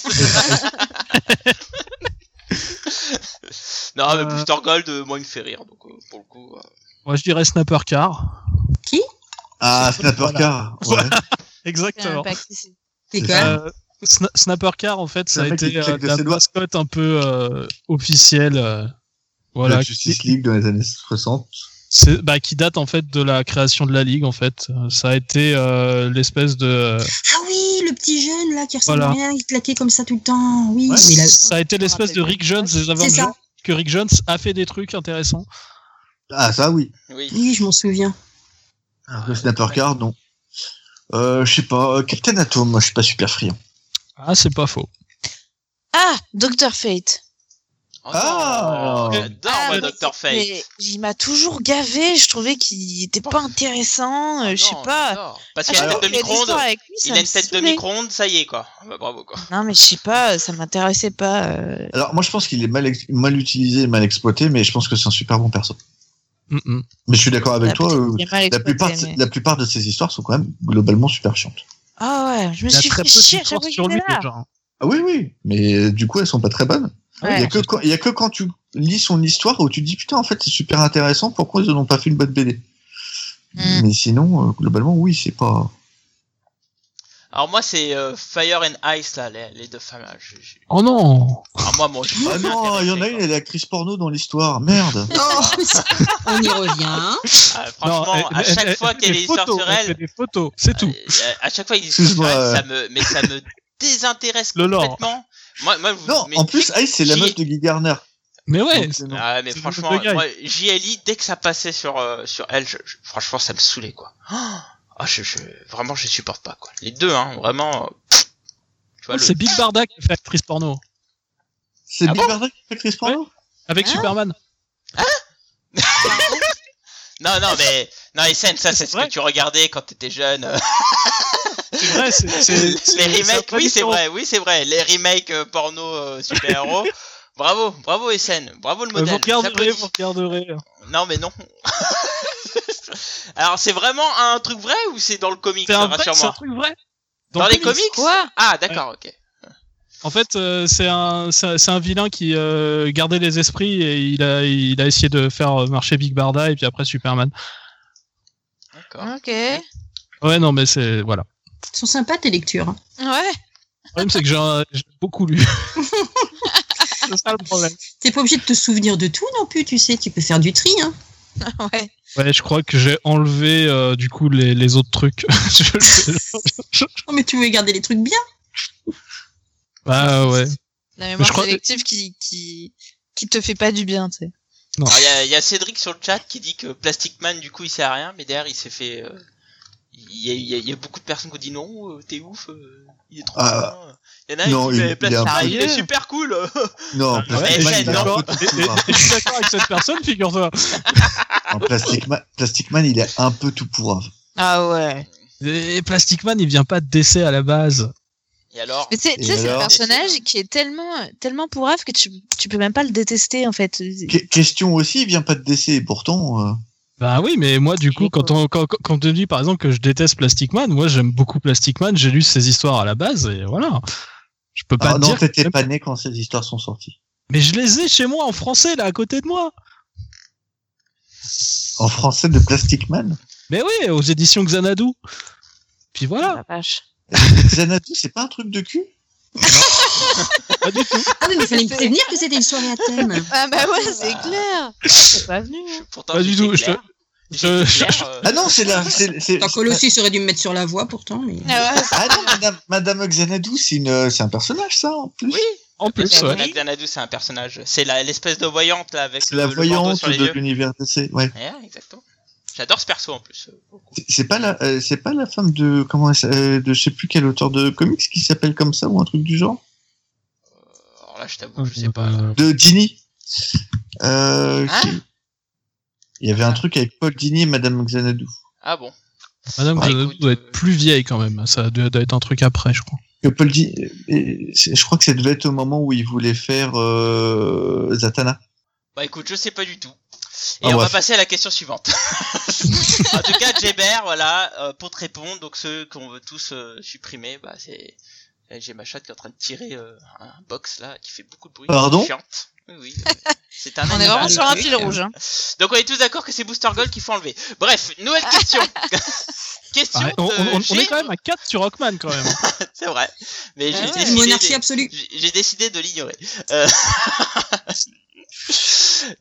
[laughs] Non mais Euh. Booster Gold, euh, moi il me fait rire donc euh, pour le coup. euh, [laughs] Moi, je dirais Snapper Car. Ah, Snapper Car. Ouais. C'est un pack ici. C'est C'est quoi ça. Euh, Sna- Snapper Car, en fait, C'est ça a un mec qui été check euh, de la ses doigts. mascotte un peu euh, officielle. euh, La voilà. Justice League dans les années 60. C'est- bah, qui date en fait de la création de la ligue en fait. Euh, Ça a été euh, l'espèce de Ah oui, le petit jeune là qui ressemble Voilà. à rien, il claquait comme ça tout le temps. Oui, Ouais, mais là, ça a été l'espèce de Rick Jones des c'est ça. Avengers que Rick Jones a fait des trucs intéressants. Ah, ça oui. Oui. Oui, je m'en souviens. Ah, Alors que Snapper Card, non. Euh, je sais pas, euh, Captain Atom, moi je suis pas super friand. Ah c'est pas faux. Ah, Dr. Fate. Oh, Ah. non, J'adore Ah, moi mais- Dr Fate. Mais il m'a toujours gavé. Je trouvais qu'il était pas intéressant. euh, Ah je sais non, pas. Ah, j'adore. Parce À qu'il a chaque une fois tête de qu'il y a des histoires micro-ondes. avec lui, ça Il a me une tête de saoulait. micro-ondes, ça y est quoi. Bah, bravo quoi. Non, mais je sais pas. Ça m'intéressait pas. euh. Alors moi je pense qu'il est mal, ex- mal utilisé et mal exploité, mais je pense que c'est un super bon perso. Mm, mm. Mais je suis d'accord avec Ah, toi, peut-être euh, qu'il est mal la, exploité, plupart, mais- la plupart de ces histoires sont quand même globalement super chiantes. Ah ouais, je me Il y a suis très fait peu chier à chaque d'histoires fois sur qu'il lui était là. déjà. hein. Ah oui, oui, mais euh, du coup elles sont pas très bonnes. Il y, a Ouais. que quand- il y a que quand tu lis son histoire où tu te dis putain en fait c'est super intéressant, pourquoi ils n'ont pas fait une bonne BD Mm. Mais sinon, euh, globalement oui, c'est pas... Alors moi c'est euh, Fire and Ice là, les, les deux femmes. là, je- je- Oh non. Alors, moi moi je suis Ah pas non, il y en a intéressé, une, quoi. elle est actrice porno dans l'histoire, [laughs] merde Oh. [laughs] On y revient. Ah, franchement, Non, à elle- chaque elle- fois elle qu'elle fait est des photos, sur elle elle, fait des photos, c'est tout. Euh, à chaque fois, il est Excuse-moi, sur elle, euh. ça me, mais ça [laughs] me désintéresse Le lore. complètement. Moi, moi, vous- Non, mais en plus, dès- Ice, c'est la J'y- meuf de Guy Garner. Mais ouais. Donc, non. Ah, mais c'est le franchement, même gars. moi, JLI, dès que ça passait sur, euh, sur elle, je- je- franchement, ça me saoulait, quoi. [gasps] Ah, je, je, vraiment, je supporte pas, quoi. Les deux, hein, vraiment. euh, tu vois, le- C'est Big Barda qui fait actrice porno C'est Ah Bill bon Barda qui fait Chris Porno avec Ah. Hein Superman. Non, non, mais, non, Essen, [laughs] ça, c'est ce vrai. que tu regardais quand t'étais jeune. C'est vrai, c'est- c'est- c'est- [laughs] les c'est un remakes, peu oui, c'est différent. vrai, oui, c'est vrai. Les remakes euh, porno euh, [laughs] super-héros. bravo, bravo, Essen. Bravo le Euh, modèle. Vous regarderez, J'applaudis. vous regarderez. Non, mais non. [laughs] Alors, c'est vraiment un truc vrai ou c'est dans le comics C'est un vrai, c'est un Rassure-moi. truc vrai. Dans, les comics Quoi Ah, d'accord, ok. En fait, euh, c'est un, c'est c'est un vilain qui euh, gardait les esprits et il a, il a essayé de faire marcher Big Barda et puis après Superman. D'accord. Ok. Ouais. Ouais, non, mais c'est. Voilà. Ils sont sympas tes lectures. hein. Le problème, c'est que j'ai j'ai beaucoup lu. c'est ça le problème. T'es pas obligé de te souvenir de tout non plus, tu sais, tu peux faire du tri. Hein. [laughs] ouais. Ouais, je crois que j'ai enlevé euh, du coup les, les autres trucs. [laughs] Je- je- Oh, mais tu veux garder les trucs bien. bah ouais. La Mais je mémoire crois- sélective qui, qui, qui te fait pas du bien, tu sais. Alors, Il y, a- il y a Cédric sur le chat qui dit que Plastic Man, du coup, il sert à rien, mais derrière, il s'est fait. euh, Il y, a- il y a- il y a beaucoup de personnes qui ont dit non, euh, t'es ouf, euh, il est trop Ah, bien. Il y en a un qui non, il- dit, il mais est Plastic un Man, peu- il est super cool. [laughs] Non, Ouais, Plastic mais Man, il est un j'adore. peu tout pourri. Je suis d'accord avec cette personne, figure-toi. Un Plastic Man, Plastic Man, il est un peu tout pourrave. Ah ouais. Et Plastic Man, il vient pas de DC à la base. Et alors Mais tu sais, Et tu sais, c'est un alors personnage qui est tellement, tellement pourrave que tu, tu peux même pas le détester, en fait. Que- question aussi, il vient pas de DC, et pourtant. euh, Bah oui, mais moi, du coup, quand on, quand, quand- quand on dit par exemple que je déteste Plastic Man, moi j'aime beaucoup Plastic Man, j'ai lu ses histoires à la base et voilà. Je peux pas Ah, te non, dire. que- t'étais pas né quand ces histoires sont sorties. Mais je les ai chez moi en français, là, à côté de moi. En français de Plastic Man [laughs] Mais oui, aux éditions Xanadu. Puis voilà, La vache. Xanadu, c'est pas un truc de cul pas du tout. Ah oui, mais fallait me prévenir que c'était une soirée à thème. Ah bah ouais, c'est Bah. clair. C'est pas venu. hein. Pourtant, Pas du j'étais tout, je- clair. je- J'étais je- clair, euh, Ah non, c'est là. [laughs] c'est- c'est- Tant Colossus aurait dû me mettre sur la voie pourtant. Mais... Ah ouais, Ah non, Madame, Madame Xanadu, c'est une- c'est un personnage, ça, en plus. Oui, En plus, la ouais. Black Xanadu, Ah, c'est un personnage. C'est la- l'espèce de voyante là avec C'est le, la le bandeau voyante sur les de yeux. l'univers DC. Ouais. Ouais, exactement. J'adore ce perso en plus. euh, beaucoup. C'est- C'est pas la, euh, c'est pas la femme de comment, elle s'a- euh, de je sais plus quel auteur de comics qui s'appelle comme ça ou un truc du genre. Alors là, je t'avoue, je sais Euh, pas. De Ginny. Euh, Hein qui- Il y avait un truc avec Paul Dini et Madame Xanadu. Ah bon Madame Ouais, Xanadu écoute, doit être euh, plus vieille quand même. Ça doit, doit être un truc après, je crois. Que Paul Dini, et c'est- je crois que ça devait être au moment où il voulait faire euh, Zatanna. Bah écoute, je sais pas du tout. Et Ah, on va bref. passer à la question suivante. [laughs] en tout cas, Jébert, voilà, euh, pour te répondre, donc ceux qu'on veut tous euh, supprimer, bah c'est. là, J'ai ma chatte qui est en train de tirer euh, un box là, qui fait beaucoup de bruit. Pardon C'est chiante. Oui, oui. [laughs] euh, c'est un On est animal. vraiment sur un fil Euh, rouge. Hein. Donc on est tous d'accord que c'est Booster Gold qu'il faut enlever. Bref, nouvelle [laughs] question. question Ouais, on, de on- on est G- quand même à 4 sur Rockman quand même. C'est vrai. Mais j'ai Ah ouais. décidé C'est une monarchie de- absolue. j'ai- j'ai décidé de l'ignorer. Euh, [laughs]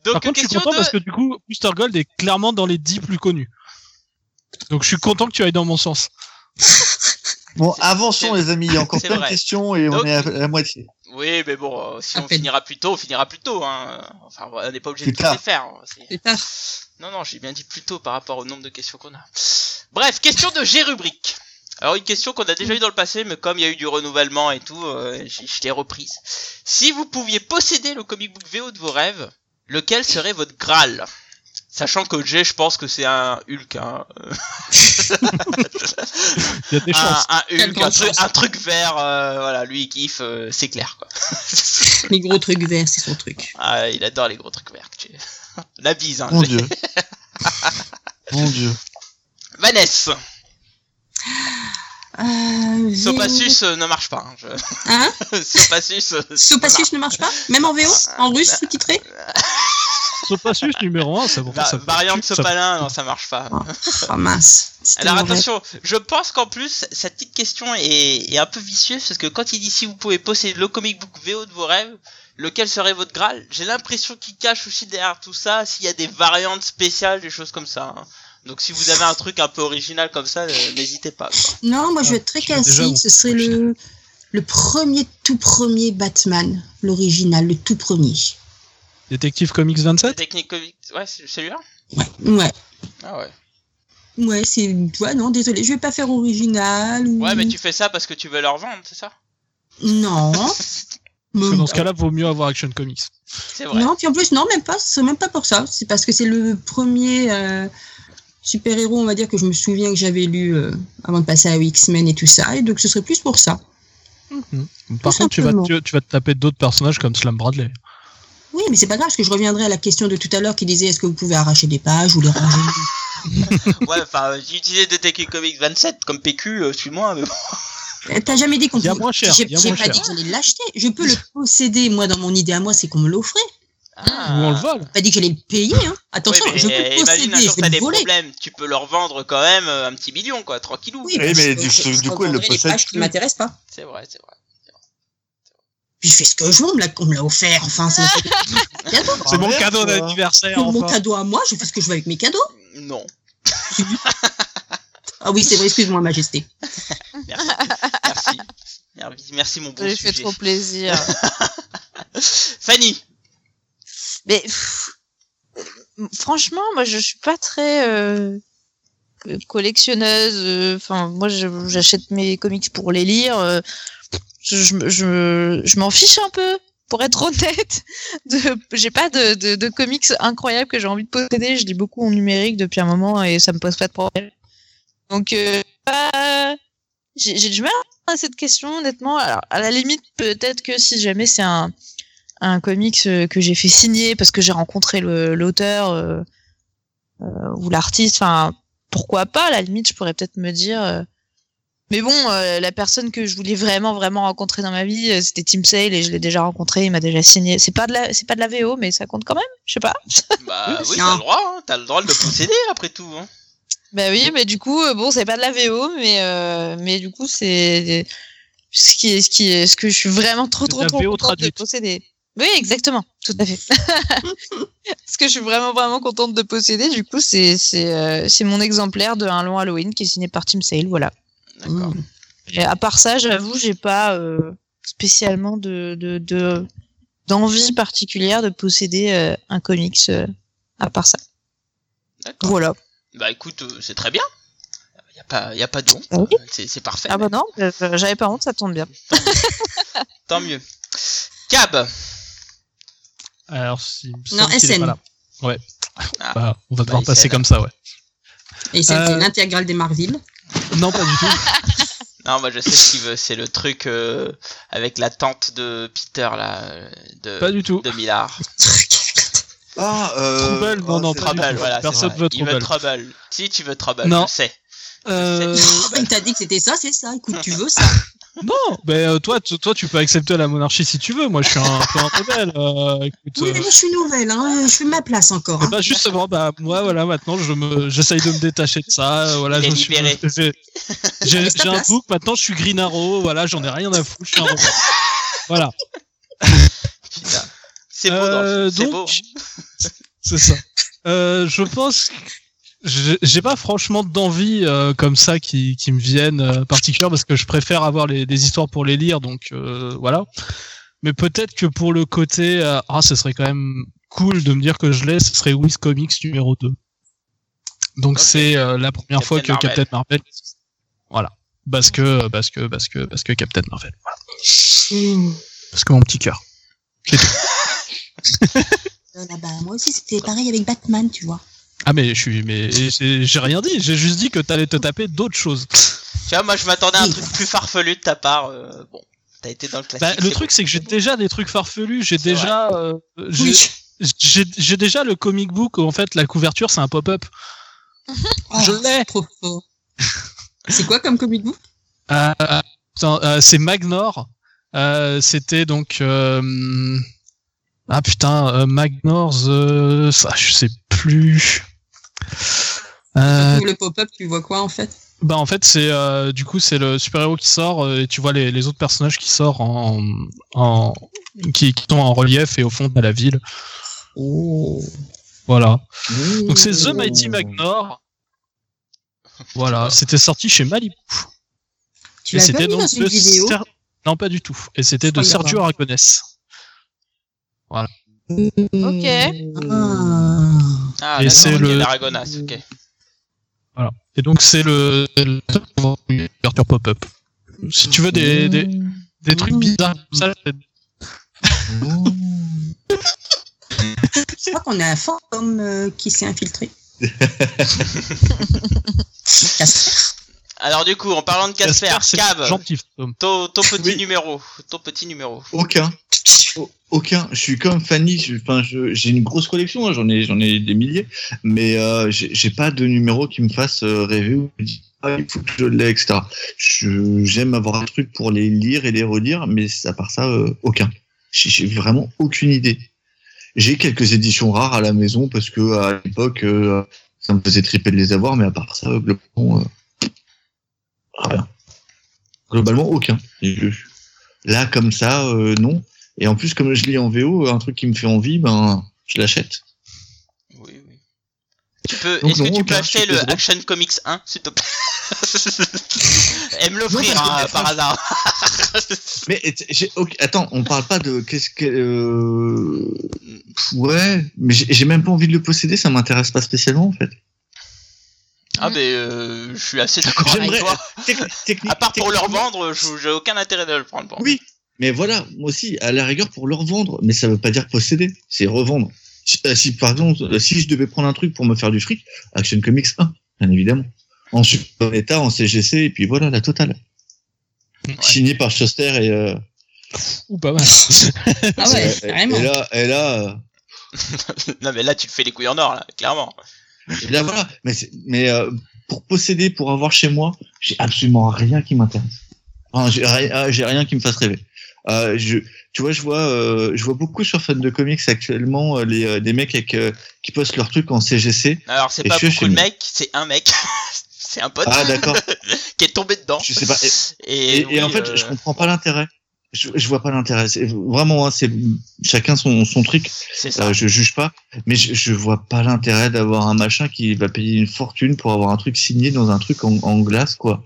Donc Par contre, je suis question content de... parce que du coup, Booster Gold est clairement dans les 10 plus connus. Donc je suis content que tu ailles dans mon sens. Bon, C'est- avançons c'est- les amis, il y a encore c'est plein vrai. de questions et Donc- on est à la moitié. Oui, mais bon, euh, si À on peine. finira plus tôt, on finira plus tôt. Hein. Enfin, on n'est pas obligé Plus de tout tard. les faire. hein. C'est- Plus tard. Non, non, j'ai bien dit plus tôt par rapport au nombre de questions qu'on a. Bref, question de G-Rubrique. Alors, une question qu'on a déjà eue dans le passé, mais comme il y a eu du renouvellement et tout, euh, j- je l'ai reprise. Si vous pouviez posséder le comic book VO de vos rêves, lequel serait votre Graal Sachant que G, je pense que c'est un Hulk. Hein. Il y a des Un, chances. un Hulk, Quelle un grande truc, chance. un truc vert, euh, voilà, lui il kiffe, euh, c'est clair quoi. Les gros trucs verts, c'est son truc. Ah, il adore les gros trucs verts. G. [laughs] La bise, hein. Mon [laughs] G. dieu. Mon dieu. Vanessa, Euh, Sopasus euh, ne marche pas. Hein, je- [laughs] Hein Sopasus. euh, Sopassus ne marche pas Même en VO En russe Bah, sous-titré Sopasus numéro 1, ça pour Va- ça. Bah, variante ça- Sopalin, non, ça marche pas. euh, Ah mince. C'était Alors mon rêve. attention, je pense qu'en plus, cette petite question est, est un peu vicieuse parce que quand il dit si vous pouvez posséder le comic book VO de vos rêves, lequel serait votre Graal J'ai l'impression qu'il cache aussi derrière tout ça s'il y a des variantes spéciales, des choses comme ça. hein. Donc si vous avez un truc un peu original comme ça, euh, n'hésitez pas. quoi. Non, moi je vais être très je vais déjà classique. vous- Ce serait le, le premier, tout premier Batman, l'original, le tout premier. Détective Comics 27 Technique Comic, ouais, c'est celui-là Ouais, ouais. Ah ouais. Ouais, c'est. Ouais, non, désolé, je vais pas faire original. Ou... Ouais, mais tu fais ça parce que tu veux leur vendre, c'est ça [laughs] Non. Parce que Mais- dans ce cas-là, vaut mieux avoir Action Comics. C'est vrai. Non, puis en plus, non, même pas, c'est même pas pour ça. C'est parce que c'est le premier euh, super-héros, on va dire, que je me souviens que j'avais lu euh, avant de passer à X-Men et tout ça. Et donc, ce serait plus pour ça. Mm. Mm. Par Tout contre, tu vas, simplement. tu, tu vas te taper d'autres personnages comme Slam Bradley. Oui, mais c'est pas grave, parce que je reviendrai à la question de tout à l'heure qui disait est-ce que vous pouvez arracher des pages ou les ranger Ouais, enfin, j'ai utilisé Detective Comics 27 comme PQ, euh, suis-moi, mais bon. T'as jamais dit qu'on Il y a pouvait- moins cher, J'ai il y a j'ai moins pas cher. dit que j'allais l'acheter. Je peux le posséder. Moi, dans mon idée à moi, c'est qu'on me l'offrait. Ah. Ou on le vole. J'ai pas dit que j'allais le payer. Hein. Attention, Ouais, mais, je peux euh, le imagine un posséder. jour t'as Je vais le des voler. problèmes, tu peux leur vendre quand même euh, un petit million quoi, tranquillou. Oui, Oui, bah, mais je- du- je- du je coup, elle le revendrai les possède pages qui plus. m'intéressent pas. C'est vrai, c'est vrai. Puis je fais ce que je veux. On me l'a- on me l'a offert. Enfin, c'est [laughs] C'est mon Ah, merde, cadeau quoi. d'anniversaire. c'est mon Enfin. cadeau à moi. Je fais ce que je veux avec mes cadeaux. Non. Ah oui, c'est vrai. Excuse-moi, Majesté. Merci. Merci. Merci, merci, mon bon J'ai fait sujet. trop plaisir. Fanny, Mais pff, euh, franchement, moi, je suis pas très euh, euh, collectionneuse. euh, Enfin, moi, je- j'achète mes comics pour les lire. euh, je je, je, je m'en fiche un peu, pour être honnête. [laughs] De, j'ai pas de, de, de comics incroyables que j'ai envie de posséder. Je lis beaucoup en numérique depuis un moment et ça me pose pas de problème. Donc, euh, pas- j'ai j'ai du mal à cette question, honnêtement. Alors, à la limite, peut-être que si jamais c'est un un comics euh, que j'ai fait signer parce que j'ai rencontré le- l'auteur euh, euh, ou l'artiste. Enfin, pourquoi pas À la limite, je pourrais peut-être me dire. euh, Mais bon, euh, la personne que je voulais vraiment vraiment rencontrer dans ma vie, euh, c'était Tim Sale et je l'ai déjà rencontré. Il m'a déjà signé. C'est pas de la, c'est pas de la VO, mais ça compte quand même. Je sais pas. bah oui, Non. t'as le droit, hein, t'as le droit de le posséder après tout. Hein. Bah oui, mais du coup, euh, bon, c'est pas de la VO, mais euh, mais du coup, c'est ce qui est ce qui est ce que je suis vraiment trop C'est de trop la trop VO contente de traduite. posséder. Oui, exactement, tout à fait. [laughs] ce que je suis vraiment vraiment contente de posséder, du coup, c'est c'est euh, c'est mon exemplaire de un long Halloween qui est signé par Tim Sale, voilà. D'accord. Mm. Et à part ça, j'avoue, j'ai pas euh, spécialement de de de- d'envie particulière de posséder euh, un comics euh, à part ça. D'accord. Voilà. Bah écoute, euh, c'est très bien. Y a pas, y a pas de honte. Ah oui euh, C'est c'est parfait. Ah bah non, euh, j'avais pas honte, ça tombe bien. Tant mieux. Cab. Alors, si, il me Non, semble qu'il est SN. pas là. Ouais. Ah. Bah, on va devoir Bah, passer SN. comme ça, ouais. Et ça, c'est Euh, l'intégrale des [laughs] Marvel. Non, pas du tout. Non, moi je sais ce qu'il veut. C'est le truc euh, avec la tante de Peter là, euh, de, Pas du tout. de Millard. Ah, euh, Trouble, non, ah, non, c'est Trouble, vrai. Trouble, voilà. oh, c'est Personne vrai. veut Il veut Trouble. Trouble. Si tu veux Trouble, Non. je sais. Euh, Ah, bah, Il t'a dit que c'était ça, c'est ça. Écoute, tu veux ça. non, ben euh, toi, tu- toi, tu peux accepter la monarchie si tu veux. Moi, je suis un peu un rebelle. Euh, écoute, Oui, euh, mais moi, je suis nouvelle. Hein. Je fais ma place encore. Eh hein. ben, justement, bah moi voilà maintenant je me j'essaye de me détacher de ça. euh, Voilà, Il est je me suis- libéré. j'ai- [laughs] j'ai Reste ta j'ai un place. book maintenant, je suis Green Arrow. Voilà, j'en ai rien à foutre. Je suis un rebelle. voilà. Putain. C'est beau, dans Euh, le- c'est donc, beau. [laughs] C'est ça. Euh, je pense. que J'ai j'ai pas franchement d'envie euh, comme ça qui, qui me viennent euh, particulière parce que je préfère avoir les, des histoires pour les lire donc euh, voilà. Mais peut-être que pour le côté euh, ah ce serait quand même cool de me dire que je l'ai, ce serait Wiz Comics numéro 2. Donc Ok. c'est euh, la première Captain fois que Marvel. Captain Marvel voilà. Parce que parce que parce que parce que Captain Marvel. Voilà. Hum. Parce que mon petit cœur. Euh, là-bas. Moi aussi, c'était pareil avec Batman, tu vois. Ah mais je suis mais j'ai j'ai rien dit, j'ai juste dit que t'allais te taper d'autres choses. Bah, Tu vois, moi je m'attendais à un Oui. truc plus farfelu de ta part. euh, bon, t'as été dans le classique. Bah, le c'est truc, bon. c'est que j'ai déjà des trucs farfelus. J'ai C'est déjà, euh, j'ai Oui. j'ai- j'ai déjà le comic book où en fait la couverture c'est un pop-up. Oh, Je l'ai. Trop fort. C'est quoi comme comic book Euh, putain, euh, c'est Magnor. Euh, C'était donc euh, ah putain euh, Magnor the- ça je sais plus. Euh, Ou le pop-up, tu vois quoi en fait bah en fait c'est euh, du coup c'est le super héros qui sort euh, et tu vois les, les autres personnages qui sortent en, en qui, qui sont en relief et au fond de la ville. oh. Voilà. Donc c'est The Mighty Magnor. Voilà, c'était sorti chez Malibu. Tu Et l'as c'était pas mis dans donc une de vidéo hein. Ser- Non, pas du tout. Et c'était de Regarde. Sergio Aragonès. Ok. Ah. Ah, et d'accord, c'est ok, le- d'Aragonas, ok. Et donc c'est le le- une ouverture pop-up. Si tu veux des, des, des Mmh. trucs bizarres comme ça, c'est- Je crois qu'on a un fantôme euh, qui s'est infiltré. Casper. Alors du coup, en parlant de Casper, c'est Cab, gentil. fantôme. ton, ton petit Oui. numéro, ton petit numéro. Aucun. Au- Aucun. Je suis comme Fanny. je- Enfin, je- j'ai une grosse collection. hein, J'en ai, j'en ai des milliers. Mais euh, j'ai j'ai pas de numéro qui me fasse euh, rêver ou me dire, ah, il faut que je l'ai, etc. Je- J'aime avoir un truc pour les lire et les relire, mais à part ça, euh, aucun. J'ai j'ai vraiment aucune idée. J'ai quelques éditions rares à la maison parce que à l'époque, euh, ça me faisait triper de les avoir, mais à part ça, euh, globalement, euh, rien. Globalement, aucun. des jeux. Là, comme ça, euh, non. Et en plus, comme je lis en VO, un truc qui me fait envie, ben, je l'achète. Oui, oui. Tu peux, Donc, est-ce que non, tu peux aucun, je acheter suis le désolé. Action Comics 1, s'il te [laughs] plaît Aime l'offrir, Non, parce que- hein, par hasard. Mais et- j'ai- ok, attends, on parle pas de qu'est-ce que euh, pff, ouais, mais j'ai j'ai même pas envie de le posséder, ça m'intéresse pas spécialement en fait. Ah, mais euh, je suis assez d'accord avec J'aimerais- toi. Techni- techni- À part pour le techniquement, revendre, je- j'ai aucun intérêt de le prendre. bon. Oui, mais voilà, moi aussi à la rigueur pour le revendre, mais ça veut pas dire posséder, c'est revendre. Si, euh, si, par exemple, si je devais prendre un truc pour me faire du fric, Action Comics 1, bien évidemment. En super état, en CGC et puis voilà la totale. Ouais. Signé par Schuster et euh, Ou pas mal. Ah ouais, et- et- carrément. et là et là euh, non, mais là, tu te fais les couilles en or, là, clairement. Et Là, voilà. Mais, c'est- mais euh, pour posséder, pour avoir chez moi, j'ai absolument rien qui m'intéresse. Enfin, j'ai ri- ah, j'ai rien qui me fasse rêver. Euh, je, tu vois, je vois, euh, je vois beaucoup sur Fun de Comics actuellement euh, les, euh, des mecs avec, euh, qui postent leurs trucs en CGC. Alors, c'est Et pas je suis beaucoup de chez moi. mecs, c'est un mec. [laughs] c'est un pote Ah, d'accord. qui est tombé dedans. Je sais pas. [laughs] Et, Et, et- et en oui, fait, euh, je comprends pas l'intérêt. Je, je vois pas l'intérêt. C'est- Vraiment, hein, c'est chacun son, son truc. c'est ça. Euh, je juge pas, mais je, je vois pas l'intérêt d'avoir un machin qui va payer une fortune pour avoir un truc signé dans un truc en, en glace, quoi.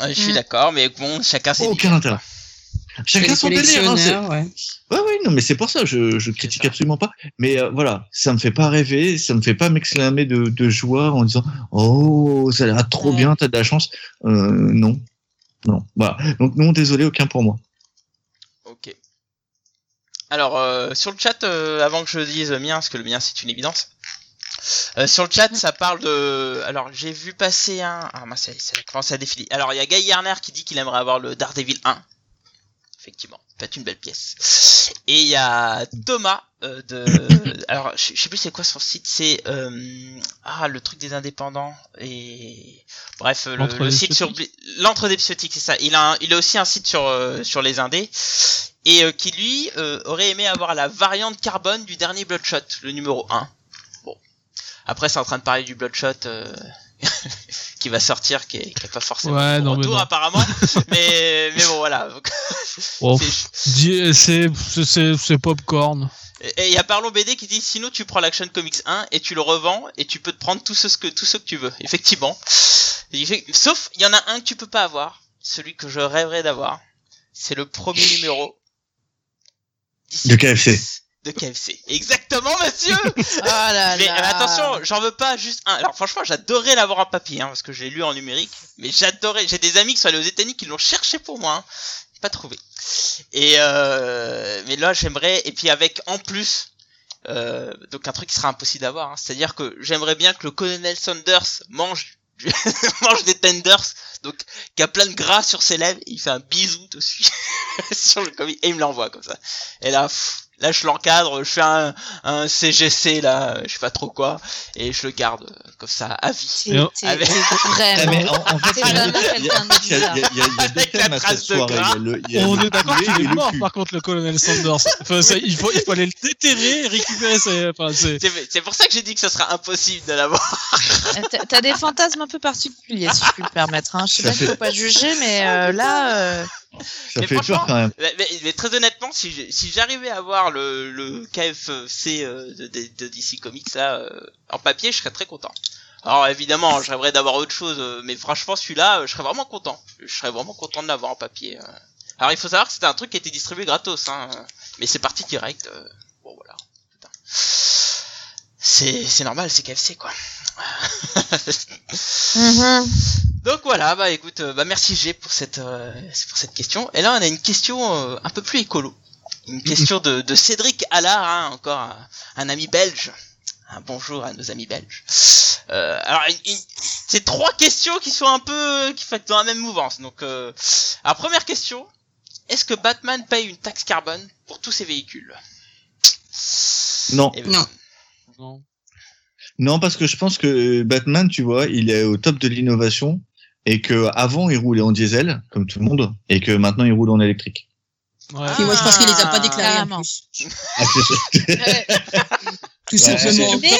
Ouais, je suis Mm. d'accord, mais bon, chacun ses aucun intérêt. Chacun les son délire. Hein, c'est- collectionneurs, ouais. ouais, ouais, non, mais c'est pour ça, je, je critique absolument pas. Mais euh, voilà, ça me fait pas rêver, ça me fait pas m'exclamer de, de joie en disant Oh, ça a l'air trop Ouais. bien, t'as de la chance. Euh, non. Non, voilà. Donc, non, désolé, aucun pour moi. Ok. Alors, euh, sur le chat, euh, avant que je dise le mien, parce que le mien c'est une évidence. euh, sur le chat, ça parle de. Alors, j'ai vu passer un. Ah, mince, ça, y est, ça commence à défiler. Alors, il y a Guy Garner qui dit qu'il aimerait avoir le Daredevil 1. Effectivement, c'est une belle pièce. Et il y a Thomas euh, de. [coughs] Alors, je je sais plus c'est quoi son site, c'est. euh, Ah, le truc des indépendants. Et. Bref, euh, le, L'entre le des site sur. L'entre des pseutiques, c'est ça. Il a, un- il a aussi un site sur, euh, sur les indés. Et euh, qui, lui, euh, aurait aimé avoir la variante carbone du dernier Bloodshot, le numéro 1. Bon. Après, c'est en train de parler du Bloodshot. euh, [laughs] qui va sortir, qui est, qui est pas forcément Ouais, de non, mais retour non. apparemment, mais mais bon voilà. Donc, Oh, [laughs] c'est- Dis- euh, C'est c'est- c'est popcorn. Et il y a Parlons BD qui dit sinon tu prends l'Action Comics 1 et tu le revends et tu peux te prendre tout ce ce que tout ce que tu veux. Effectivement. Il fait- Sauf il y en a un que tu peux pas avoir, celui que je rêverais d'avoir. C'est le premier numéro De KFC. De KFC. Exactement monsieur. Oh là Mais là. euh, attention, j'en veux pas juste un. Alors franchement, j'adorais l'avoir en papier, hein, parce que je l'ai lu en numérique. Mais j'adorais. J'ai des amis qui sont allés aux États-Unis qui l'ont cherché pour moi, hein. pas trouvé. Et euh, mais là, j'aimerais. Et puis avec en plus, euh, donc un truc qui sera impossible d'avoir. hein. C'est-à-dire que j'aimerais bien que le colonel Saunders mange du- [laughs] mange des tenders, donc qui a plein de gras sur ses lèvres. Il fait un bisou dessus [laughs] sur le comic et il me l'envoie comme ça. Et là. pff, Là, je l'encadre, je fais un, un CGC là, je sais pas trop quoi, et je le garde euh, comme ça à vie. T'es- t'es- Avec- t'es Ah, mais vraiment. en, en fait, C'est il y a- vraiment il y a- quelqu'un de il y a- il y a- il y a- il y a deux Avec la thèmes à cette trace de soirée. Il y a gras. le- il y a On le est d'accord poulet qu'il et est le mort, cul. par contre, le colonel Sanders. Enfin, ça, il, faut, il faut aller le déterrer et récupérer ses. Enfin, [laughs] c'est. C'est c'est pour ça que j'ai dit que ce sera impossible de l'avoir. T'as- T'as des fantasmes un peu particuliers, si je puis me permettre. Hein. Je sais Ça pas qu'il fait- faut pas juger, mais euh, là, euh, Ça Mais fait peur franchement, quand même. Mais, mais- mais très honnêtement, si j'ai- si j'arrivais à avoir le, le KFC euh, de, de- de DC Comics là, euh, en papier, je serais très content. Alors évidemment, je rêverais d'avoir autre chose, euh, mais franchement celui-là, euh, je serais vraiment content. Je serais vraiment content de l'avoir en papier. euh. Alors il faut savoir que c'était un truc qui était distribué gratos, hein, euh, mais c'est parti direct. euh, Bon voilà. Putain. C'est c'est normal, c'est KFC quoi. mhm. Donc voilà, bah écoute, euh, bah merci G pour cette euh, pour cette question. Et là on a une question euh, un peu plus écolo, une question de, de Cédric Allard, hein, encore un, un ami belge. Un bonjour à nos amis belges. Euh, alors il- il- c'est trois questions qui sont un peu qui font dans la même mouvance. Donc euh, alors première question, est-ce que Batman paye une taxe carbone pour tous ses véhicules Non. Eh ben, [laughs] Non. euh, Non, parce que je pense que Batman, tu vois, il est au top de l'innovation et que avant il roulait en diesel comme tout le monde et que maintenant il roule en électrique. Ouais. Puis moi, je pense qu'il les a pas déclarés. en Carrément. plus. Ah, c'est- eh, Tout Ouais. simplement. Mais-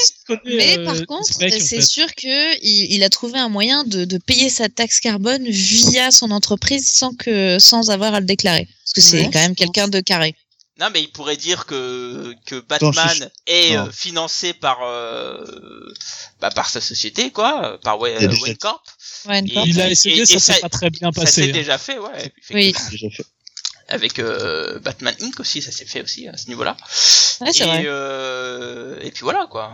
Mais Euh, par contre, c'est c'est sûr que il, il a trouvé un moyen de, de payer sa taxe carbone via son entreprise sans que sans avoir à le déclarer. Parce que c'est Ouais. quand même quelqu'un de carré. Non, mais il pourrait dire que que Attends, Batman je- est Non. euh, financé par euh, bah, par sa société quoi, par Wa- y a des Wayne Corp. Ouais, Et- d'accord. Il a essayé, et- ça et s'est ça- pas très bien Ça hein. s'est passé. hein. déjà fait, ouais. Oui. c'est déjà fait. Avec euh, Batman Inc aussi, ça s'est fait aussi à ce niveau-là. Ouais, c'est et, vrai. euh, et puis voilà quoi.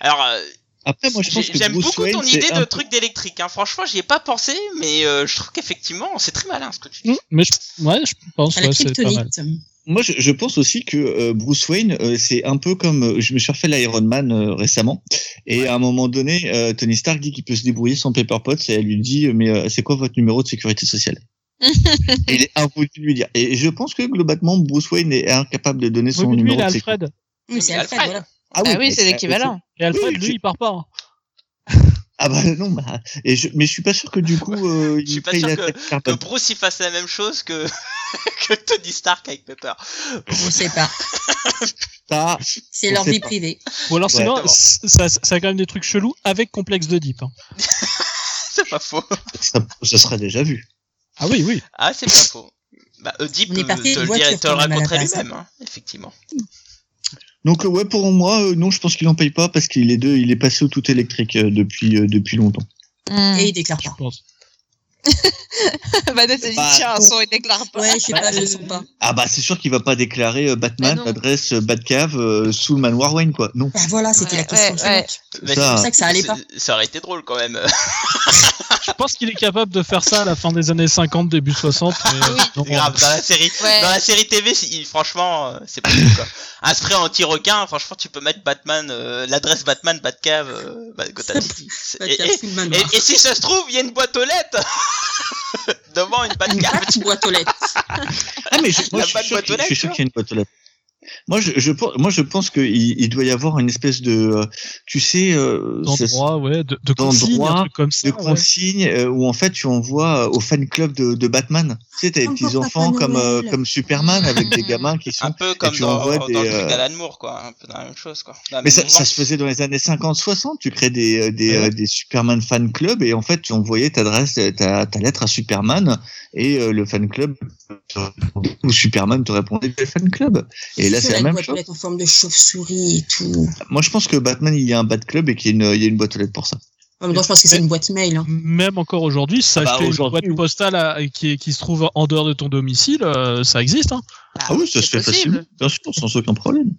Alors, euh, Après moi je pense j'ai- que j'aime Bruce beaucoup Wayne, ton c'est idée un de truc d'électrique. Hein. Franchement, j'y ai pas pensé, mais euh, je trouve qu'effectivement, c'est très malin ce que tu dis. Mm, Mais je, ouais, je pense À la ouais, c'est pas mal. kryptonite. Moi, je, je pense aussi que euh, Bruce Wayne, euh, c'est un peu comme euh, je me suis refait l'Iron Man euh, récemment, et à un moment donné, euh, Tony Stark dit qu'il peut se débrouiller sans Pepper Potts, et elle lui dit euh, mais euh, c'est quoi votre numéro de [laughs] sécurité sociale Et Il est impossible de lui dire. Et je pense que globalement, Bruce Wayne est incapable de donner Oui, son mais lui, numéro il a de sécurité. Alfred. Oui, c'est Mais Alfred, Alfred, voilà. Ah oui, c'est mais- l'équivalent. Et Alfred, Oui, lui, tu- il part pas. hein. Ah bah non, bah, et je, mais je suis pas sûr [laughs] que du coup, euh, Je suis il pas paye sûr la que- taxe Que carbone. Bruce il fasse la même chose que [laughs] que Tony Stark avec Pepper. On sait pas. Ça, C'est On leur sait vie pas. privée. Ou alors sinon, d'accord. c- ça, ça a quand même des trucs chelous avec complexe hein. de Deep. C'est pas faux. ça, ça sera déjà vu. Ah oui, oui. Ah, c'est pas [laughs] faux. Bah, Oedipe On te, est parti te de le, voiture dirait- te le quand même à la raconterait base. lui-même, hein, effectivement. Donc euh, ouais, pour moi, euh, non, je pense qu'il en paye pas parce qu'il est deux, il est passé au tout électrique euh, depuis euh, depuis longtemps. Mm. [laughs] Et ils déclarent Je pas. pense. Vanessa dit Bah, tiens, un son, il déclare pas. Ouais, je sais pas, je le sens pas. Ah bah c'est sûr qu'il va pas déclarer euh, Batman, Ah non. l'adresse euh, Batcave euh, sous le manoir Wayne quoi. Non. Bah voilà, c'était Ouais, la question ouais, suivante. Mais Ça- C'est pour ça que ça allait c'est- pas. ça aurait été drôle quand même. euh, Je pense qu'il est capable de faire ça à la fin des années 50, début 60. Mais, Ah euh, Oui. non, C'est grave, dans la [laughs] série, Ouais. dans la série TV, c'est- il- franchement, euh, c'est pas cool, [laughs] quoi. Un spray anti-requin, franchement, tu peux mettre Batman, euh, l'adresse Batman, Batcave, euh, bah, Gotham City. C'est- Pas Et, de hein. cave et- sous le manoir. et- et si ça se trouve, il y a une boîte aux lettres [laughs] devant une Batcave. [laughs] Une boîte aux lettres. Ah [laughs] mais je, moi, Il y a je pas suis de boîte aux sûr qu'il je suis lettres, tu sûr qu'il y a une boîte aux lettres. Moi je, je pense- moi je pense qu'il il doit y avoir une espèce de euh, tu sais euh, ça- D'endroits, ouais, de, de D'endroits, consignes, un truc comme ça. de Ah, ouais. consignes euh, où en fait tu envoies euh, au fan club de, de Batman. Tu sais t'as des Comme petits pour enfants Papa comme euh, Noël. comme Superman avec [laughs] des gamins qui Un sont. peu comme tu dans, envoies dans des, le truc euh, d'Alan Moore, quoi. Un peu dans la même chose, quoi. Dans la même Mais ça, ça mouvance. se faisait dans les années 50-60. Tu crées des, euh, des, Ouais. euh, des Superman fan club et en fait, tu envoyais ta, adresse, euh, ta, ta lettre à Superman et euh, le fan club te répondait, ou Superman te répondait via le fan club. Et là, c'est la une même boîte aux chose. lettres en forme de chauve-souris et tout. Moi, je pense que Batman, il y a un bat club et qu'il y, a une- il y a une boîte aux lettres pour ça. En même temps, je pense que c'est une boîte mail. hein. Même encore aujourd'hui, bah, s'acheter une aujourd'hui, boîte postale à- qui, qui se trouve en dehors de ton domicile, euh, ça existe. Hein. Ah, oui, ça se fait facilement. Bien sûr, sans aucun problème.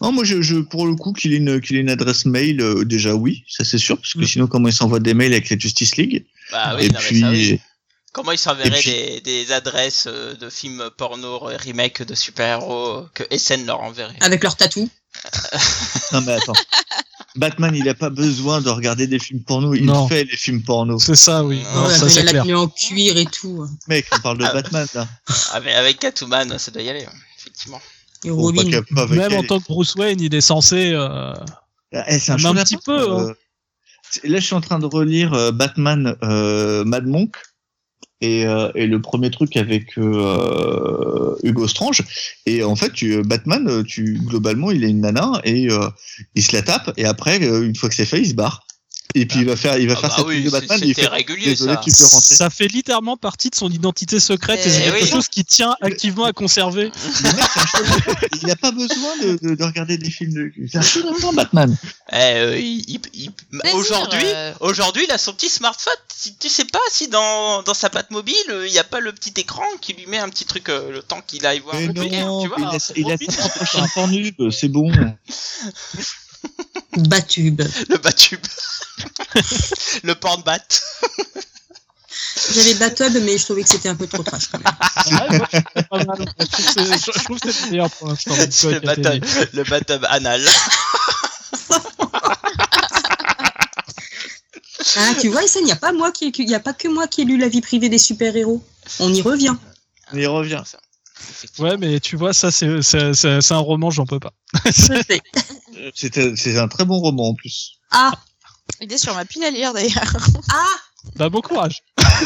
Non, moi, je, je- pour le coup, qu'il ait une, qu'il ait une adresse mail, euh, déjà oui, ça c'est sûr, parce que Mm. sinon, comment il s'envoie des mails avec la Justice League Bah oui, Et non, mais puis, ça, oui. Comment ils s'enverraient Et puis- des, des adresses euh, de films porno euh, remake de super-héros euh, que SN leur [laughs] enverrait Avec leur tatou. Non mais [laughs] attends. Batman, il n'a pas besoin de regarder des films porno, il Non. fait les films porno. C'est ça, oui. Non, Ah, Non, Ah, Ouais, ça, mais c'est la clair. tenue en cuir et tout. Mec, on parle de Ah. Batman là. Avec, avec Catwoman, ça doit y aller, ouais, effectivement. Et Bon, pas Robin. qu'à- pas avec Même en elle. tant que Bruce Wayne, il est censé. euh, Ah, eh, c'est un Mais chaud un lapin, petit peu, hein. euh. Là, je suis en train de relire euh, Batman euh, Mad Monk et, euh, et le premier truc avec euh, Hugo Strange. Et en fait, tu, Batman, euh, tu globalement, il est une nana et euh, il se la tape. Et après, euh, une fois que c'est fait, il se barre. Et puis il va faire, il va Ah faire bah sa oui, prise de c'est- Batman. et il c'était fait, régulier Désolé, ça. tu peux rentrer. Ça fait littéralement partie de son identité secrète et c'est Eh quelque oui. chose qui tient activement à conserver. Le mec, c'est un chaud lapin. il n'a pas besoin de, de- de regarder des films de. C'est un chaud lapin, Batman. Eh, euh, il- il- il- Aujourd'hui, aujourd'hui, il a son petit smartphone. Si, tu sais pas si dans, dans sa patte mobile, euh, il n'y a pas le petit écran qui lui met un petit truc euh, le temps qu'il aille voir. Mais un non, bouquin, tu vois, il un a, il a mobile. sa propre chaîne Pornhub, c'est bon. Batube. le batube. [laughs] le porn bat. J'avais Batube, mais je trouvais que c'était un peu trop trash. quand même. Ouais, moi, je trouve c'est pas mal. Je trouve que c'est- je trouve que c'est le meilleur pour l'instant. [laughs] donc, le ouais, batub, Katérie. le batub anal. [laughs] Ah, tu vois, Essène, il n'y a, pas moi qui- il y a pas que moi qui ai lu la vie privée des super-héros. On [laughs] y revient. On y revient. Effectivement. Ouais, mais tu vois, ça, c'est- c'est c'est- c'est un roman, j'en peux pas. C'est un, c'est un très bon roman en plus. Ah, Il est sur ma pile à lire d'ailleurs. ah, Bah, bon courage. Ah,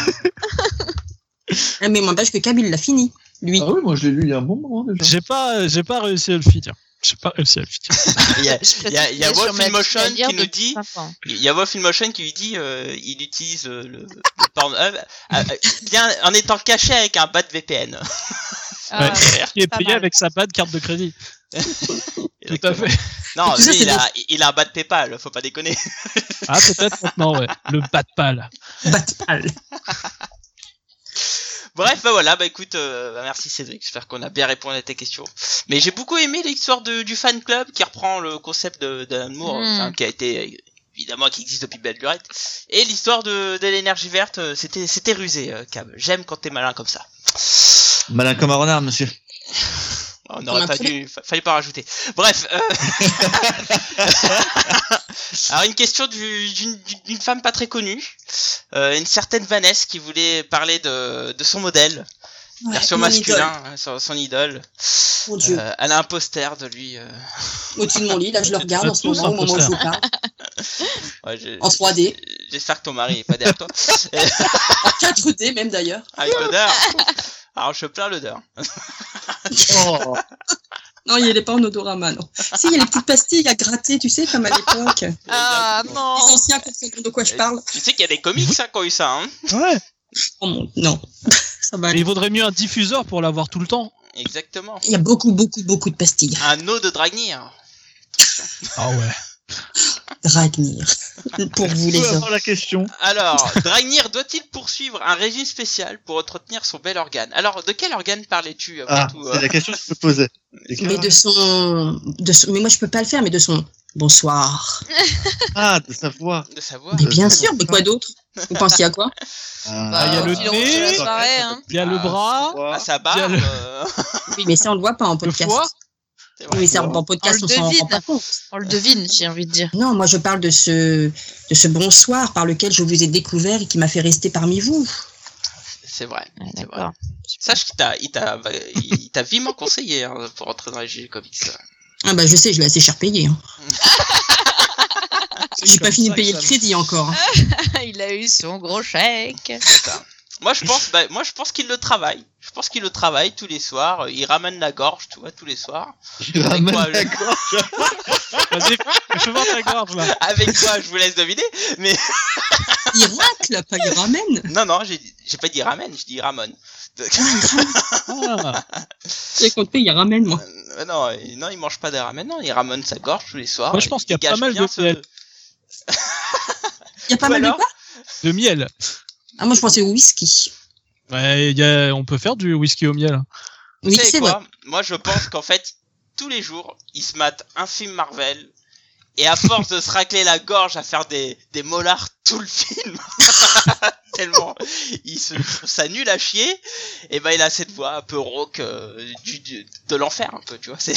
Mais n'empêche que Kabil l'a fini, lui. Ah oui, moi je l'ai lu il y a un bon moment déjà. J'ai pas, euh, j'ai pas réussi à le finir. J'ai pas réussi à le finir. Il y a, [laughs] Je il y a- il y a précise Wolf sur in ma Motion liste à lire qui nous depuis dit- cinq ans. Il y a Wolf in Motion qui lui dit euh, il utilise euh, le, le Pornhub euh, euh, bien en étant caché avec un bas de VPN. Ah, Il est pas payé mal. avec sa bad carte de crédit. Tout à Exactement. fait. Non, Tout ça, lui, c'est il, a, il a un bas de PayPal, faut pas déconner. [laughs] Ah, peut-être maintenant, ouais. Le bad pal. Batpal. Bref, bah voilà, bah écoute, euh, bah merci Cédric, j'espère qu'on a bien répondu à tes questions. Mais j'ai beaucoup aimé l'histoire de- du fan club qui reprend le concept de- d'Alan Moore, Hmm. Mm. enfin, qui a été euh, évidemment qui existe depuis Belle Lurette. Et l'histoire de, de l'énergie verte, euh, c'était c'était rusé, euh, Cab. J'aime quand t'es malin comme ça. Malin comme un renard, monsieur. On n'aurait a pas tous dû, fa- fallait pas rajouter. Bref. [laughs] euh, Alors une question du- d'une d'une femme pas très connue, Euh, une certaine Vanessa qui voulait parler de, de son modèle, version mon idole. masculin, hein, son, son idole. Mon Dieu, Euh, elle a un poster de lui. euh, au-dessus de mon lit, là je le regarde en ce Tous moment, au un moment où je vous parle, ouais, je- en 3D, J'espère que ton mari est pas derrière toi. [laughs] [laughs] en 4D même d'ailleurs. Avec l'odeur. Alors je plains l'odeur. Oh. Non, il n'est pas en odorama, non. Si, il y a les petites pastilles à gratter, tu sais, comme à l'époque. Les Ah non anciens comprennent de quoi je parle. Tu sais qu'il y a des comics ça, qui ont eu ça. Hein Ouais. Oh mon- non, ça va Mais aller. il vaudrait mieux un diffuseur pour l'avoir tout le temps. Exactement. Il y a beaucoup, beaucoup, beaucoup de pastilles. Un eau de Dragnir. Ah ouais. Dragnir. Pour vous, les hommes. la question. Alors, [laughs] Dragnir doit-il poursuivre un régime spécial pour entretenir son bel organe Alors, de quel organe parlais-tu après Ah, tout, c'est euh la question que je me posais. Mais de son... de son- Mais moi, je peux pas le faire, mais de son... Bonsoir. Ah, de savoir. De savoir. Mais bien sûr, mais quoi d'autre Vous pensiez à quoi Bah, Ah, il y a le si l'on- nez. si l'on se barrait, hein. Il y a le Ah, bras. Ah, Ah, ça barre. Bien le- euh, [laughs] Oui, mais ça, on le voit pas en podcast. foie c'est Oui, vrai. mais ça, en podcast, On on, le s'en rend devine. pas compte. On le devine, j'ai envie de dire. Non, moi, je parle de ce... de ce bonsoir par lequel je vous ai découvert et qui m'a fait rester parmi vous. C'est vrai. Ouais, C'est D'accord. Sache qu'il t'a, il t'a, bah, il t'a vivement conseillé hein, pour entrer dans les jeux comics. Ah bah je sais, je l'ai assez cher [laughs] payé. hein. J'ai pas fini de ça que payer ça le [laughs] crédit [laughs] encore. hein. Il a eu son gros chèque. C'est ça. Moi je pense, bah, moi je pense qu'il le travaille. Je pense qu'il le travaille tous les soirs. euh, Il ramène la gorge, tu vois, tous les soirs. je ramène quoi, la le- gorge. Vas-y, fais voir ta gorge là. Avec quoi Je vous laisse deviner. Mais Il racle, pas il ramène. non, non, j'ai, j'ai pas dit ramène, je dis [laughs] ramène. Ah. J'ai compté, il ramène moi. Euh, non, il- non, il mange pas des ramen, non, il ramène sa gorge tous les soirs. Moi, je pense qu'il y a dégage pas mal bien de PL. Il y a pas Ou mal alors- de quoi Le miel. Ah moi je pensais au whisky. Ouais, il y a- on peut faire du whisky au miel. Vous Oui, savez c'est quoi vrai. Moi, je pense qu'en fait, tous les jours, il se mate un film Marvel. Et à force de se racler la gorge à faire des, des molars tout le film, [laughs] tellement il se trouve ça nul à chier, et ben il a cette voix un peu rauque euh, du, du- de l'enfer un peu, tu vois. C'est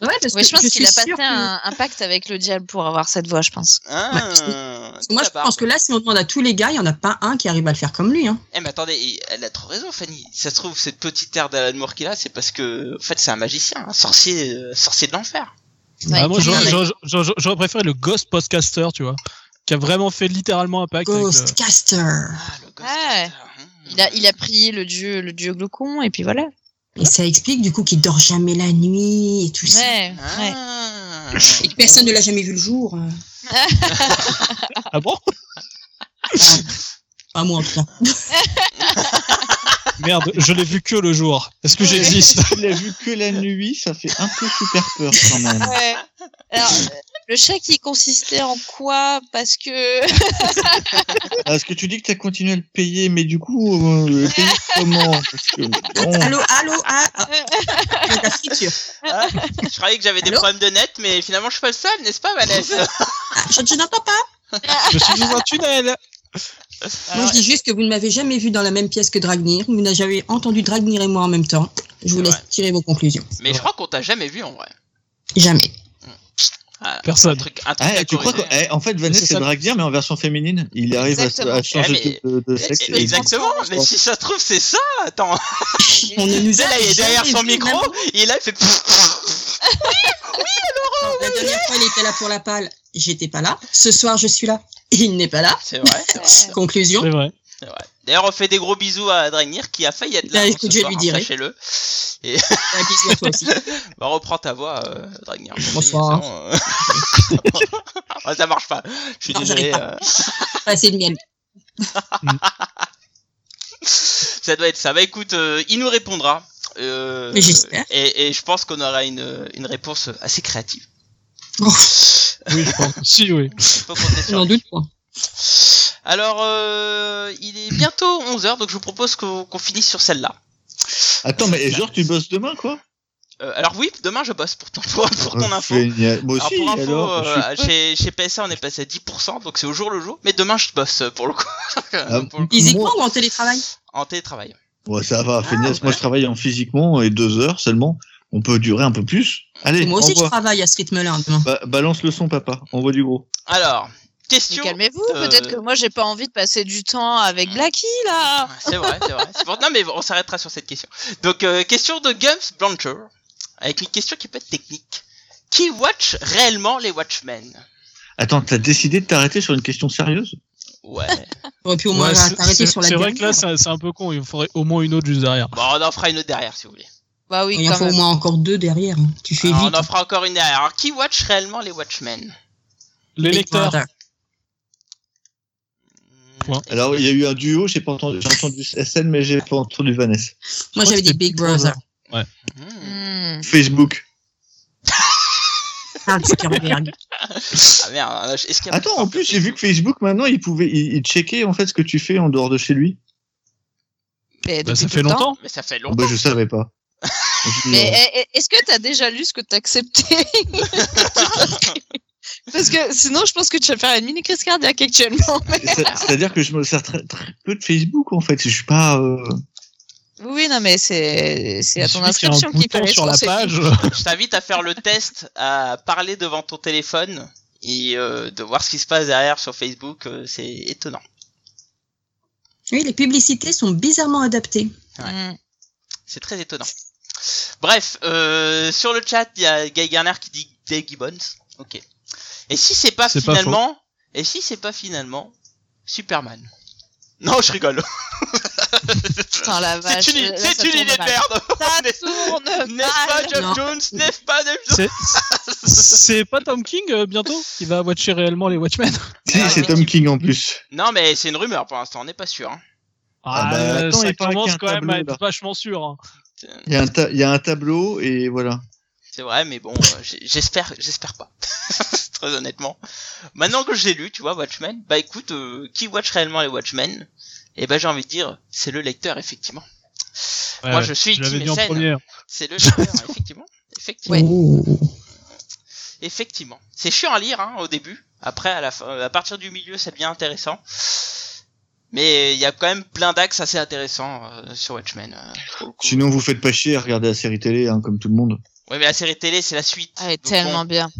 Ouais, parce Ouais, je pense suis qu'il a passé sûre que- un, un pacte avec le diable pour avoir cette voix, je pense. hein, Parce que Moi, je la barbe. pense que là, si on demande à tous les gars, il n'y en a pas un qui arrive à le faire comme lui. Hein. Eh mais attendez, il- elle a trop raison Fanny. Si ça se trouve cette petite terre d'Alan Moore qu'il a, c'est parce que en fait c'est un magicien, un sorcier, euh, sorcier de l'enfer. Ouais, Ah, moi, il- j'aurais- mais- j'aurais j'aurais- j'aurais préféré le Ghost Podcaster, tu vois. Qui a vraiment fait littéralement un pacte avec le- Ghostcaster. Ah le ghost. Ouais. Hunter, hein. il a, il a prié le dieu, le dieu glaucon, et puis voilà. Et ça explique du coup qu'il dort jamais la nuit et tout ça. Ouais, ouais. Ah. Et que personne ne l'a jamais vu le jour. euh. Ah bon Pas moi en tout cas. Merde, je l'ai vu que le jour. Est-ce que Ouais. j'existe Tu l'as vu que la nuit, ça fait un peu super peur quand même. Ouais. Alors, euh, le chèque, il consistait en quoi Parce que. Ah, Est-ce que tu dis que tu as continué à le payer, mais du coup, euh, le payer comment Parce que, bon, Allô, allô, ah, ah. Il y a de la friture. Ah, je croyais que j'avais des Allô problèmes de net, mais finalement je suis pas le seul, n'est-ce pas Vanessa Ah, je je n'entends pas. Je suis dans un tunnel. Ah Moi, je dis juste que vous ne m'avez jamais vu dans la même pièce que Dragnir. Vous n'avez jamais entendu Dragnir et moi en même temps. Je vous C'est laisse vrai. tirer vos conclusions. Mais je crois qu'on t'a jamais vu en vrai. Jamais. Ah, un Personne. truc, un truc ah, à tu crois que, corriger. eh, en fait, C'est Vanessa, ça. c'est Dragdir, mais en version féminine. Il arrive à- à, Exactement. changer Eh, mais- de, de Eh, sexe. eh, Exactement, mais si ça se trouve c'est ça, attends. On ne Tu nous sais, a là il est derrière jamais son vu, micro, même- et là il fait. La dernière fois, il était là pour la palle. J'étais pas là. Ce soir, je suis là. Il n'est pas là. C'est vrai, c'est vrai, c'est vrai. Conclusion. C'est vrai. c'est vrai. D'ailleurs, on fait des gros bisous à Dragnir qui a failli être là. Bah, hein, écoute, ce je soir, lui hein, dirai. Sachez-le. Un bisou à toi aussi. [laughs] Bah, reprends ta voix, euh, Dragnir. Bonsoir. C'est bon, euh. [laughs] Ah, ça marche pas. Je suis Non, désolé. j'arrive euh, Passez Bah, le miel. ça doit être ça. Bah écoute, euh, il nous répondra. Euh, Mais j'espère. Et, et je pense qu'on aura une, une réponse assez créative. Oui, je pense. si, oui. Faut compter sur N'en doute pas. Alors, euh, il est bientôt 11h, donc je vous propose qu'on qu'on finisse sur celle-là. Attends, mais genre, tu bosses demain, quoi Euh, alors oui, demain je bosse pour ton, pour, pour ton info. Génial. Ah, Moi Alors aussi, pour alors. info, je euh, suis prêt. chez, chez PSA on est passé à 10%, donc c'est au jour le jour, mais demain je bosse euh, pour le coup, [laughs] Pour Ah, le coup, Ah, Physiquement ou en télétravail en télétravail. Bon, ça va, feignasse. Moi, je travaille en physiquement et deux heures seulement. On peut durer un peu plus. Allez, Moi aussi, je envoie. travaille à ce rythme-là. hein, demain. Ba- balance le son, papa. Envoie du gros. Alors, Mais [laughs] question... calmez-vous, euh, peut-être que moi j'ai pas envie de passer du temps avec Blackie Ah, là. C'est vrai, c'est vrai. c'est pour- Non mais on s'arrêtera sur cette question. Donc, euh, question de Gums Blancher, avec une question qui peut être technique. Qui watch réellement les Watchmen Attends, t'as décidé de t'arrêter sur une question sérieuse Ouais. [laughs] J'aurais pu au moins Ouais, c'est- t'arrêter c'est- sur la c'est vrai que là, dernière. c'est c'est un peu con. Il faudrait au moins une autre juste derrière. Bon, on en fera une autre derrière si vous voulez. Bah oui, Il en quand faut au même. moins encore deux derrière. hein. Tu fais Alors, vite. Ah, on en fera encore une derrière. Alors, qui watch réellement les Watchmen Les lecteurs. Point. Alors, il y a eu un duo, j'ai pas entendu, j'ai entendu SN, mais j'ai pas entendu Vanessa. Moi, j'avais c'était dit Big Brother. Hmm. Hmm. Facebook. Mark Zuckerberg. Ah merde, est-ce qu'il y a Attends, en plus, j'ai vu que Facebook, maintenant, il pouvait, il, il checkait, en fait, ce que tu fais en dehors de chez lui. Mais Bah, depuis ça tout fait le temps. longtemps. Mais ça fait Oh, longtemps. bah, je [laughs] savais pas. Mais eh, eh, est-ce que t'as déjà lu ce que t'as accepté [laughs] Parce que sinon, je pense que tu vas faire une mini crise cardiaque actuellement. mais- euh, C'est- C'est-à-dire que je me sers très, très peu de Facebook, en fait. Je suis pas. euh, [laughs] Oui, non, mais c'est c'est à Il ton suffit qu'il y ait un inscription qu'il bouton fallait sur la foncer. page. [laughs] Je t'invite à faire le test, à parler devant ton téléphone et euh, de voir ce qui se passe derrière sur Facebook. euh, c'est étonnant. [laughs] Oui, les publicités sont bizarrement adaptées. Hmm. C'est très étonnant. Bref, euh, sur le chat, il y a Guy Garner qui dit Dave Gibbons. Ok. Et si c'est pas C'est pas finalement, et si c'est pas finalement Superman Non, je rigole. Putain, la vache. [laughs] euh, c'est une, là, c'est ça une tourne idée de mal. [laughs] merde. N'est- Ah, Ça [laughs] N'est-ce pas tourne mal. Jeff Non. Jones N'est-ce pas Jeff Jones C'est- C'est pas Tom King euh, bientôt qui va watcher réellement les Watchmen Si, Ah, c'est mais Tom tu- King en plus. Non, mais c'est une rumeur pour l'instant, on n'est pas sûr. hein. Ah, bah, euh, attends, il paraît ça qu'il y a commence un quand même à tableau, là. être vachement sûr. hein. Il y, a un ta- il y a un tableau et voilà. C'est vrai, mais bon, euh, j- j'espère, j'espère pas. [laughs] Très honnêtement. Maintenant que j'ai lu, tu vois, Watchmen, bah écoute, euh, qui watch réellement les Watchmen Eh ben j'ai envie de dire, c'est le lecteur, effectivement. Ouais, Moi ouais, je suis je Tim l'avais dit en Essen, premier. c'est le lecteur, [laughs] effectivement. Effectivement. Ouais. Oh. Effectivement. C'est chiant à lire hein, au début. Après, à, la fin, à partir du milieu, c'est bien intéressant. Mais il y a quand même plein d'axes assez intéressants euh, sur Watchmen. euh, pour le coup. Sinon, vous faites pas chier à regarder la série télé, hein, comme tout le monde. Ouais, mais la série télé, c'est la suite. Ah, Elle est Donc, bon, tellement bien.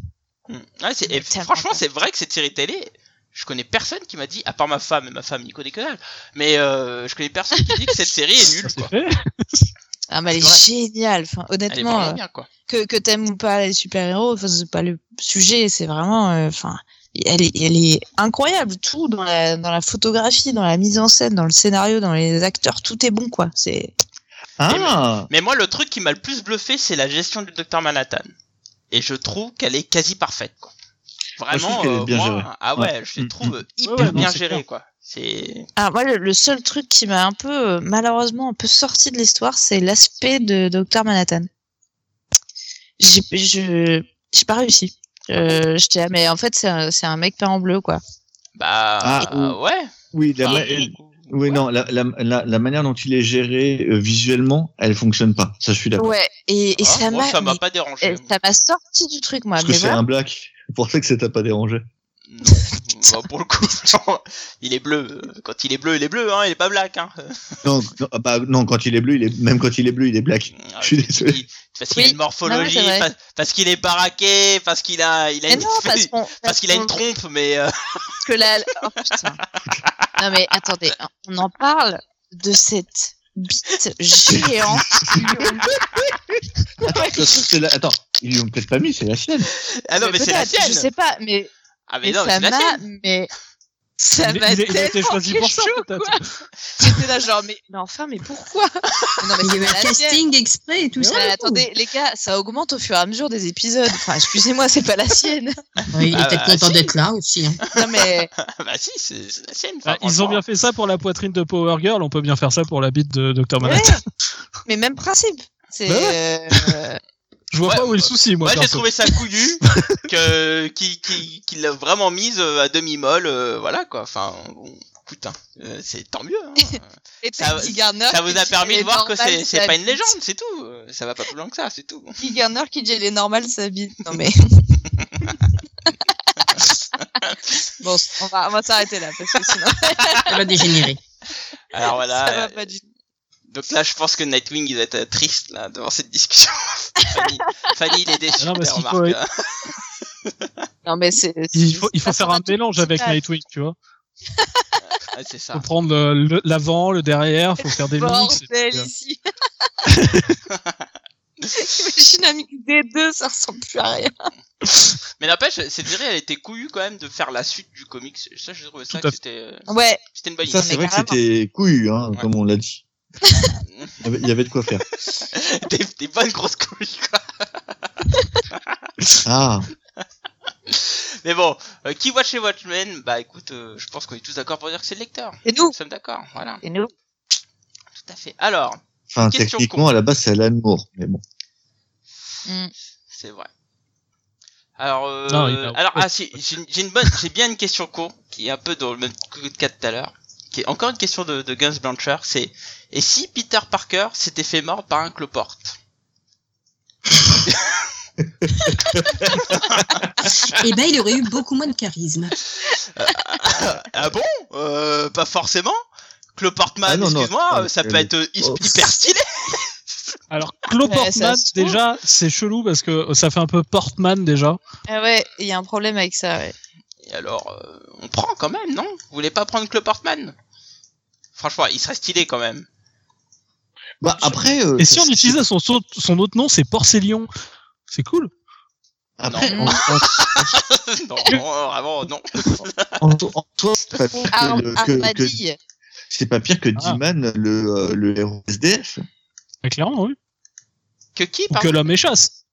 Mm. Ouais, c'est- et Tellement franchement, bien. c'est vrai que cette série télé, je connais personne qui m'a dit, à part ma femme, et ma femme n'y connaît que dalle, mais euh, je connais personne qui dit que cette [laughs] série est nulle, [laughs] Ça, c'est quoi. fait. Ah, mais elle C'est vrai. est géniale. Enfin, Elle est honnêtement, vraiment euh, bien, quoi. que, que t'aimes ou pas les super-héros, enfin, c'est pas le sujet, c'est vraiment, euh, enfin, elle est, elle est incroyable, tout dans la, dans la photographie, dans la mise en scène, dans le scénario, dans les acteurs, tout est bon, quoi. C'est, Ah Mais moi, le truc qui m'a le plus bluffé, c'est la gestion du Docteur Manhattan. Et je trouve qu'elle est quasi parfaite, quoi. je trouve Vraiment, qu'elle est euh, bien moi, gérée. ah ouais, Ouais. je Mm, les trouve hyper Ouais, ouais, non, bien c'est gérée, clair. quoi. C'est, alors moi, le, le seul truc qui m'a un peu, euh, malheureusement, un peu sorti de l'histoire, c'est l'aspect de Docteur Manhattan. J'ai, je, j'ai pas réussi. Euh, j'étais, ah, mais en fait, c'est un, c'est un mec peint en bleu, quoi. bah, Ah, euh, ouais. oui, la, Enfin, ma- du coup, oui ouais. non, la, la, la, la manière dont il est géré euh, visuellement, elle fonctionne pas. Ça, je suis d'accord. Ouais. Et, et Ah, ça moi, m'a, ça m'a mais- pas dérangé. et ça m'a sorti du truc, moi. Parce que mais c'est voilà. un black. C'est pour ça que ça t'a pas dérangé. Non. Bah, pour le coup, [laughs] genre, il est bleu. euh, Quand il est bleu, il est bleu, hein, il est pas black, hein. Non, non, ah bah, non, quand il est bleu, il est même quand il est bleu, il est black. Ah, Je suis désolé. il- Parce qu'il a Oui. une morphologie, Non, mais c'est vrai. parce, parce qu'il est baraqué, parce qu'il a, il a Mais une, non, parce qu'on- parce qu'il a une qu'on- trompe, mais euh, [laughs] parce que la... oh, putain. Non mais attendez, on en parle de cette bite géante. Attends, ça, c'est la- Attends, Ils l'ont peut-être pas mis, c'est la sienne. Ah non, mais, c'est la peut-être, sienne. Je sais pas, mais, Ah mais, mais non, mais ça c'est la m'a, sienne. mais Ah, ça Il- bah, m'a il a- il a été tellement choisi pour ça, pécho, peut-être. quoi. J'étais là genre, mais, mais enfin, mais pourquoi Non, mais Il y c'est avait pas un la sienne. casting exprès et tout ça. Mais attendez, les gars, ça augmente au fur et à mesure des épisodes. Enfin, excusez-moi, c'est pas la sienne. Oui, il Ah est peut-être bah, content si. d'être là aussi. hein. Non, mais Ah bah si, c'est c'est la sienne. Bah, enfin, ils ont bien franchement. fait ça pour la poitrine de Power Girl, on peut bien faire ça pour la bite de Dr. Ouais. Manhattan. mais même principe. C'est Bah euh, Je vois Ouais, pas où est le souci, moi. Moi, j'ai perso. trouvé ça couillu, [laughs] que qui qui qui l'a vraiment mise euh, à demi molle, voilà quoi. Enfin, bon, putain, euh, c'est tant mieux. hein. et Ça- Peggy Garner Ah, ça vous a qui permis dit, de voir elle est que c'est normale, c'est sa pas une bite. légende, c'est tout. Euh, Ça va pas plus loin que ça, c'est tout. Peggy Garner qui dit elle est normale sa bite. Non mais. bon, on va, on va s'arrêter là parce que sinon Ça va dégénérer. Alors voilà. ça va euh, pas du tout. Donc là, je pense que Nightwing, il va être euh, triste là, devant cette discussion. [laughs] Fanny, Fanny, il est déçu. Ah Non, parce t'as qu'il faut- remarqué, hein. Non mais c'est. Il faut, il faut ça faire sera un tout mélange petit avec page. Nightwing, tu vois. [laughs] Ah, c'est ça. Faut prendre le- le- l'avant, le derrière, faut faire des mix. Bordel ici. [laughs] Imagine un mix des deux, ça ressemble plus à rien. Mais n'empêche, cette série, elle était couillue quand même de faire la suite du comics. Ça, je trouvais ça Tout à que c'était euh, Ouais, c'était une bonne Ça, idée. c'est mais vrai que c'était couillu, hein, Ouais. comme on l'a dit. [laughs] Il y avait- Il y avait de quoi faire. Des, [laughs] des bonnes grosses couilles, quoi. Ah, Mais bon, euh, qui watch les Watchmen Bah écoute, euh, je pense qu'on est tous d'accord pour dire que c'est le lecteur. Et nous Nous sommes d'accord, voilà, Et nous tout à fait. Alors, enfin, Question techniquement, à la base, c'est Alan Moore, mais bon. Mm. c'est vrai. Alors, euh, Non, il a- alors ah, si, j'ai j'ai une bonne, j'ai bien une question con qui est un peu dans le même cas de tout à l'heure, qui est encore une question de, de Guns Blancher, c'est et si Peter Parker s'était fait mort par un cloporte Eh ben, il aurait eu beaucoup moins de charisme. [coughs] Ah bon euh, Pas forcément. Ah Cloportman, non, non. excuse-moi, Ah, euh, ça euh, peut être euh, oh. hyper stylé. Alors, Claude Ouais, Portman, ça se trouve. déjà, c'est chelou parce que ça fait un peu Portman déjà. Ah ouais, il y a un problème avec ça, ouais. Et alors, euh, on prend quand même, non Vous voulez pas prendre Claude Portman Franchement, il serait stylé quand même. [laughs] Bah, après. euh, Et si ça- on utilisait son, son son autre nom, c'est Porcelion. C'est cool. Après, Non. en, en- non, non, vraiment, non. en, en toi, c'est pas pire Ah, que, le- que- que- Armadille c'est pas pire que Ah. D-Man, le, euh, le héros SDF. Ah, clairement, oui. Que qui, Ou pardon que [laughs] l'homme échasse.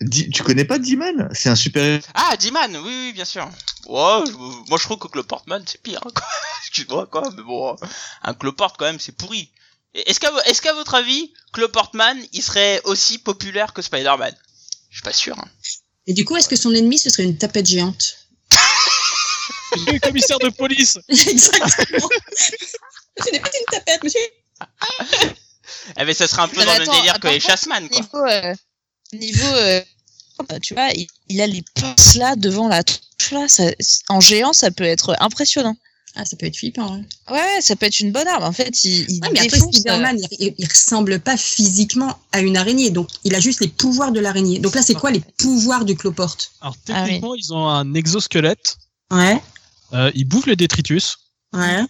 Di- tu connais pas D-Man C'est un super Ah, Diman, oui, oui, bien sûr. Ouais, je- moi je trouve que Claude Portman, c'est pire, quoi. [laughs] Excuse-moi, quoi, mais bon, hein. un Cloport, quand même, c'est pourri. Et Est-ce qu'à vo- est-ce qu'à votre avis, Claude Portman, il serait aussi populaire que Spider-Man Je suis pas sûr. hein. Et du coup, est-ce que son ennemi, ce serait une tapette géante [laughs] Le commissaire de police. Exactement. Ce n'est pas une tapette, monsieur. Eh mais ça serait un peu Mais dans attends, le délire par que les contre, Chasseman, quoi. Niveau. euh, niveau euh, bah, tu vois il, il a les pinces là devant la tronche là ça- en géant ça peut être impressionnant Ah, ça peut être flippant. hein. ouais ça peut être une bonne arme en fait il, il Ouais, mais après, défonce, euh, Spider-Man, il, il ressemble pas physiquement à une araignée. Donc, il a juste les pouvoirs de l'araignée. Donc là, c'est quoi les pouvoirs du cloporte Ah Alors, techniquement, ils ont un exosquelette. Ouais, Euh, ils bouffent les détritus. ouais.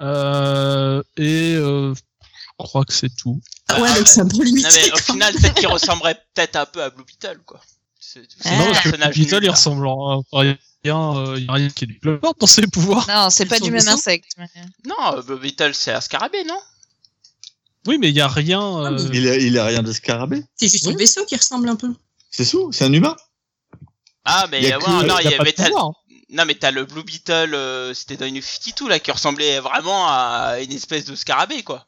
Euh, et euh, je crois que c'est tout. Ah ouais, Ah, donc c'est un peu Non, mais limité. au final, peut-être qu'il ressemblerait peut-être un peu à Blue Beetle, quoi. C'est c'est Ah. un non, parce que personnage hein. Beetle, nul, il là. ressemble en en rien. euh, Il n'y a rien qui est du Cloporte dans ses pouvoirs. non c'est pas Ils du sont même descendus. insecte mais- Non, euh, Blue Beetle, c'est un scarabée, non Oui, mais il n'y a rien. euh, Il a, il a rien de scarabée. C'est juste le vaisseau qui ressemble un peu. C'est tout C'est un humain Ah, mais Il y a ouais, que- non, il il y a a- pas de mais t'as- pouvoir. hein. non, mais t'as le Blue Beetle, euh, c'était dans une 52, là, qui ressemblait vraiment à une espèce de scarabée, quoi.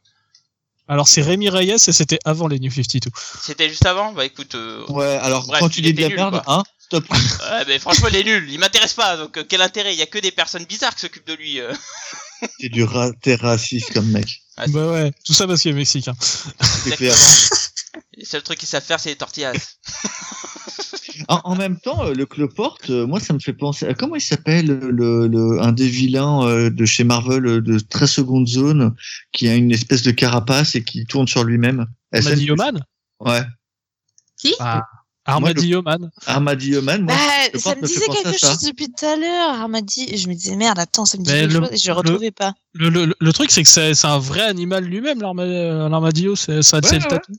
Alors, c'est Rémi Reyes et c'était avant les New 52. C'était juste avant Bah écoute, [laughs] euh, Ouais, alors Bref, quand tu il dis de était la nul, merde, quoi. hein Stop. [laughs] ouais, mais franchement, il est nul, il m'intéresse pas, donc euh, quel intérêt Il y a que des personnes bizarres qui s'occupent de lui. euh. T'es du ra- t'es raciste comme mec. Ah, c'est- Bah ouais, tout ça parce qu'il est mexicain. [laughs] C'est clair. Le seul truc qu'ils savent faire, c'est les tortillas. En, en même temps, euh, le cloporte, euh, moi, ça me fait penser. à- Comment il s'appelle euh, le, le- un des vilains euh, de chez Marvel euh, de 13 secondes zone qui a une espèce de carapace et qui tourne sur lui-même Armadilloman Ouais. ah, Armadilloman. Armadilloman, moi. Bah, le ça porte me me fait disait penser à quelque ça. chose depuis tout à l'heure Armadi je me disais merde attends ça me dit Mais quelque le- chose et je le- retrouvais pas Le, le, le truc, c'est que c'est c'est un vrai animal lui-même, l'arma- euh, l'armadillo. C'est ça, c'est le ouais. tatou.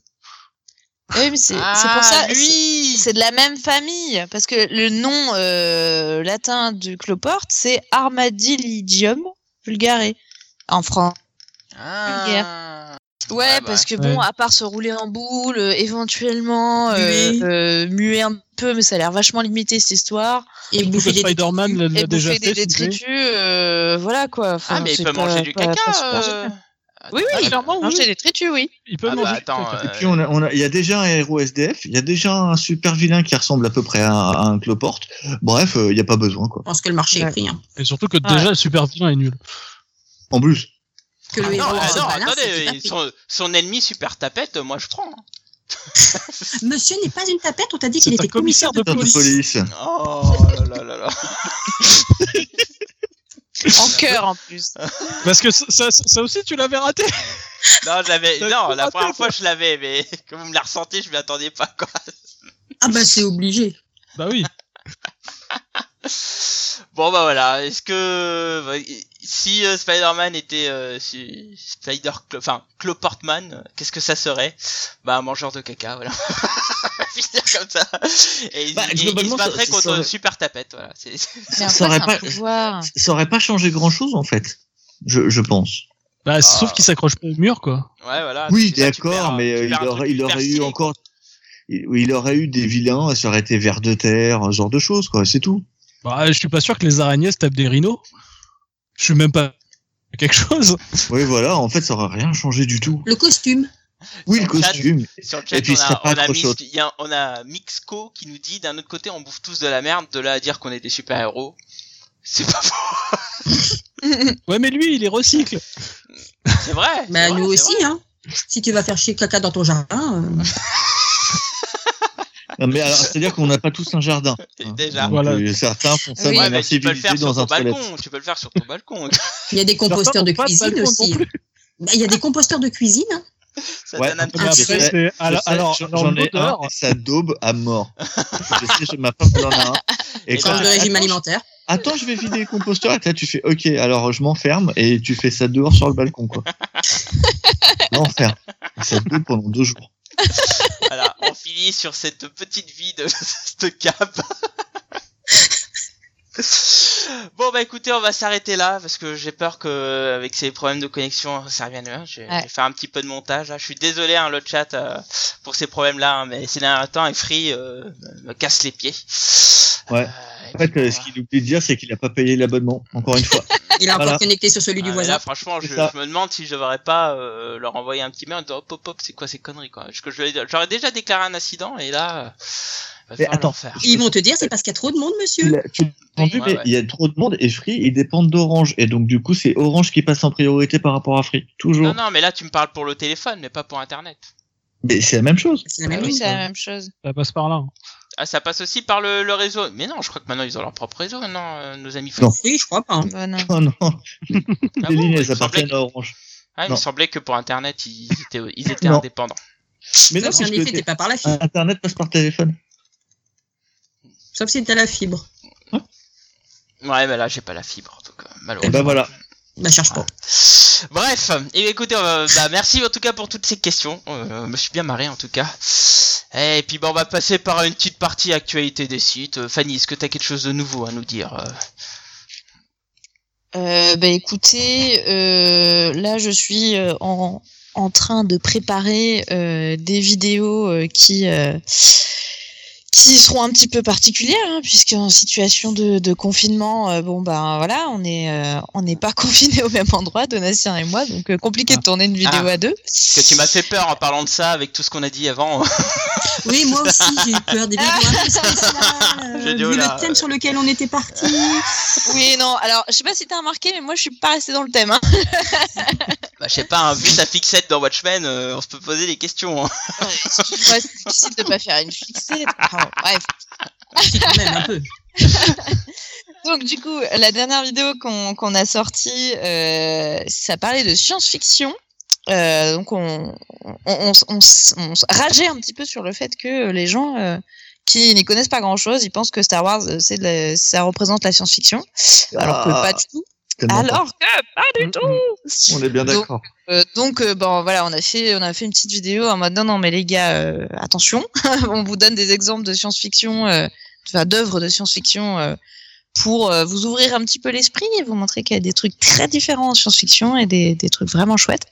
Ah Oui, mais c'est Ah, c'est pour ça. c'est- C'est de la même famille parce que le nom euh, latin du cloporte c'est Armadilligium vulgare en France. Ouais, Ah bah. parce que bon, Ouais. à part se rouler en boule, euh, éventuellement euh, Oui. euh, muer un peu, mais ça a l'air vachement limité cette histoire. Et Parce que bouffer des Spider-Man l'a- et l'a déjà bouffer fait. des si tu veux. détritus, euh, voilà quoi. Enfin, Ah, mais il c'est peut pas- manger du pas- pas caca. super euh. génial. Oui, oui, Ah, clairement, oui. manger des détritus, [laughs] oui. Il peut Ah bah manger. attends, Et euh, puis on a, on a- il y a déjà un héros SDF, il y a déjà un super vilain qui ressemble à peu près à, un- à un cloporte. Bref, euh, il n'y a pas besoin quoi. Je pense que le marché est Ouais. Ah pris. hein. Et surtout que Ouais. déjà le super vilain est nul. En plus, Que le Ah héros non, ah se non, balance, c'est attendez, tapé. son, son ennemi super tapette, moi je prends. hein. [laughs] Monsieur n'est pas une tapette, on t'a dit C'est qu'il un était commissaire de de police. police. Oh là là là là. En cœur en plus. Parce que ça, ça, ça aussi tu l'avais raté. Non, je l'avais. T'as Non, tout la raté, première quoi. fois je l'avais, mais [laughs] comme vous me la ressentez, je m'y attendais pas quoi. Ah bah c'est obligé. Bah oui. Bon bah voilà, est-ce que bah, si euh, Spider-Man était euh, si Spider enfin Cloportman, euh, qu'est-ce que ça serait Bah un mangeur de caca, voilà. [laughs] On va finir comme ça. Et, il- Bah, et il se globalement, ça- battrait ça contre serait- une super tapette, voilà. C'est- c'est- Mais Ça après, aurait c'est un pas- pouvoir. Ça aurait pas changé grand chose en fait, je, je pense. Bah sauf Ah. qu'il s'accroche pas au mur quoi. Ouais voilà. Oui, déjà, tu perds- d'accord, mais tu perds euh, il un aurait, truc il aurait eu stylé, encore. Il, il aurait eu des vilains, ça aurait été vers de terre, ce genre de choses, quoi, c'est tout. Bah je suis pas sûr que les araignées se tapent des rhinos. Je suis même pas quelque chose. Oui, voilà, en fait, ça aurait rien changé du tout. Le costume. Oui, le Sur le chat, costume. Sur le chat, Et puis, on, il serait a, pas on, a Mix- accroché au- il y a- on a Mixco qui nous dit d'un autre côté, on bouffe tous de la merde, de là à dire qu'on est des super-héros. C'est pas faux, Ouais mais lui il est recycle. c'est vrai. c'est Bah vrai, nous c'est aussi, hein. Si tu vas faire chier caca dans ton jardin, euh, Non, mais alors, c'est-à-dire qu'on n'a pas tous un jardin. vrai. Déjà. Donc, Voilà. euh, Certains font ça Oui. dans Ouais, leur mais tu peux le civilité faire sur dans ton un toilette. balcon. Tu peux le faire sur ton [laughs] balcon. il y a des composteurs de Certains n'ont pas de cuisine balcon non aussi. plus. Bah, Il y a des composteurs de cuisine. hein. Ça Ouais, donne un on peut petit Ah, Après, je effet. sais, c'est- alors, Je sais, alors, j'en- alors j'en ai un, l'odeur, et ça daube [laughs] à mort. je sais, je- ma femme, elle en a un. Et Et quand ben, Change de elle- régime attends, alimentaire. Attends, je vais vider le composteur. Et là, tu fais OK, alors je m'enferme et tu fais ça dehors sur le [laughs] balcon, quoi. L'enfer. Ça te doute pendant deux jours. Voilà, on finit sur cette petite vie de [laughs] cette cape. Bon bah écoutez, on va s'arrêter là parce que j'ai peur que avec ces problèmes de connexion, ça revienne. hein. Je vais Ouais. je vais faire un petit peu de montage. hein. Je suis désolé hein, le chat euh, pour ces problèmes-là, hein, mais ces derniers temps, et Free euh, me casse les pieds. Ouais. Euh, et En fait, puis, euh, ce voilà. qu'il oublie de dire, c'est qu'il n'a pas payé l'abonnement, encore une fois. Il est encore Voilà. connecté sur celui Ah, du mais voisin. Là, franchement, je, C'est ça. je me demande si je devrais pas euh, leur envoyer un petit mail en disant hop hop hop, c'est quoi ces conneries quoi. Parce que je vais- j'aurais déjà déclaré un accident et là, euh, va Mais falloir attends. leur faire. Ils vont te dire c'est parce qu'il y a trop de monde, tu monsieur. l'as tu l'as entendu, Ouais, mais ouais. il y a trop de monde et Free, ils dépendent d'Orange. Et donc, du coup, c'est Orange qui passe en priorité par rapport à Free. Toujours. Non non, mais là tu me parles pour le téléphone, mais pas pour Internet. Mais c'est la même chose. [laughs] C'est la Ah même oui, ligne. c'est la même chose. ça passe par là. hein. Ah, ça passe aussi par le, le réseau. Mais non, je crois que maintenant ils ont leur propre réseau maintenant, euh, nos amis. Non. Oui, je crois pas. hein. Bah, non. Oh non, Ah les bon lignes, Il me elles semblait appartiennent que- à Orange. Ah, il Non. me semblait que pour Internet [laughs] ils étaient, euh, ils étaient Non. indépendants. Mais non, Sauf si en parce que effet t'es pas par la fibre. Internet passe par téléphone. Sauf si t'as la fibre. Ouais, mais là j'ai pas la fibre, donc euh, malheureusement. Et ben voilà. Bah cherche Ah. pas. Bref, et bien, écoutez, euh, bah, merci en tout cas pour toutes ces questions. Euh, je me suis bien marré en tout cas. Eh, Et puis bon, on va passer par une petite partie actualité des sites. Euh, Fanny, est-ce que t'as quelque chose de nouveau à nous dire euh Euh, bah écoutez, euh, là je suis euh, en, en train de préparer euh, des vidéos euh, qui euh, qui seront un petit peu particulières, hein, puisque en situation de, de confinement, euh, bon ben voilà, on est euh, on n'est pas [laughs] confinés au même endroit, Donatien et moi, donc euh, compliqué de tourner une vidéo Ah. à deux. Parce que tu m'as fait peur en parlant de ça avec tout ce qu'on a dit avant. Oui, moi aussi, j'ai [laughs] eu [laughs] peur des vidéos un peu spéciales, euh, J'ai dit, vu oh là, le thème sur lequel on était parti. Oui, non, alors je sais pas si t'as remarqué, mais moi je suis pas restée dans le thème. Hein. bah, je sais pas, hein, vu sa fixette dans Watchmen, euh, on se peut poser des questions. hein. Ouais, c'est difficile de pas faire une fixette. Enfin, bref. Si, quand même, un peu. [laughs] Donc du coup, la dernière vidéo qu'on qu'on a sortie, euh, ça parlait de science-fiction. Euh, donc on, on, on, s- on s- on s- rageait un petit peu sur le fait que les gens euh, qui n'y connaissent pas grand-chose, ils pensent que Star Wars, euh, c'est de la- ça représente la science-fiction, alors que Ah. pas du tout. tellement Alors que pas du Mm, tout. pas- On est bien Donc- d'accord. Euh, donc euh, bon voilà, on a fait on a fait une petite vidéo en mode non non mais les gars euh, attention, [laughs] on vous donne des exemples de science-fiction, euh, enfin d'œuvres de science-fiction euh, pour euh, vous ouvrir un petit peu l'esprit et vous montrer qu'il y a des trucs très différents en science-fiction et des, des trucs vraiment chouettes.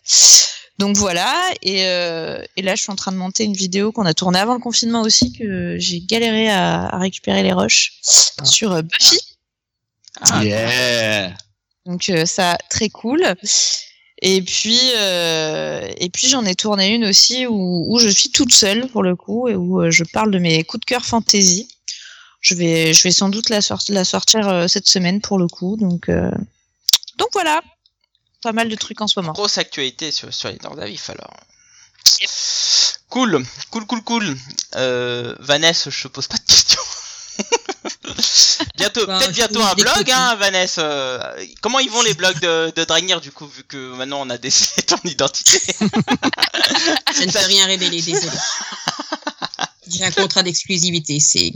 Donc voilà et, euh, et là je suis en train de monter une vidéo qu'on a tournée avant le confinement aussi que j'ai galéré à, à récupérer les rushs sur euh, Buffy. Ah, Yeah. Donc euh, ça très cool. Et puis euh, et puis j'en ai tourné une aussi où, où je suis toute seule pour le coup et où euh, je parle de mes coups de cœur fantasy. Je vais je vais sans doute la, sor- la sortir euh, cette semaine pour le coup. Donc euh, donc voilà, pas mal de trucs en ce moment. Grosse actualité sur, sur les Nordavif alors. Cool, cool, cool, cool. Euh, Vanessa, je te pose pas de questions. [laughs] bientôt, Ben, peut-être je bientôt vous un blog, écoute. hein, Vanessa. euh, Comment ils vont les blogs de, de Dragnir du coup, vu que maintenant on a des [laughs] ton identité Je ne peux rien révéler, désolé. J'ai un contrat d'exclusivité, c'est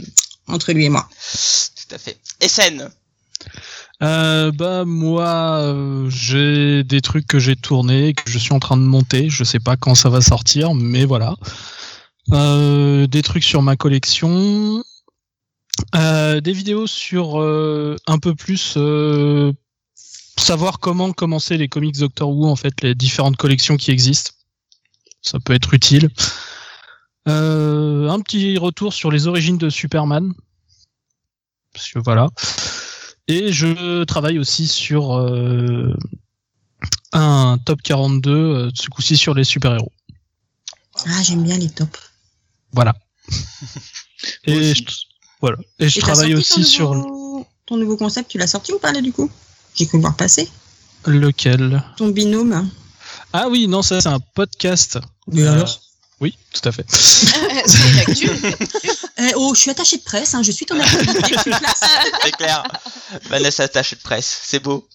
entre lui et moi. Tout à fait. SN, Euh, bah moi, euh, j'ai des trucs que j'ai tournés, que je suis en train de monter. Je sais pas quand ça va sortir, mais voilà. Euh, des trucs sur ma collection, Euh, des vidéos sur euh, un peu plus euh, savoir comment commencer les comics Doctor Who, en fait, les différentes collections qui existent. Ça peut être utile. Euh, un petit retour sur les origines de Superman. Parce que voilà. Et je travaille aussi sur euh, un top 42, euh, ce coup-ci sur les super-héros. Ah, j'aime bien les tops. [laughs] Voilà. Moi Et aussi. je, voilà. Et je Et t'as travaille sorti ton aussi sur le- nouveau- Ton nouveau concept, tu l'as sorti ou pas là du coup J'ai cru voir passer. lequel. Ton binôme. Ah oui, non, ça c'est un podcast. Mais Euh, alors Oui, tout à fait. [laughs] C'est une [laughs] actu. Eh, Oh, je suis attachée de presse, hein, je suis ton [laughs] activité, je suis classe. c'est clair. Vanessa attache de presse, c'est beau.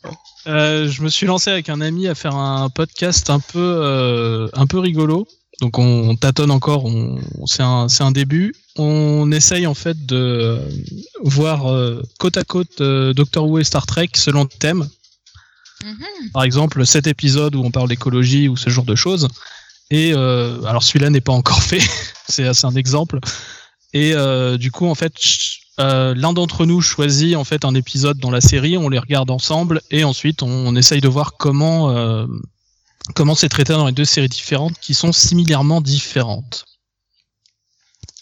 Euh, je me suis lancé avec un ami à faire un podcast un peu, euh, un peu rigolo. Donc on, on tâtonne encore, on, on- c'est un, c'est un début. On essaye en fait de euh, voir euh, côte à côte euh, Doctor Who et Star Trek selon le thème. Par exemple, cet épisode où on parle d'écologie ou ce genre de choses. Et euh, alors celui-là n'est pas encore [laughs] fait, c'est c'est un exemple. Et euh, du coup, en fait, ch- euh, l'un d'entre nous choisit en fait un épisode dans la série, on les regarde ensemble et ensuite on, on essaye de voir comment euh, comment c'est traité dans les deux séries différentes qui sont similairement différentes.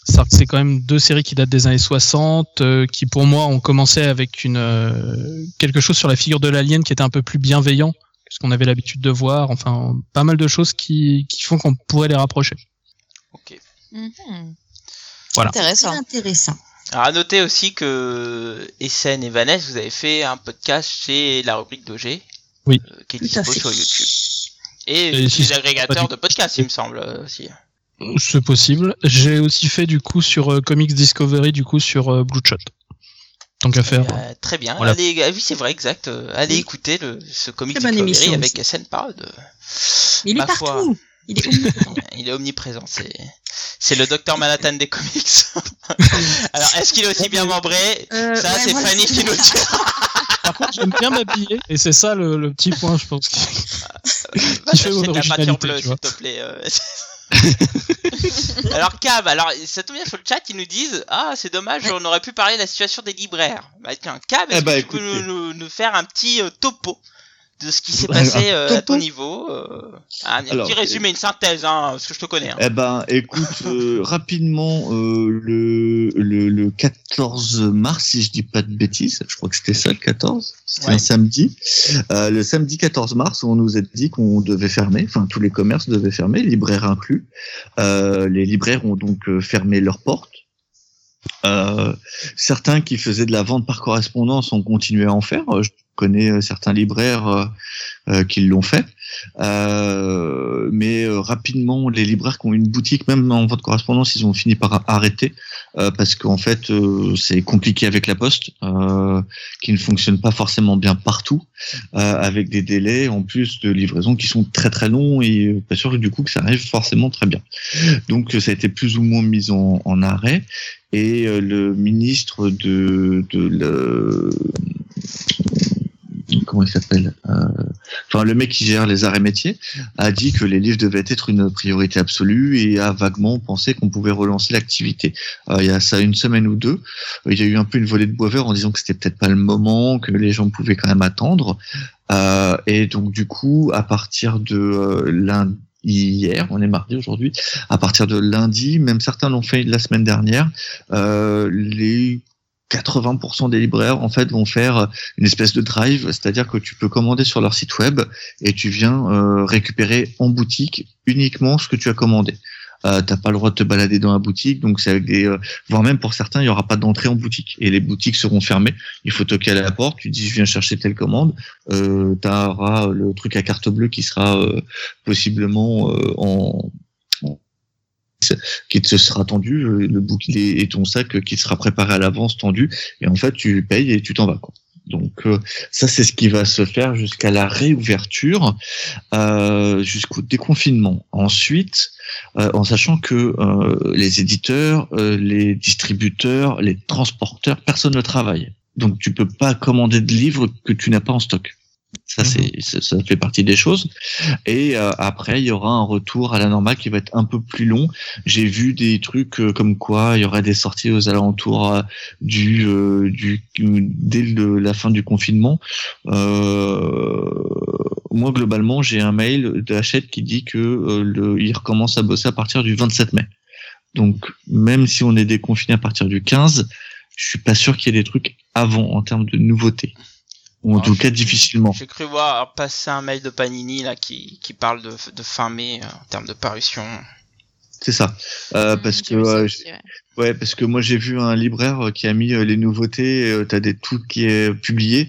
C'est-à-dire que C'est quand même deux séries qui datent des années 60, euh, qui pour moi ont commencé avec une euh, quelque chose sur la figure de l'alien qui était un peu plus bienveillant que ce qu'on avait l'habitude de voir. Enfin, pas mal de choses qui, qui font qu'on pourrait les rapprocher. Ok. Voilà. C'est Intéressant. intéressant. Alors à noter aussi que Essen et Vanessa, vous avez fait un podcast chez la rubrique d'OG. Oui. euh, qui est Tout à dispo fait. sur YouTube. Et, Et si les c'est pas agrégateurs du- de podcasts, il me semble euh, aussi. C'est possible. J'ai aussi fait du coup sur euh, Comics Discovery, du coup sur euh, Bloodshot. Tant qu'à faire. Euh, très bien. Voilà. Allez, ah oui, c'est vrai, exact. euh, Allez Oui. écouter le, ce comic Très bonne Discovery émission avec SN Parade. [laughs] Mais il est Ma foi. partout. Il [laughs] est omnipotent. Il est omniprésent. C'est, c'est le docteur Manhattan des comics. [laughs] Alors, est-ce qu'il est aussi bien membré Euh, Ça, ouais, c'est voilà. Fanny qui [laughs] nous dit. Par contre, j'aime bien m'habiller. Et c'est ça le, le petit point, je pense. Va Il fait chercher de la originalité, peinture bleue, tu s'il vois. te plaît. euh. [laughs] [laughs] alors, Cab, alors, ça tombe bien sur le chat, ils nous disent Ah, c'est dommage, on aurait pu parler de la situation des libraires. Bah, tiens, Cab, est-ce Eh bah, que tu peux écoutez. Bah, nous, nous- nous faire un petit euh, topo de ce qui s'est Un passé euh, à topo ton niveau euh, Un Alors, petit résumé, une synthèse, hein, parce que je te connais. hein. Eh ben, écoute, euh, rapidement, euh, le, le, le 14 mars, si je dis pas de bêtises, je crois que c'était ça le 14, c'était Ouais. un samedi. Euh, le samedi 14 mars, on nous a dit qu'on devait fermer, enfin tous les commerces devaient fermer, libraires inclus. Euh, les libraires ont donc euh, fermé leurs portes. Euh, certains qui faisaient de la vente par correspondance ont continué à en faire. Euh, Je connais euh, certains libraires euh, euh, qui l'ont fait. Euh, mais euh, rapidement, les libraires qui ont une boutique, même en vente correspondance, ils ont fini par arrêter euh, parce qu'en fait, euh, c'est compliqué avec la poste, euh, qui ne fonctionne pas forcément bien partout, euh, avec des délais en plus de livraison qui sont très très longs et euh, pas sûr du coup que ça arrive forcément très bien. Donc euh, ça a été plus ou moins mis en, en arrêt et euh, le ministre de, de le comment il s'appelle euh, Enfin, le mec qui gère les arrêts métiers a dit que les livres devaient être une priorité absolue et a vaguement pensé qu'on pouvait relancer l'activité. Euh, il y a ça une semaine ou deux, euh, il y a eu un peu une volée de bois vert en disant que c'était peut-être pas le moment, que les gens pouvaient quand même attendre. Euh, et donc du coup, à partir de euh, lundi, hier, on est mardi aujourd'hui, à partir de lundi, même certains l'ont fait la semaine dernière, euh, les 80% des libraires en fait vont faire une espèce de drive, c'est-à-dire que tu peux commander sur leur site web et tu viens euh, récupérer en boutique uniquement ce que tu as commandé. Euh, t'as pas le droit de te balader dans la boutique, donc c'est avec des, euh, voire même pour certains, il y aura pas d'entrée en boutique et les boutiques seront fermées. Il faut toquer à la porte, tu dis je viens chercher telle commande, euh, t'auras le truc à carte bleue qui sera euh, possiblement euh, en, en- qui te sera tendu, euh, le bouclier et ton sac euh, qui sera préparé à l'avance tendu, et en fait tu payes et tu t'en vas quoi. Donc euh, ça c'est ce qui va se faire jusqu'à la réouverture, euh, jusqu'au déconfinement. Ensuite, euh, en sachant que euh, les éditeurs, euh, les distributeurs, les transporteurs, personne ne travaille. Donc tu peux pas commander de livres que tu n'as pas en stock. Ça, c'est, ça, ça fait partie des choses. Et euh, après, il y aura un retour à la normale qui va être un peu plus long. J'ai vu des trucs euh, comme quoi il y aurait des sorties aux alentours euh, du, euh, du dès le- la fin du confinement. Euh, moi, globalement, j'ai un mail de Hachette qui dit que euh, le, il recommence à bosser à partir du 27 mai. Donc, même si on est déconfiné à partir du 15, je suis pas sûr qu'il y ait des trucs avant en termes de nouveautés. Ou en Ah, tout je- cas, difficilement. J'ai cru voir passer un mail de Panini là qui, qui parle de, de fin mai euh, en termes de parution. C'est ça. Euh, Ah, Hum, parce que j'ai vu ça euh, aussi, ouais. j- ouais, parce que moi j'ai vu un libraire euh, qui a mis euh, les nouveautés. euh, T'as des trucs qui est publié.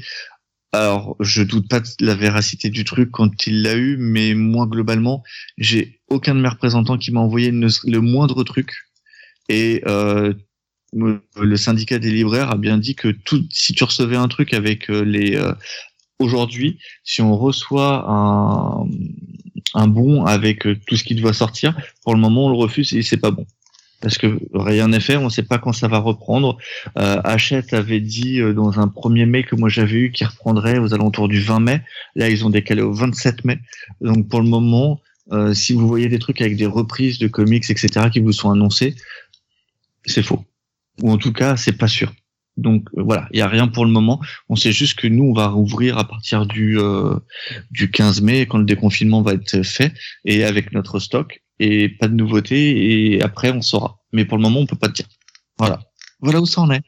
Alors je doute pas de la véracité du truc quand il l'a eu, mais moi globalement j'ai aucun de mes représentants qui m'a envoyé ne- le moindre truc. Et euh, le le syndicat des libraires a bien dit que tout, si tu recevais un truc avec euh, les euh, aujourd'hui, si on reçoit un un bon avec euh, tout ce qui doit sortir, pour le moment on le refuse et c'est pas bon. Parce que rien n'est fait, on ne sait pas quand ça va reprendre. Euh, Hachette avait dit euh, dans un premier mai que moi j'avais eu qu'il reprendrait aux alentours du 20 mai. Là, ils ont décalé au 27 mai. Donc pour le moment, euh, si vous voyez des trucs avec des reprises de comics, etc., qui vous sont annoncés, c'est faux. Ou en tout cas, c'est pas sûr. Donc euh, voilà, il y a rien pour le moment. On sait juste que nous, on va rouvrir à partir du euh, du 15 mai quand le déconfinement va être fait et avec notre stock et pas de nouveauté et après on saura. Mais pour le moment, on peut pas te dire. Voilà. Voilà où ça en est.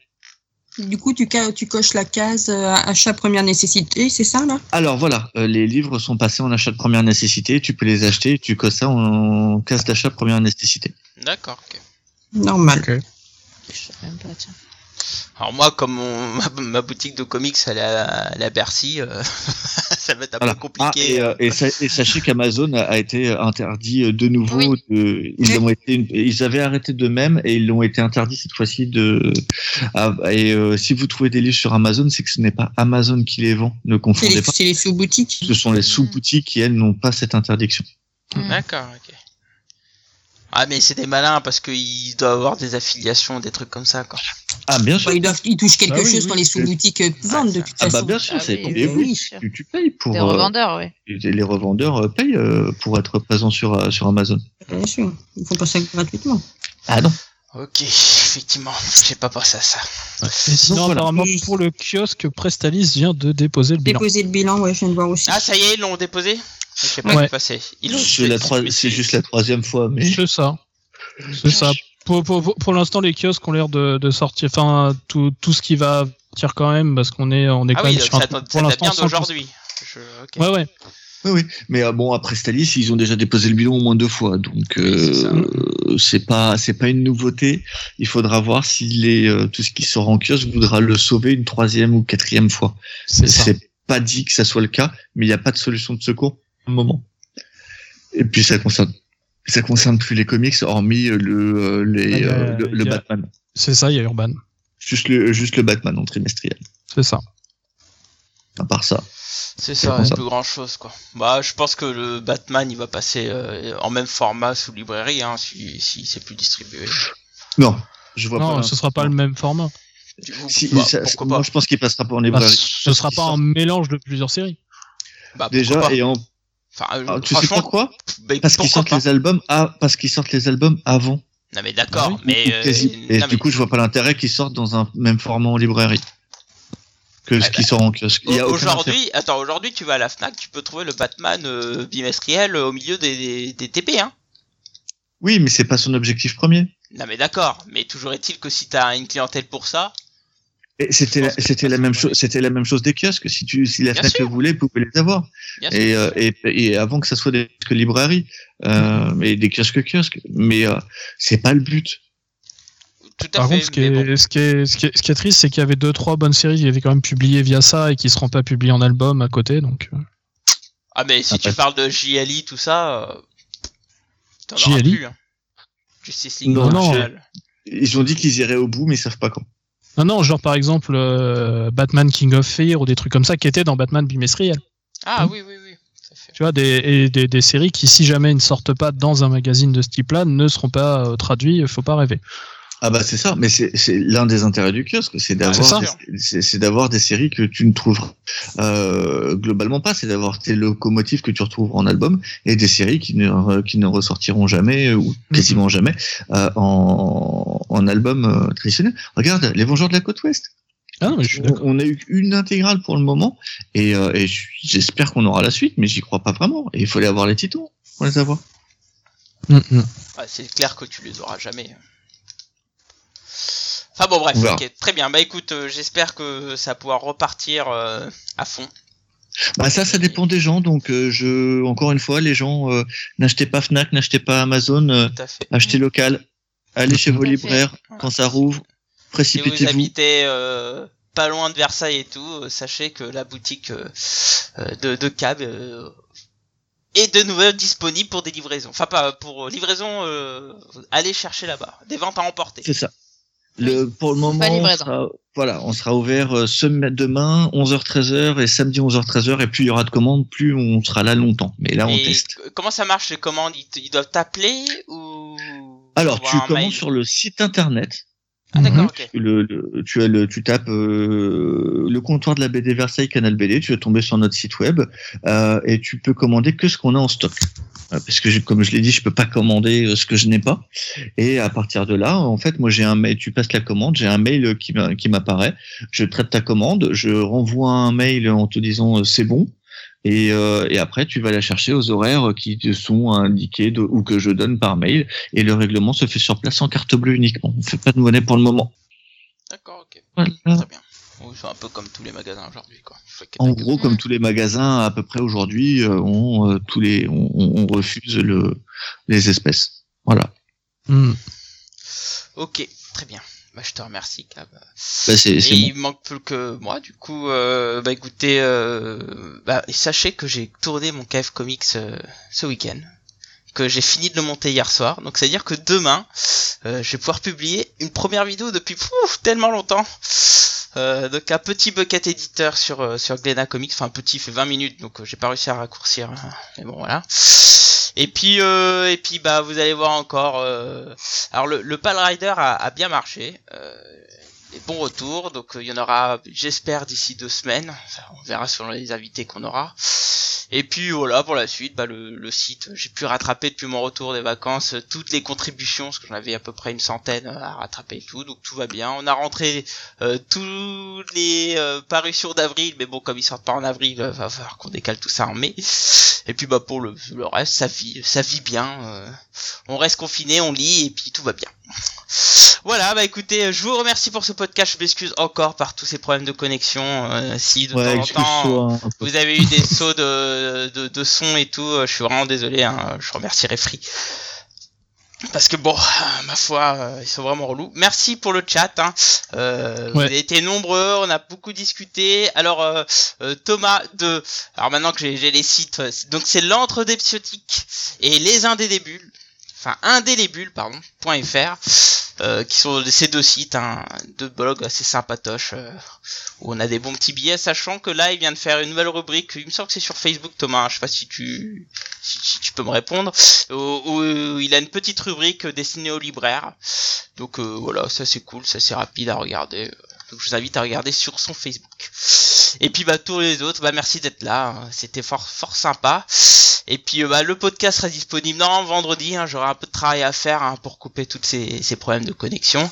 Du coup, tu, ca- tu coches la case euh, achat première nécessité, c'est ça là Alors voilà, euh, les livres sont passés en achat de première nécessité. Tu peux les acheter. Tu coches ça en casse d'achat de première nécessité. D'accord. ok. Normal. [laughs] Ok. Je sais même pas, tiens. Alors moi, comme mon- [laughs] ma, ma boutique de comics elle est à, elle est à Bercy, euh, [laughs] ça va être un Voilà. peu Ah, compliqué. et, euh, et sa- et sachez qu'Amazon a- a été interdit euh, de nouveau. Oui. de- ils, ont été une- ils avaient arrêté de même et ils l'ont été interdits cette fois-ci. De, ah, et euh, si vous trouvez des livres sur Amazon, c'est que ce n'est pas Amazon qui les vend. Ne C'est confondez les, pas. c'est les sous-boutiques. Ce sont les sous-boutiques qui, elles, n'ont pas cette interdiction. Hmm. D'accord, ok. Ah mais c'est des malins parce qu'ils doivent avoir des affiliations, des trucs comme ça quoi. Ah, bien Bah, sûr. ils, doivent- ils touchent quelque Ah oui, chose oui, dans les c'est- sous-boutiques euh, vendent de toute Ah, bah, façon. bien sûr, Ah c'est. oui, et oui, oui, sûr. tu, tu payes pour. Des euh, revendeurs, ouais. les revendeurs euh, payent euh, pour être présents sur, euh, sur Amazon. Bien sûr. Ils font pas ça gratuitement. Ah non. Ok, effectivement, j'ai pas pensé à ça. Et sinon, Donc, voilà. apparemment, pour le kiosque, Prestalis vient de déposer le bilan. Déposer le bilan, ouais, je viens de voir aussi. Ah ça y est, ils l'ont déposé Je sais pas Ouais. ce qui est passé. Ils l'ont C'est la fait, troi- mais c'est juste la troisième fois, mais. C'est ça. C'est ça. Pour, pour, pour- pour l'instant, les kiosques ont l'air de, de sortir. Enfin, tout, tout ce qui va sortir quand même, parce qu'on est, on est Ah quand oui, même donc sur un ça, truc date- ça date bien 100%. d'aujourd'hui. Je- ok. Ouais, ouais. Oui, oui. Mais euh, bon, après Stalis, ils ont déjà déposé le bilan au moins deux fois, donc Oui, c'est ça. euh, c'est pas c'est pas une nouveauté. Il faudra voir si les euh, tout ce qui sort en kiosque voudra le sauver une troisième ou quatrième fois. C'est ça. C'est pas dit que ça soit le cas, mais il n'y a pas de solution de secours pour le moment. Et puis ça concerne ça concerne plus les comics, hormis euh, le euh, Ah, il les, y a- euh, le, le il y a- Batman. C'est ça, il y a Urban. Juste le juste le Batman en trimestriel. C'est ça. À part ça. C'est C'est ça, comme il y ça. a plus grand chose quoi. Bah, je pense que le Batman il va passer euh, en même format sous librairie hein, si, si c'est plus distribué. Non, je vois Non, pas. ce sera pas le même format. Du coup, Si- bah, ça- pourquoi moi, pas je pense qu'il passera pas en Bah, librairie. Ah, ce sera pas un mélange de plusieurs séries. Bah, pourquoi Déjà, pas. et en... Enfin, euh, ah, tu sais franchement, pourquoi bah, Parce qu'ils pourquoi sortent pas les albums, à... parce qu'ils sortent les albums avant. Non mais d'accord, Ah oui, mais euh, Quasi. et non, du mais- coup, je vois pas l'intérêt qu'ils sortent dans un même format en librairie que Eh ce Ah ben, qui sort en kiosque. Il y a aucun intérêt. Aujourd'hui, attends, aujourd'hui tu vas à la Fnac, tu peux trouver le Batman euh, bimestriel euh, au milieu des, des, des TP, hein. Oui, mais c'est pas son objectif premier. Non mais d'accord, mais toujours est-il que si t'as une clientèle pour ça, Et C'était Je la, pense que c'était c'est la pas même son chose. C'était la même chose des kiosques. Si tu, si la Bien FNAC sûr. le voulait, vous pouvez les avoir. bien sûr. et, euh, et, et avant que ça soit des kiosques librairies euh, et des kiosques kiosques mais euh, c'est pas le but Tout à Par fait. contre, ce qui, mais est, bon. ce, qui est, ce, qui est, ce qui est triste, c'est qu'il y avait deux trois bonnes séries qui étaient quand même publiées via ça et qui seront pas publiées en album à côté. Donc, euh, Ah mais si tu Après. parles de JLI, tout ça, euh, t'en auras JLI? plus. Hein. Justice League Non, non. Marvel. ils ont dit qu'ils iraient au bout mais ils savent pas quand non, non, genre par exemple euh, Batman King of Fear ou des trucs comme ça qui étaient dans Batman bimestriel. Hein Ah oui, oui, oui. tout à fait. Tu vois, des, et des, des séries qui, si jamais ils ne sortent pas dans un magazine de ce type-là, ne seront pas euh, traduits. Faut pas rêver. ah bah c'est ça mais c'est c'est l'un des intérêts du kiosque c'est Bah, d'avoir c'est des- c'est c'est d'avoir des séries que tu ne trouveras euh, globalement pas c'est d'avoir tes locomotives que tu retrouves en album et des séries qui ne re- qui ne ressortiront jamais euh, ou quasiment jamais euh, en en album euh, traditionnel regarde les Vengeurs de la côte ouest Ah non, mais je suis On- d'accord. On a eu une intégrale pour le moment et, euh, et j- j'espère qu'on aura la suite, mais j'y crois pas vraiment. Et il fallait avoir les titres pour les avoir. Mm, mm. Ah, c'est clair que tu les auras jamais. Enfin bon bref, On verra. ok, très bien. Bah écoute, euh, j'espère que ça pourra repartir euh, à fond. Bah ça, ça dépend des gens. Donc euh, je, encore une fois, les gens euh, n'achetez pas Fnac, n'achetez pas Amazon, euh, Tout à fait. achetez local, allez chez vos Tout à fait. libraires quand ça rouvre. si vous Précipitez-vous. habitez euh, pas loin de Versailles et tout, euh, sachez que la boutique euh, euh, de, de Cab euh, est de nouveau disponible pour des livraisons. Enfin pas pour euh, livraison, euh, allez chercher là-bas. Des ventes à emporter. C'est ça. Le, pour le moment, on livrer, sera, voilà, on sera ouvert euh, ce, demain 11h-13h et samedi 11h-13h et plus il y aura de commandes, plus on sera là longtemps. Mais là, on Et teste. c- comment ça marche les commandes ils, te- ils doivent t'appeler ou Alors, t'envoies tu un commandes mail sur le Mhm. site internet. Ah d'accord, ok. Le, le- tu, as le, tu tapes euh, le comptoir de la BD Versailles, Canal BD, tu vas tomber sur notre site web euh, et tu peux commander que ce qu'on a en stock. Euh, Parce que, je- comme je l'ai dit, je peux pas commander euh, ce que je n'ai pas. Et à partir de là, en fait, moi, j'ai un mail, tu passes la commande, j'ai un mail euh, qui m'a- qui m'apparaît, je traite ta commande, je renvoie un mail en te disant euh, c'est bon. Et, euh, et après, tu vas la chercher aux horaires qui te sont indiqués de- ou que je donne par mail. Et le règlement se fait sur place en carte bleue uniquement. On fait pas de monnaie pour le moment. D'accord, ok. Voilà. Très bien. Oui, c'est un peu comme tous les magasins aujourd'hui quoi. Faut qu'il y ait Mm. En pas que- gros, comme tous les magasins à peu près aujourd'hui, euh, on, euh, tous les, on, on- on refuse le, les espèces. Voilà. Mm. Ok, très bien. Bah, je te remercie Cab. Bah, c'est Et c'est bon. il manque plus que moi, du coup, euh, bah écoutez, euh, bah, et sachez que j'ai tourné mon KF Comics euh, ce week-end, que j'ai fini de le monter hier soir, donc c'est-à-dire que demain, euh, je vais pouvoir publier une première vidéo depuis pouf, tellement longtemps. Euh, donc un petit bucket éditeur sur euh, sur Glena Comics, enfin un petit il fait 20 minutes, donc euh, j'ai pas réussi à raccourcir, hein. mais bon voilà. Et puis euh, et puis bah vous allez voir encore. euh, Alors le, le Pal Rider a, a bien marché. Euh, des bons retours. Donc euh, il y en aura, j'espère, d'ici deux semaines. Enfin, on verra selon les invités qu'on aura. Et puis voilà, pour la suite, bah, le, le site, j'ai pu rattraper depuis mon retour des vacances euh, toutes les contributions, parce que j'en avais à peu près une centaine euh, à rattraper et tout, donc tout va bien. On a rentré euh, tous les euh, parutions d'avril, mais bon, comme ils sortent pas en avril, euh, va falloir qu'on décale tout ça en mai. Et puis bah pour le, le reste, ça vit, ça vit bien. euh, on reste confiné, on lit, et puis tout va bien. Voilà, bah écoutez, je vous remercie pour ce podcast. Je m'excuse encore par tous ces problèmes de connexion. euh, si de Ouais, temps en temps, excuse-toi. hein. vous avez eu des sauts de, de, de son et tout, euh, je suis vraiment désolé, hein, je remercierai Free. Parce que bon, ma foi, euh, ils sont vraiment relous. Merci pour le chat. Hein. Euh, Vous Ouais. avez été nombreux, on a beaucoup discuté. Alors euh, euh, Thomas de, alors maintenant que j'ai j'ai les sites, euh, donc c'est l'entre des psiotiques et les indélébules, enfin indélébules pardon point .fr, euh, qui sont ces deux sites, hein, deux blogs assez sympatoches. euh, où on a des bons petits billets, sachant que là, il vient de faire une nouvelle rubrique. Il me semble que c'est sur Facebook, Thomas. hein, Je sais pas si tu, si, si tu peux me répondre. Où, où il a une euh, petite rubrique destinée aux libraires. Donc euh, voilà, ça c'est cool, ça c'est rapide à regarder. Donc je vous invite à regarder sur son Facebook. Et puis bah tous les autres, bah merci d'être là, hein. c'était fort fort sympa. Et puis euh, bah, le podcast sera disponible non vendredi, hein, j'aurai un peu de travail à faire hein, pour couper tous ces, ces problèmes de connexion.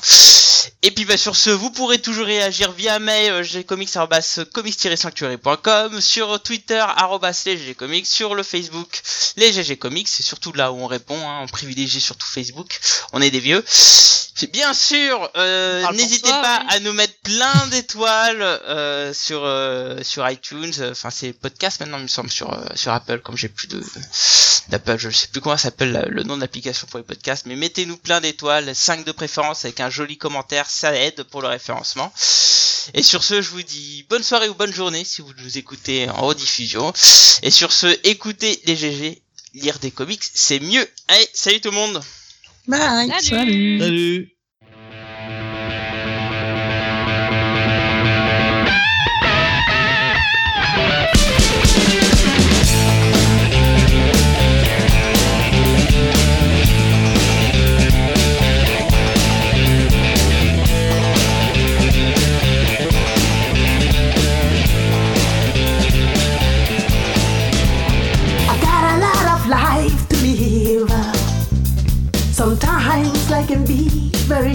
Et puis bah, sur ce, vous pourrez toujours réagir via mail euh, gcomics@comics-sanctuary.com, sur Twitter arrobas les @lesgcomics, sur le Facebook les GG Comics, c'est surtout là où on répond, hein, on privilégie surtout Facebook, on est des vieux. Bien sûr, euh, Parle pour n'hésitez toi, pas oui. à nous mettre plein d'étoiles euh, sur euh, sur iTunes, enfin c'est podcast maintenant il me semble sur euh, sur Apple comme j'ai plus de d'Apple, je sais plus comment ça s'appelle la- le nom de l'application pour les podcasts, mais mettez-nous plein d'étoiles, 5 de préférence avec un joli commentaire, ça aide pour le référencement. Et sur ce, je vous dis bonne soirée ou bonne journée si vous nous écoutez en rediffusion. Et sur ce, écoutez les GG, lire des comics, c'est mieux. Allez, salut tout le monde Bye. Salut. Salut I got a lot of life to live. Sometimes life can be very